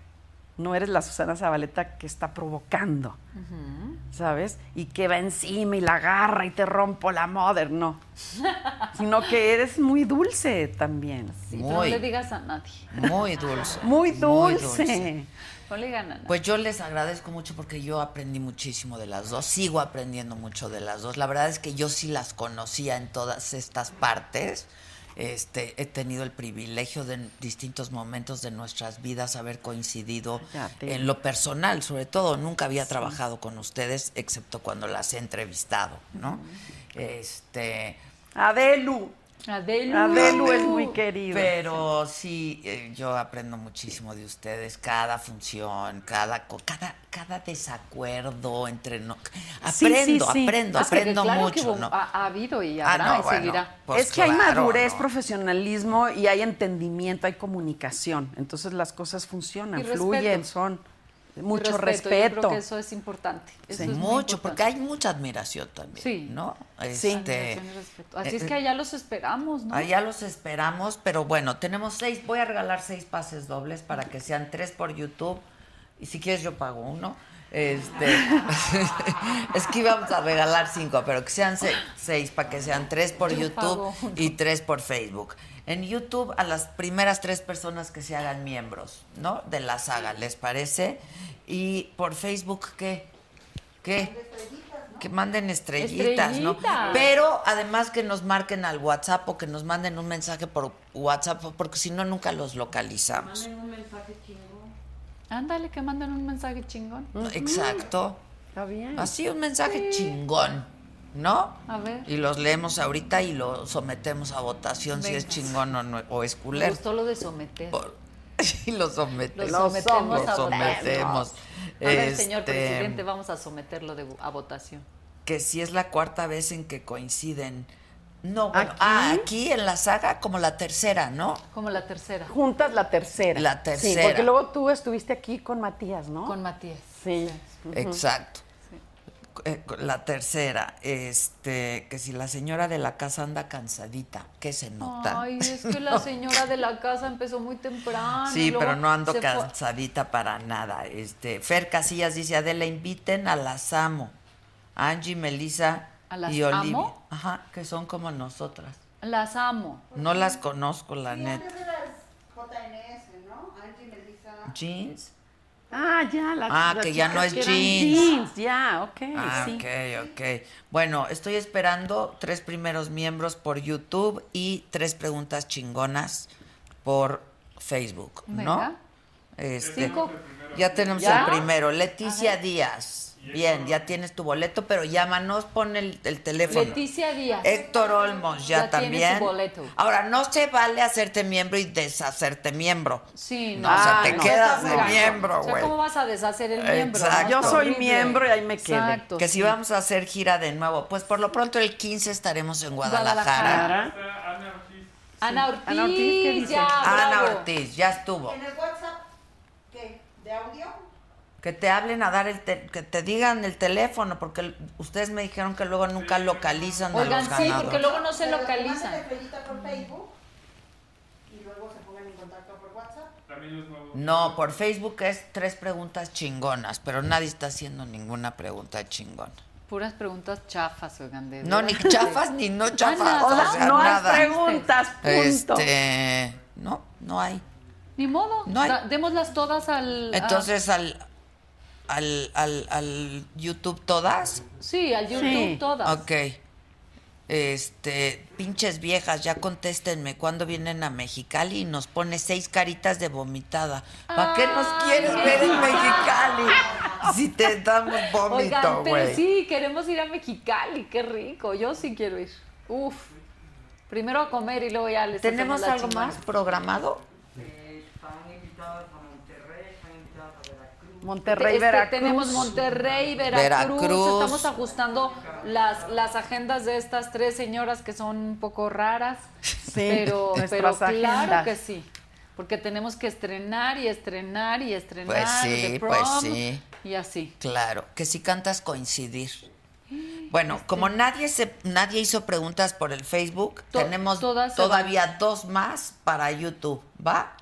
G: No eres la Susana Zabaleta que está provocando, ¿sabes? Y que va encima y la agarra y te rompo la mother, no. Sino que eres muy dulce también.
F: Sí, pero no le digas a nadie.
C: Muy dulce.
G: Muy dulce.
F: Ponle ganas.
C: Pues yo les agradezco mucho porque yo aprendí muchísimo de las dos, sigo aprendiendo mucho de las dos. La verdad es que yo sí las conocía en todas estas partes. Este, he tenido el privilegio de en distintos momentos de nuestras vidas haber coincidido
G: Ya te-
C: en lo personal, sobre todo. Nunca había trabajado con ustedes, excepto cuando las he entrevistado, ¿no? Este,
G: Adelu.
F: Adelu.
G: Adelu es muy querida.
C: Pero sí, eh, yo aprendo muchísimo de ustedes, cada función, cada co- cada cada desacuerdo entre no,
G: Sí, sí,
C: aprendo,
G: sí.
C: aprendo,
G: Ah, porque
C: aprendo
G: claro que
C: mucho,
G: hubo-
C: ¿no?
F: Ha, ha habido y
C: Ah,
F: habrá
C: no,
F: y
C: bueno,
F: seguirá.
C: pues
G: es que hay
C: claro,
G: madurez,
C: ¿no?
G: profesionalismo y hay entendimiento, hay comunicación. Entonces las cosas funcionan,
F: Y
G: fluyen,
F: respeto.
G: son mucho
F: respeto,
G: respeto.
F: yo creo que eso es importante. Eso
C: Sí,
F: es muy
C: mucho, porque
F: importante.
C: hay mucha admiración también,
F: Sí.
C: ¿no?
F: Sí.
C: Este,
F: Admiración y respeto. Así es
C: eh,
F: que allá los esperamos, ¿no?
C: Allá Ah, los esperamos, pero bueno, tenemos seis. Voy a regalar seis pases dobles para que sean tres por YouTube. Y si quieres, yo pago uno. Este, es que íbamos a regalar cinco, pero que sean se- seis, para que sean tres por
F: Yo
C: YouTube
F: pago uno.
C: y tres por Facebook. En YouTube, a las primeras tres personas que se hagan miembros, ¿no? De la saga, ¿les parece? Y por Facebook, ¿qué? ¿Qué? Que manden estrellitas, ¿no?
F: Estrellitas.
C: Pero además que nos marquen al WhatsApp o que nos manden un mensaje por WhatsApp, porque si no, nunca los localizamos.
F: Ándale, que manden un mensaje chingón.
C: Exacto.
G: Está bien.
C: Así un mensaje chingón, ¿no?
F: A ver.
C: Y los leemos ahorita y lo sometemos a votación si es
F: Venga.
C: chingón o, no- o es
F: Me
C: culero.
F: gustó lo de someter.
C: Por- Y lo sometemos.
F: Lo sometemos
C: Lo
F: a
C: sometemos.
F: A ver, señor
C: Este,
F: presidente, vamos a someterlo de, a votación.
C: que si es la cuarta vez en que coinciden. No, bueno, ah, aquí en la saga como la tercera, ¿no?
F: Como la tercera,
G: Juntas la tercera.
C: La
G: Sí,
C: tercera.
G: porque luego tú estuviste aquí con Matías, ¿no?
F: con Matías.
G: Sí.
C: Exacto. eh, la tercera, este, que si la señora de la casa anda cansadita, que se nota.
F: Ay, es que la señora de la casa empezó muy temprano. y
C: Sí,
F: luego
C: pero no ando
F: se fue-
C: cansadita para nada. Este, Fer Casillas dice, Adela, inviten a las amo. Angie, Melissa
F: ¿A las
C: y Olivia.
F: amo?
C: Ajá, que son como nosotras.
F: Las amo.
C: No las conozco, la neta.
E: JNS, ¿no? Angie Melissa.
C: ¿Jeans?
L: Ah, ya, la
C: Ah,
L: las
C: que ya
L: chicas
C: no es
L: eran
C: jeans.
L: jeans, ya, ok,
C: Ah,
L: sí.
C: ok, ok. Bueno, estoy esperando tres primeros miembros por YouTube y tres preguntas chingonas por Facebook,
F: Venga.
C: ¿no? Este,
F: Cinco.
C: Ya tenemos
F: ¿Ya?
C: el primero. Leticia Díaz. Bien, ya tienes tu boleto, pero llámanos, pon el, el teléfono.
F: Leticia
G: Eh,
F: Díaz.
C: Héctor Olmos, ya,
F: Ya tiene
C: también.
F: su boleto.
C: Ahora, no se vale hacerte miembro y deshacerte miembro.
F: Sí,
C: no.
F: no.
C: O sea,
F: Ah,
C: te
F: no.
C: quedas
F: Está
C: de
F: muy gacho.
C: miembro,
F: O sea,
C: güey.
F: ¿cómo vas a deshacer el miembro?
C: Exacto.
F: no?
C: Yo soy
F: Horrible.
C: miembro y ahí me quedé.
F: Exacto,
C: que si
F: sí.
C: vamos a hacer gira de nuevo, pues por lo pronto el 15 estaremos en Guadalajara. Ah,
F: Ana Ortiz,
E: Ana Ortiz, ¿qué dice?
F: ya,
C: Ana
F: Ah, bravo.
C: Ortiz, ya estuvo.
E: ¿En el WhatsApp qué? ¿De audio?
C: Que te hablen a dar el te- que te digan el teléfono porque el- ustedes me dijeron que luego nunca localizan a los
F: Oigan, sí, porque
C: ganadores.
F: luego no se
E: Pero que
F: localizan.
E: manden estrellita por Facebook y luego se pongan en contacto por WhatsApp.
C: No, por Facebook es tres preguntas chingonas, pero nadie está haciendo ninguna pregunta chingona.
F: Puras preguntas chafas, oigan. de
C: No, ni
F: veras.
C: chafas ni no chafas,
F: Ah,
C: o
F: no,
C: sea,
F: no hay
C: nada.
F: preguntas, punto.
C: Este, no, no hay.
F: Ni modo.
C: No hay-
F: da- démoslas todas al. a-
C: Entonces al al, al, al YouTube todas.
F: sí, al YouTube
C: Sí.
F: todas.
C: Ok. Este, pinches viejas, ya contéstenme cuándo vienen a Mexicali y nos pone seis caritas de vomitada. ¿Para
F: Ah,
C: qué nos quieres ver en Mexicali? Si te damos vómito,
F: Oigan, pero
C: güey.
F: sí, queremos ir a Mexicali, qué rico. Yo sí quiero ir. Uf. Primero a comer y luego ya les hacemos
C: ¿Tenemos
F: la
C: algo
F: chingona.
C: más programado?
L: Monterrey,
F: Este,
L: Veracruz.
F: Tenemos Monterrey, Veracruz.
C: Veracruz.
F: Estamos ajustando las, las agendas de estas tres señoras que son un poco raras. Pero, pero
L: nuestras
F: claro
L: agendas.
F: que sí. Porque tenemos que estrenar y estrenar y estrenar.
C: Pues sí,
F: The Prom
C: pues sí.
F: Y así.
C: Claro, que si cantas coincidir. Bueno, como nadie se nadie hizo preguntas por el Facebook,
F: To-
C: tenemos
F: todas se
C: todavía dos más para YouTube, ¿va?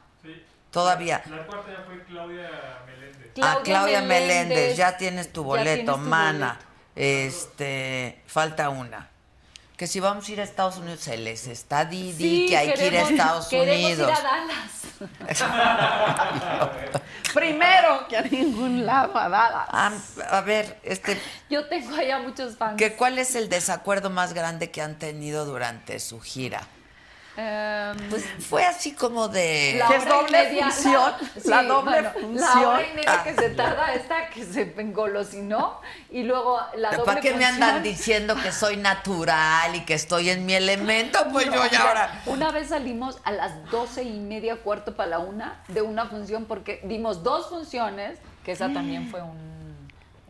C: Todavía.
O: La cuarta ya fue Claudia Meléndez.
C: a Claudia Meléndez, ya tienes tu
O: ya
C: boleto,
O: tienes tu
C: mana. Este, falta una. Que si vamos a ir a Estados Unidos, se les está Didi
F: Sí,
C: que hay que ir a Estados
F: queremos
C: Unidos.
F: ir a Dallas.
L: Primero que a ningún lado a Dallas.
C: Am- Ah, a ver, este,
F: Yo tengo allá muchos fans.
C: que ¿cuál es el desacuerdo más grande que han tenido durante su gira?
F: Em,
C: Pues fue así como de.
F: La hora y media,
L: la
F: sí,
L: doble
F: La
L: función.
F: hora y
C: Ah.
F: media que se tarda esta que se engolosinó y luego la doble
C: ¿Para qué me
F: función.
C: andan diciendo que soy natural y que estoy en mi elemento? Pues yo ya ahora.
F: Una vez salimos a las doce y media, cuarto para la una, de una función, porque dimos dos funciones, que esa también fue un-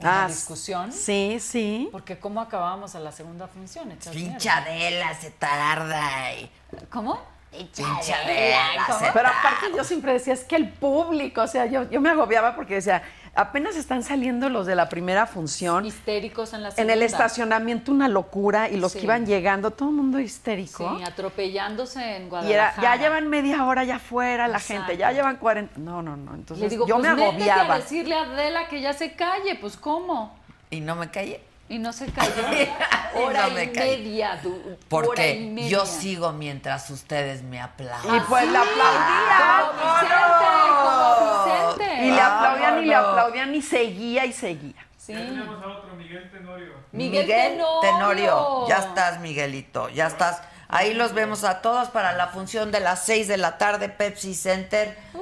F: una
L: Ah,
F: discusión.
L: Sí, sí.
F: Porque cómo acabábamos a la segunda función, hechas
C: Pincha
F: mierda.
C: Adela, pues, se tarda. y-
F: ¿Cómo?
C: Pincha Adela,
L: ¿Cómo?
C: se
L: Pero
C: tarda.
L: aparte yo siempre decía, es que el público, o sea, yo, yo me agobiaba porque decía, apenas están saliendo los de la primera función.
F: Histéricos en la
L: En
F: segunda.
L: el estacionamiento una locura y los
F: Sí.
L: que iban llegando, todo el mundo histérico.
F: Sí, atropellándose en
L: Y era,
F: Guadalajara.
L: ya llevan media hora ya afuera la gente, ya
F: Exacto.
L: llevan 40. No, no, no. Entonces
F: Le digo,
L: yo
F: pues
L: me
F: métete
L: agobiaba.
F: a decirle a Adela que ya se calle, pues ¿cómo?
C: Y no me callé.
F: Y no se cayó. hora
C: no me
F: y
C: callé.
F: media. du- hora y
C: Porque
F: media.
C: yo sigo mientras ustedes me aplauden.
L: Y pues la aplaudían.
F: como Vicente, como Vicente.
L: Y le aplaudían y le
C: Vámonos.
L: aplaudían y seguía y seguía.
F: Sí.
O: Tenemos a otro, Miguel Tenorio.
F: Miguel Tenorio.
C: Ya estás, Miguelito, ya estás. Ahí los vemos a todos para la función de las 6 de la tarde, Pepsi Center.
F: Uh.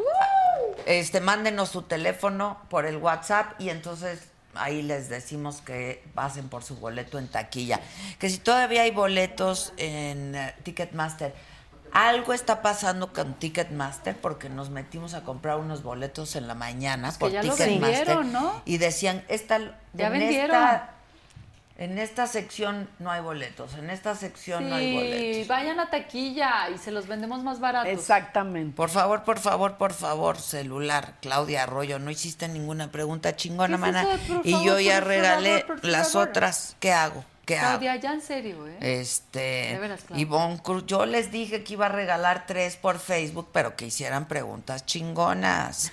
C: Este, mándenos su teléfono por el WhatsApp y entonces ahí les decimos que pasen por su boleto en taquilla. Que si todavía hay boletos en eh, Ticketmaster, algo está pasando con Ticketmaster porque nos metimos a comprar unos boletos en la mañana
F: que
C: por
F: ya los
C: Ticketmaster
F: vendieron, ¿no?
C: y decían, esta
F: Ya
C: en
F: vendieron.
C: esta En esta sección no hay boletos, en esta sección no hay boletos.
F: Sí, vayan a taquilla y se los vendemos más baratos.
C: Exactamente. Por favor, por favor, por favor, celular, Claudia Arroyo, no hiciste ninguna pregunta chingona,
F: ¿Qué es
C: mana.
F: eso de por
C: y
F: favor,
C: yo ya
F: por
C: regalé
F: favor, por
C: las
F: favor?
C: otras. ¿Qué hago? ¿Qué hago?
F: Claudia, ya en serio, ¿eh?
C: Este,
F: De veras, Claudia.
C: Ivonne Cruz, yo les dije que iba a regalar tres por Facebook, pero que hicieran preguntas chingonas.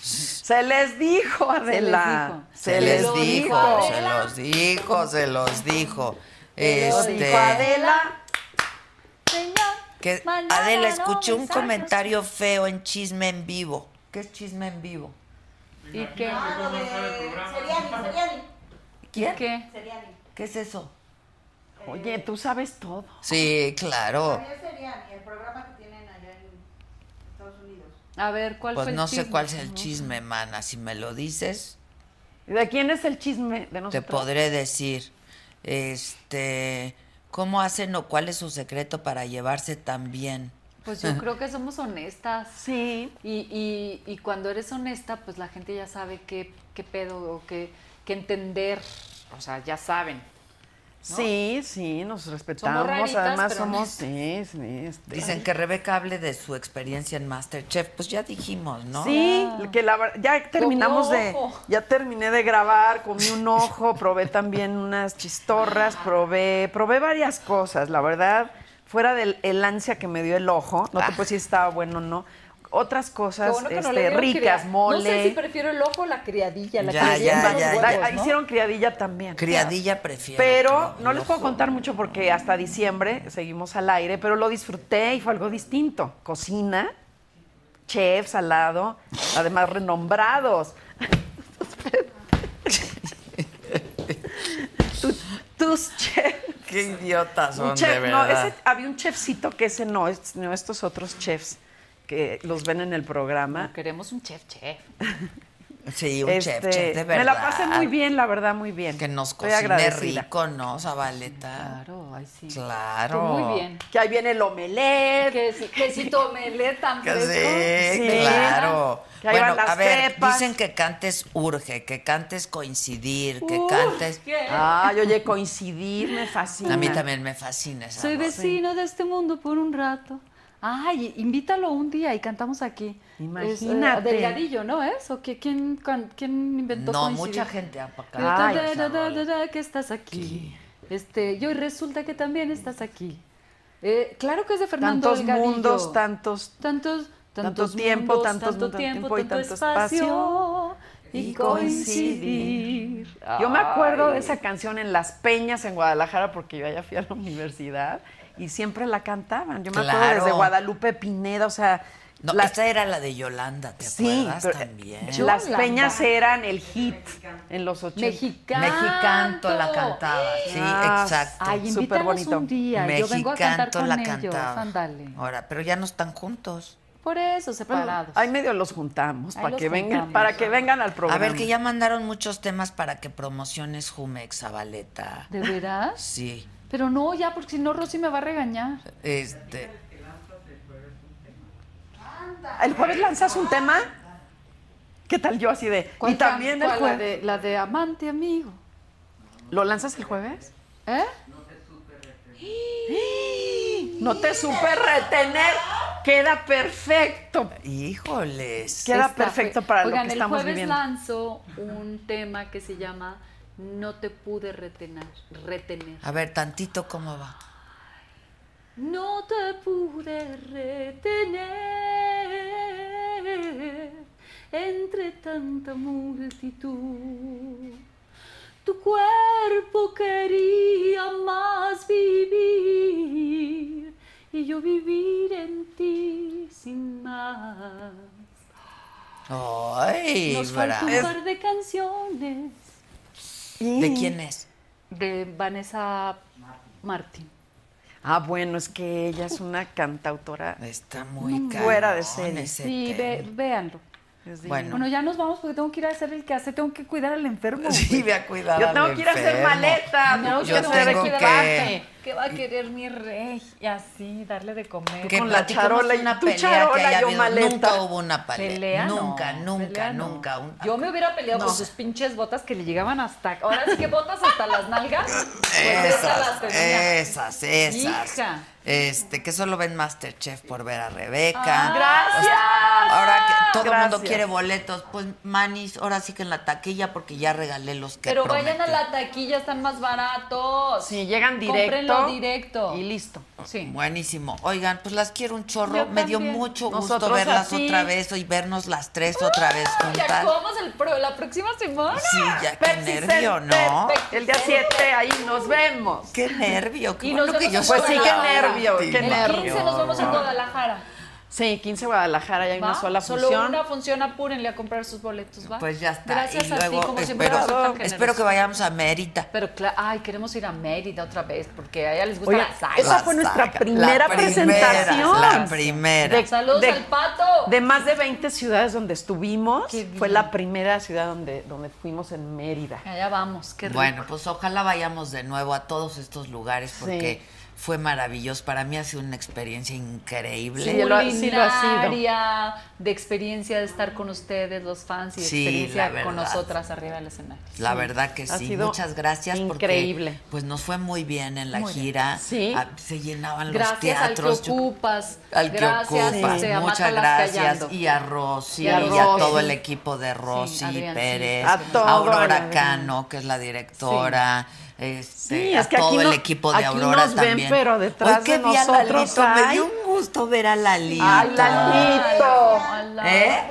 P: Se les dijo, Adela.
C: Se les
P: lo
C: dijo, se los dijo, se los dijo.
P: Se lo
C: Este,
P: dijo Adela.
C: que Adela, escuché un comentario feo en Chisme en Vivo. ¿Qué es Chisme en Vivo?
F: ¿Y qué?
C: ¿Quién?
F: ¿Qué?
C: ¿Qué es eso?
G: Oye, tú sabes todo.
C: Sí, claro.
Q: el programa que tienen allá en Estados Unidos.
F: A ver, ¿cuál
C: Pues
F: fue el
C: no sé
F: chisme?
C: cuál es el chisme, mana. Si me lo dices,
G: ¿De quién es el chisme? De
C: te
G: nosotros.
C: podré decir. Este, ¿cómo hacen o cuál es su secreto para llevarse tan bien?
F: Pues yo creo que somos honestas. Sí. Y, y, y cuando eres honesta, pues la gente ya sabe qué, qué pedo o qué, qué entender. O sea, ya saben.
G: Sí, sí, nos respetamos.
F: raritas,
G: Además
F: pero
G: somos.
F: honestas.
G: Sí, sí, este.
C: Dicen que Rebeca hable de su experiencia en Masterchef. Pues ya dijimos, ¿no?
G: Sí, que la ver- ya terminamos de,
C: ojo.
G: ya terminé de grabar, comí un ojo, probé también unas
F: Ah.
G: chistorras, probé, probé varias cosas, la verdad, fuera del el ansia que me dio el ojo, no te puedo decir si estaba bueno o no, otras cosas
F: Ah. Qué bueno que no le
G: este,
F: dieron
G: ricas,
F: cria-
G: mole.
F: No sé si prefiero el ojo o la criadilla. La
G: Ya,
F: criadilla
G: ya,
F: son
G: ya,
F: los
G: ya.
F: huevos, ¿no?
G: Hicieron criadilla también.
C: Criadilla prefiero.
G: Pero no les puedo contar mucho porque hasta diciembre seguimos al aire, pero lo disfruté y fue algo distinto. Cocina, chef, salado, además renombrados. Tus- tus chefs.
C: Qué idiotas son,
G: Un chef,
C: de
G: no,
C: verdad.
G: ese- había un chefcito que ese no, es- no estos otros chefs que los ven en el programa.
F: queremos un chef, chef.
C: Sí, un chef,
G: Este,
C: chef, de verdad.
G: Me la pasé muy bien, la verdad, muy bien.
C: Que nos
G: Estoy
C: cocine
G: agradecida.
C: rico, ¿no, Zabaleta?
F: Claro, ay sí. Pues
C: Claro.
G: Que ahí viene el omelet.
F: Que si, que si tu omelet tan
C: Que
F: fresco.
C: sí, claro.
F: Que ahí van
C: Bueno,
F: las
C: a ver,
F: pepas.
C: dicen que cantes urge, que cantes coincidir, que
F: Uf,
C: cantes...
F: ¿qué?
G: Ay, oye, coincidir me fascina.
C: A mí también me fascina esa
G: Ah,
F: Soy
C: voz.
F: vecino de este mundo por un rato. Ay, invítalo un día y cantamos aquí. Es, eh,
G: Imagínate.
F: delgadillo, ¿no es? ¿O que, quién, can- quién inventó
C: No,
F: coincidir?
C: mucha gente ha pa-
F: Da,
C: cantado
F: da,
C: esa
F: da, da,
C: rola.
F: da, que estás aquí. Este, yo y resulta que también estás aquí. Eh, claro que es de Fernando
G: Tantos
F: Delgadillo.
G: mundos, tantos-
F: tantos,
G: tanto tiempo,
F: mundos,
G: tantos
F: tanto
G: mundos,
F: tiempo,
G: tiempo y
F: tanto,
G: tanto
F: espacio y
G: Y
F: coincidir.
G: Yo me acuerdo de
F: Ay.
G: esa canción en Las Peñas, en Guadalajara, porque yo allá fui a la universidad y siempre la cantaban. Yo me
C: Claro.
G: acuerdo desde Guadalupe Pineda, o sea.
C: No,
G: la-
C: esta era la de Yolanda, ¿te
G: Sí,
C: acuerdas
F: eh,
G: pero,
C: también?
G: Las Peñas eran el hit en los 80.
F: Mexicanto.
C: Mexicanto la cantaba, sí,
G: Ah,
C: exacto.
F: Ay, invítanos
G: bonito.
F: un día. yo vengo a cantar
C: Mexicanto
F: con
C: la
F: ellos.
C: cantaba.
F: Ándale.
C: Ahora, pero ya no están juntos.
F: Por eso, separados.
G: Ahí medio los juntamos
F: Ahí
G: para
F: los
G: que vengan,
F: juntamos.
G: para que vengan al programa.
C: A ver, que ya mandaron muchos temas para que promociones Jumex, Zabaleta.
F: ¿De veras?
C: Sí,
F: Pero no, ya, porque si no, Rosy me va a regañar.
C: este...
G: El jueves lanzas un tema. ¿Qué tal yo así de? Y también el
F: la
G: jueves.
F: de, la de amante, amigo.
G: ¿Lo lanzas el jueves?
F: ¿Eh?
G: No te supe retener. Queda perfecto.
C: Híjoles.
G: Queda
F: Esta
G: perfecto
F: fue-
G: para lo
F: Oigan,
G: que estamos
F: el jueves
G: viviendo.
F: lanzo un tema que se llama No te pude retener. retener.
C: A ver, tantito cómo va.
F: No te pude retener entre tanta multitud. Tu cuerpo quería más vivir y yo vivir en ti sin más.
C: Ay,
F: Nos
C: bra-
F: falta un par de canciones
C: ¿De quién es?
F: de Vanessa Martín.
G: Ah, bueno, es que ella es una cantautora.
C: Está muy
G: No, fuera de
C: cañón
G: serie.
C: ese
F: Sí, ve- véanlo.
C: Bueno.
F: Bueno, ya nos vamos porque tengo que ir a hacer el que hace, tengo que cuidar al enfermo.
C: Sí, ve a cuidar
G: Yo
C: al
G: tengo que ir a hacer
C: enfermo.
F: Ah,
G: maleta,
C: Yo
G: tengo que
C: tengo
G: hacer
C: que,
G: equipaje.
F: ¿Qué va a querer mi rey? Y así, darle de comer.
C: Que platicamos una pelea que haya habido. Nunca hubo una pelea.
F: Pelea, no,
C: nunca, nunca,
F: pelea no.
C: nunca. un-
F: Yo me hubiera peleado con sus pinches botas que le llegaban hasta. Ahora sí que botas hasta las nalgas. Pues esa las
C: Esas,
F: tenía.
C: esas, esas.
F: Hija.
C: Este, que solo ven Masterchef por ver a Rebeca.
F: Ah,
C: O sea, ahora que todo el mundo
F: Gracias.
C: quiere boletos, pues manis, ahora sí que en la taquilla porque ya regalé los que
F: Pero
C: prometí.
F: vayan a la taquilla, están más baratos.
L: Sí, llegan
F: Cómprenlo
L: directo
F: directo.
L: y listo.
F: Sí.
C: Buenísimo. Oigan, pues las quiero un chorro.
F: Yo
C: Me dio
F: también.
C: mucho gusto
F: Nosotros a
C: verlas
F: ti.
C: otra vez y vernos las tres otra vez
F: Y
C: juntas.
F: actuamos el pro- la próxima semana.
C: Sí, ya qué nervio, ¿no?
L: El día 7, ahí nos vemos.
C: Qué nervio. Qué
L: Y
C: bueno
L: nos
C: que yo
L: vemos en
C: soy
L: Guadalajara.
C: la
L: Pues sí, qué nervio,
C: última.
L: qué El nervio. 15 nos vemos en
F: Guadalajara.
L: Sí, 15 Guadalajara, ya hay
F: ¿Va?
L: una sola
F: Solo
L: función.
F: una función, apúrenle a comprar sus boletos, ¿va?
C: Pues ya está.
F: Gracias
C: y
F: a ti,
C: luego
F: como siempre,
C: espero,
F: por ser tan generoso.
C: espero que vayamos a Mérida.
F: Pero, cla- ay, queremos ir a Mérida otra vez, porque a ella les gusta
C: Oiga,
F: la saga.
C: esa fue
F: La
C: nuestra
F: saga.
C: primera La primera, presentación. la primera.
F: Saludos al pato.
L: De más de 20 ciudades donde estuvimos, fue la primera ciudad donde, donde fuimos en Mérida.
F: Allá vamos, qué
C: Bueno, pues ojalá vayamos de nuevo a todos estos lugares porque fue maravilloso. Para mí ha sido una experiencia increíble.
F: Culinaria, de experiencia de estar con ustedes, los fans, y de
C: Sí, la
F: experiencia
C: verdad.
F: con nosotras arriba del escenario.
C: La verdad que sí. Muchas gracias
F: increíble.
C: porque pues nos fue muy bien en la
F: Muy bien.
C: gira.
F: Sí.
C: Ah, se llenaban los
F: Gracias al que
C: teatros. Yo-
F: ocupas,
C: al que
F: gracias
C: ocupas.
F: este, a
C: Muchas
F: Mátalas
C: gracias.
F: Callando.
C: Y a Rosy,
F: Y
C: y
F: a
C: a,
F: Rosy.
C: todo el equipo de Rosy
F: Adrián, sí.
C: Pérez,
F: A
L: todo,
C: a Aurora
L: Adrián.
C: Cano, que es la directora. Este,
L: Sí, es que
C: a
L: aquí
C: todo
L: no-
C: el equipo de
L: aquí
C: Aurora
L: nos ven,
C: también.
L: pero detrás
C: Hoy que
L: de
C: vi a
L: nosotros
C: Lalito, me
L: hay-
C: dio un gusto ver a Lalito.
L: ¡A Lalito!
C: ¿Eh?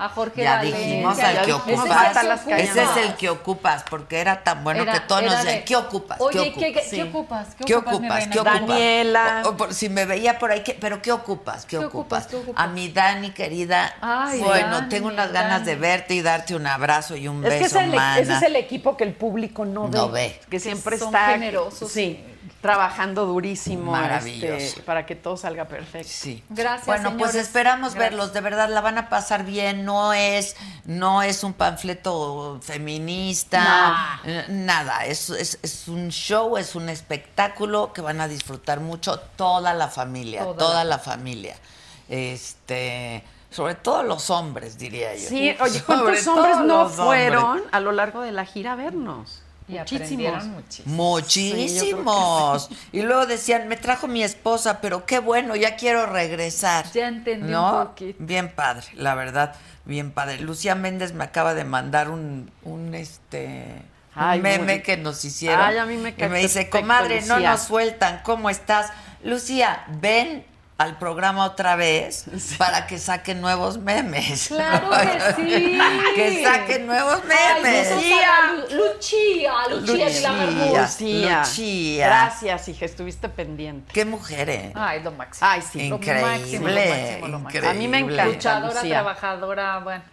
F: A Jorge
C: ya
F: Valencia,
C: dijimos
F: ya
C: al que
F: dijimos. Ese es el
C: ocupas.
F: que
C: Ese es
F: ocupas.
C: el que ocupas, porque era tan bueno
F: Era-
C: que todos
F: era
C: nos
F: de-
C: decían, ¿qué ocupas?
F: Oye, ¿qué-
C: ¿qué
F: qué- qué
C: ocupas?
F: ocupas? ¿Qué
C: ¿Qué
F: ocupas, mi
C: ocupas?
F: reina?
C: ¿Qué ocupas?
F: Daniela.
C: O- o por- si me veía por ahí, ¿qué- ¿pero qué ocupas? ¿Qué, ocupas? A mi Dani, querida,
L: Ay,
C: bueno,
L: Dani,
C: tengo unas ganas de verte y darte un abrazo y un
L: Es que
C: beso,
L: ese,
C: mana.
L: ese es el equipo que el público no ve.
C: No ve.
L: Que siempre
F: Son
L: está.
F: generosos.
L: Sí, trabajando durísimo.
C: Maravilloso.
L: este, para que todo salga perfecto.
C: Sí.
F: Gracias,
C: Bueno, pues
F: señores.
C: esperamos
F: Gracias.
C: verlos, de verdad la van a pasar bien, no es no es un panfleto feminista, eh, nada, es, es, es un show, es un espectáculo que van a disfrutar mucho toda la familia,
L: Toda
C: toda,
L: la-
C: la familia. Este, sobre todo los hombres, diría yo.
L: Sí, oye,
C: Sobre
L: ¿cuántos
C: todo
L: hombres no
C: los
L: fueron
C: hombres.
L: a lo largo de la gira a vernos?
F: Y
L: Muchísimos.
F: aprendieron
L: Sí,
F: muchísimo.
L: yo
C: Muchísimos. Y luego decían, me trajo mi esposa, pero qué bueno, ya quiero regresar.
F: Ya entendí
C: ¿No?
F: un poquito.
C: Bien padre, la verdad, bien padre. Lucía Méndez me acaba de mandar un, un este un
L: Ay,
C: meme
L: muy-
C: que nos hicieron.
L: Ay, a mí me
C: Y
L: cae
C: me dice,
L: perfecto,
C: comadre, no
L: Lucía".
C: nos sueltan, ¿cómo estás? Lucía, ven al programa otra vez para que saquen nuevos memes.
F: Claro que sí.
C: que saquen nuevos
F: Ay,
C: memes.
F: nosotras a Lu- Lucía, Lucía, de la Marmota.
L: Lucía.
C: Lucía.
L: Gracias, hija, estuviste pendiente.
C: Qué ¿eh? mujeres.
F: Ay, lo máximo.
L: Ay, sí.
C: Increíble,
L: Lo máximo, lo máximo, lo máximo. A mí me
C: increíble.
L: encanta.
F: Luchadora,
L: Lucía.
F: trabajadora, bueno.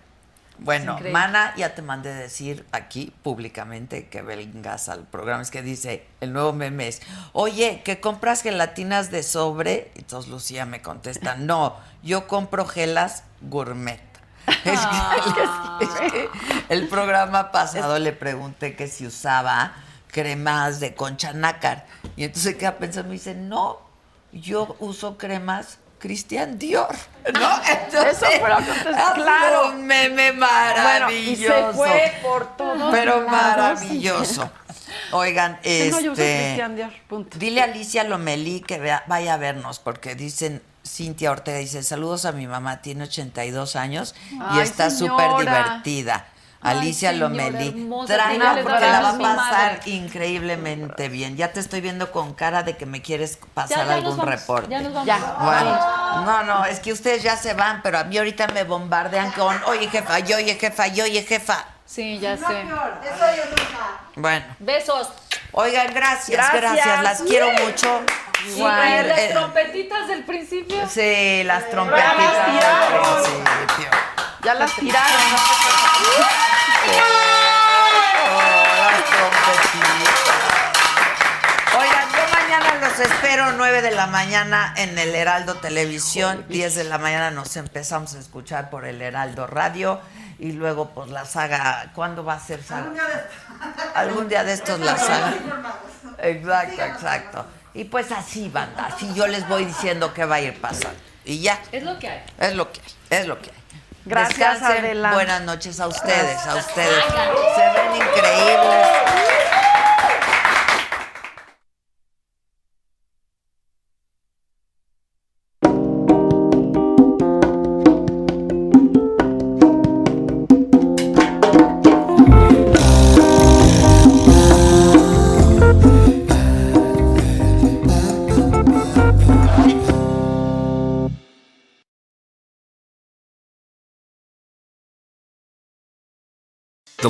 C: Bueno,
F: Increíble.
C: Mana, ya te mandé decir aquí públicamente que vengas al programa. Es que dice el nuevo meme es, oye, que compras gelatinas de sobre. Entonces Lucía me contesta, no, yo compro gelas gourmet. Es que, es que el programa pasado le pregunté que si usaba cremas de concha nácar. Y entonces se queda pensando y me dice, no, yo uso cremas Christian Dior. ¿No? Entonces,
L: Eso fue lo que contestó,
C: hazlo
L: claro.
C: un
L: Bueno,
C: meme
L: y
C: maravilloso.
L: se fue por todos
C: Pero
L: lados.
C: maravilloso. Oigan,
L: Sí, no, yo uso
C: este,
L: Christian Dior, punto.
C: dile a Alicia Lomelí que vea- vaya a vernos, porque dicen, Cintia Ortega dice, saludos a mi mamá, tiene 82 años y
L: Ay,
C: está
L: señora.
C: súper divertida.
L: Ay,
C: Alicia
L: señora
C: Lomelí,
L: hermosa,
C: tráela
L: dígale
C: porque la va
L: abrazo
C: a
L: a mi
C: pasar increíblemente bien. Ya te estoy viendo con cara de que me quieres pasar
F: ya nos
C: algún
F: vamos,
C: reporte.
F: ya nos vamos. Ya.
C: Bueno, no, no, es que ustedes ya se van, pero a mí ahorita me bombardean con, oye jefa, yo, oye jefa, yo, oye jefa.
F: Sí, ya sé.
C: Bueno.
F: Besos.
C: Oigan, gracias, gracias,
F: Gracias.
C: las quiero
F: Yeah.
C: mucho.
F: Y
C: Igual,
F: las
C: eh,
F: trompetitas del principio.
C: sí, las trompetitas. del principio.
L: Ya las tiraron.
C: Las trompetitas. Oigan, yo mañana los espero 9 de la mañana en el Heraldo Televisión, 10 de la mañana nos empezamos a escuchar por el Heraldo Radio y luego pues la saga, ¿cuándo va a ser saga? Algún día de estos la saga. Exacto, exacto. Y pues así, banda, así yo les voy diciendo qué va a ir pasando. Y ya,
F: Es lo que hay.
C: es lo que hay, es lo que hay.
G: Gracias,
C: Descansen.
G: Adela.
C: Buenas noches a ustedes, a ustedes. Se ven increíbles.
R: The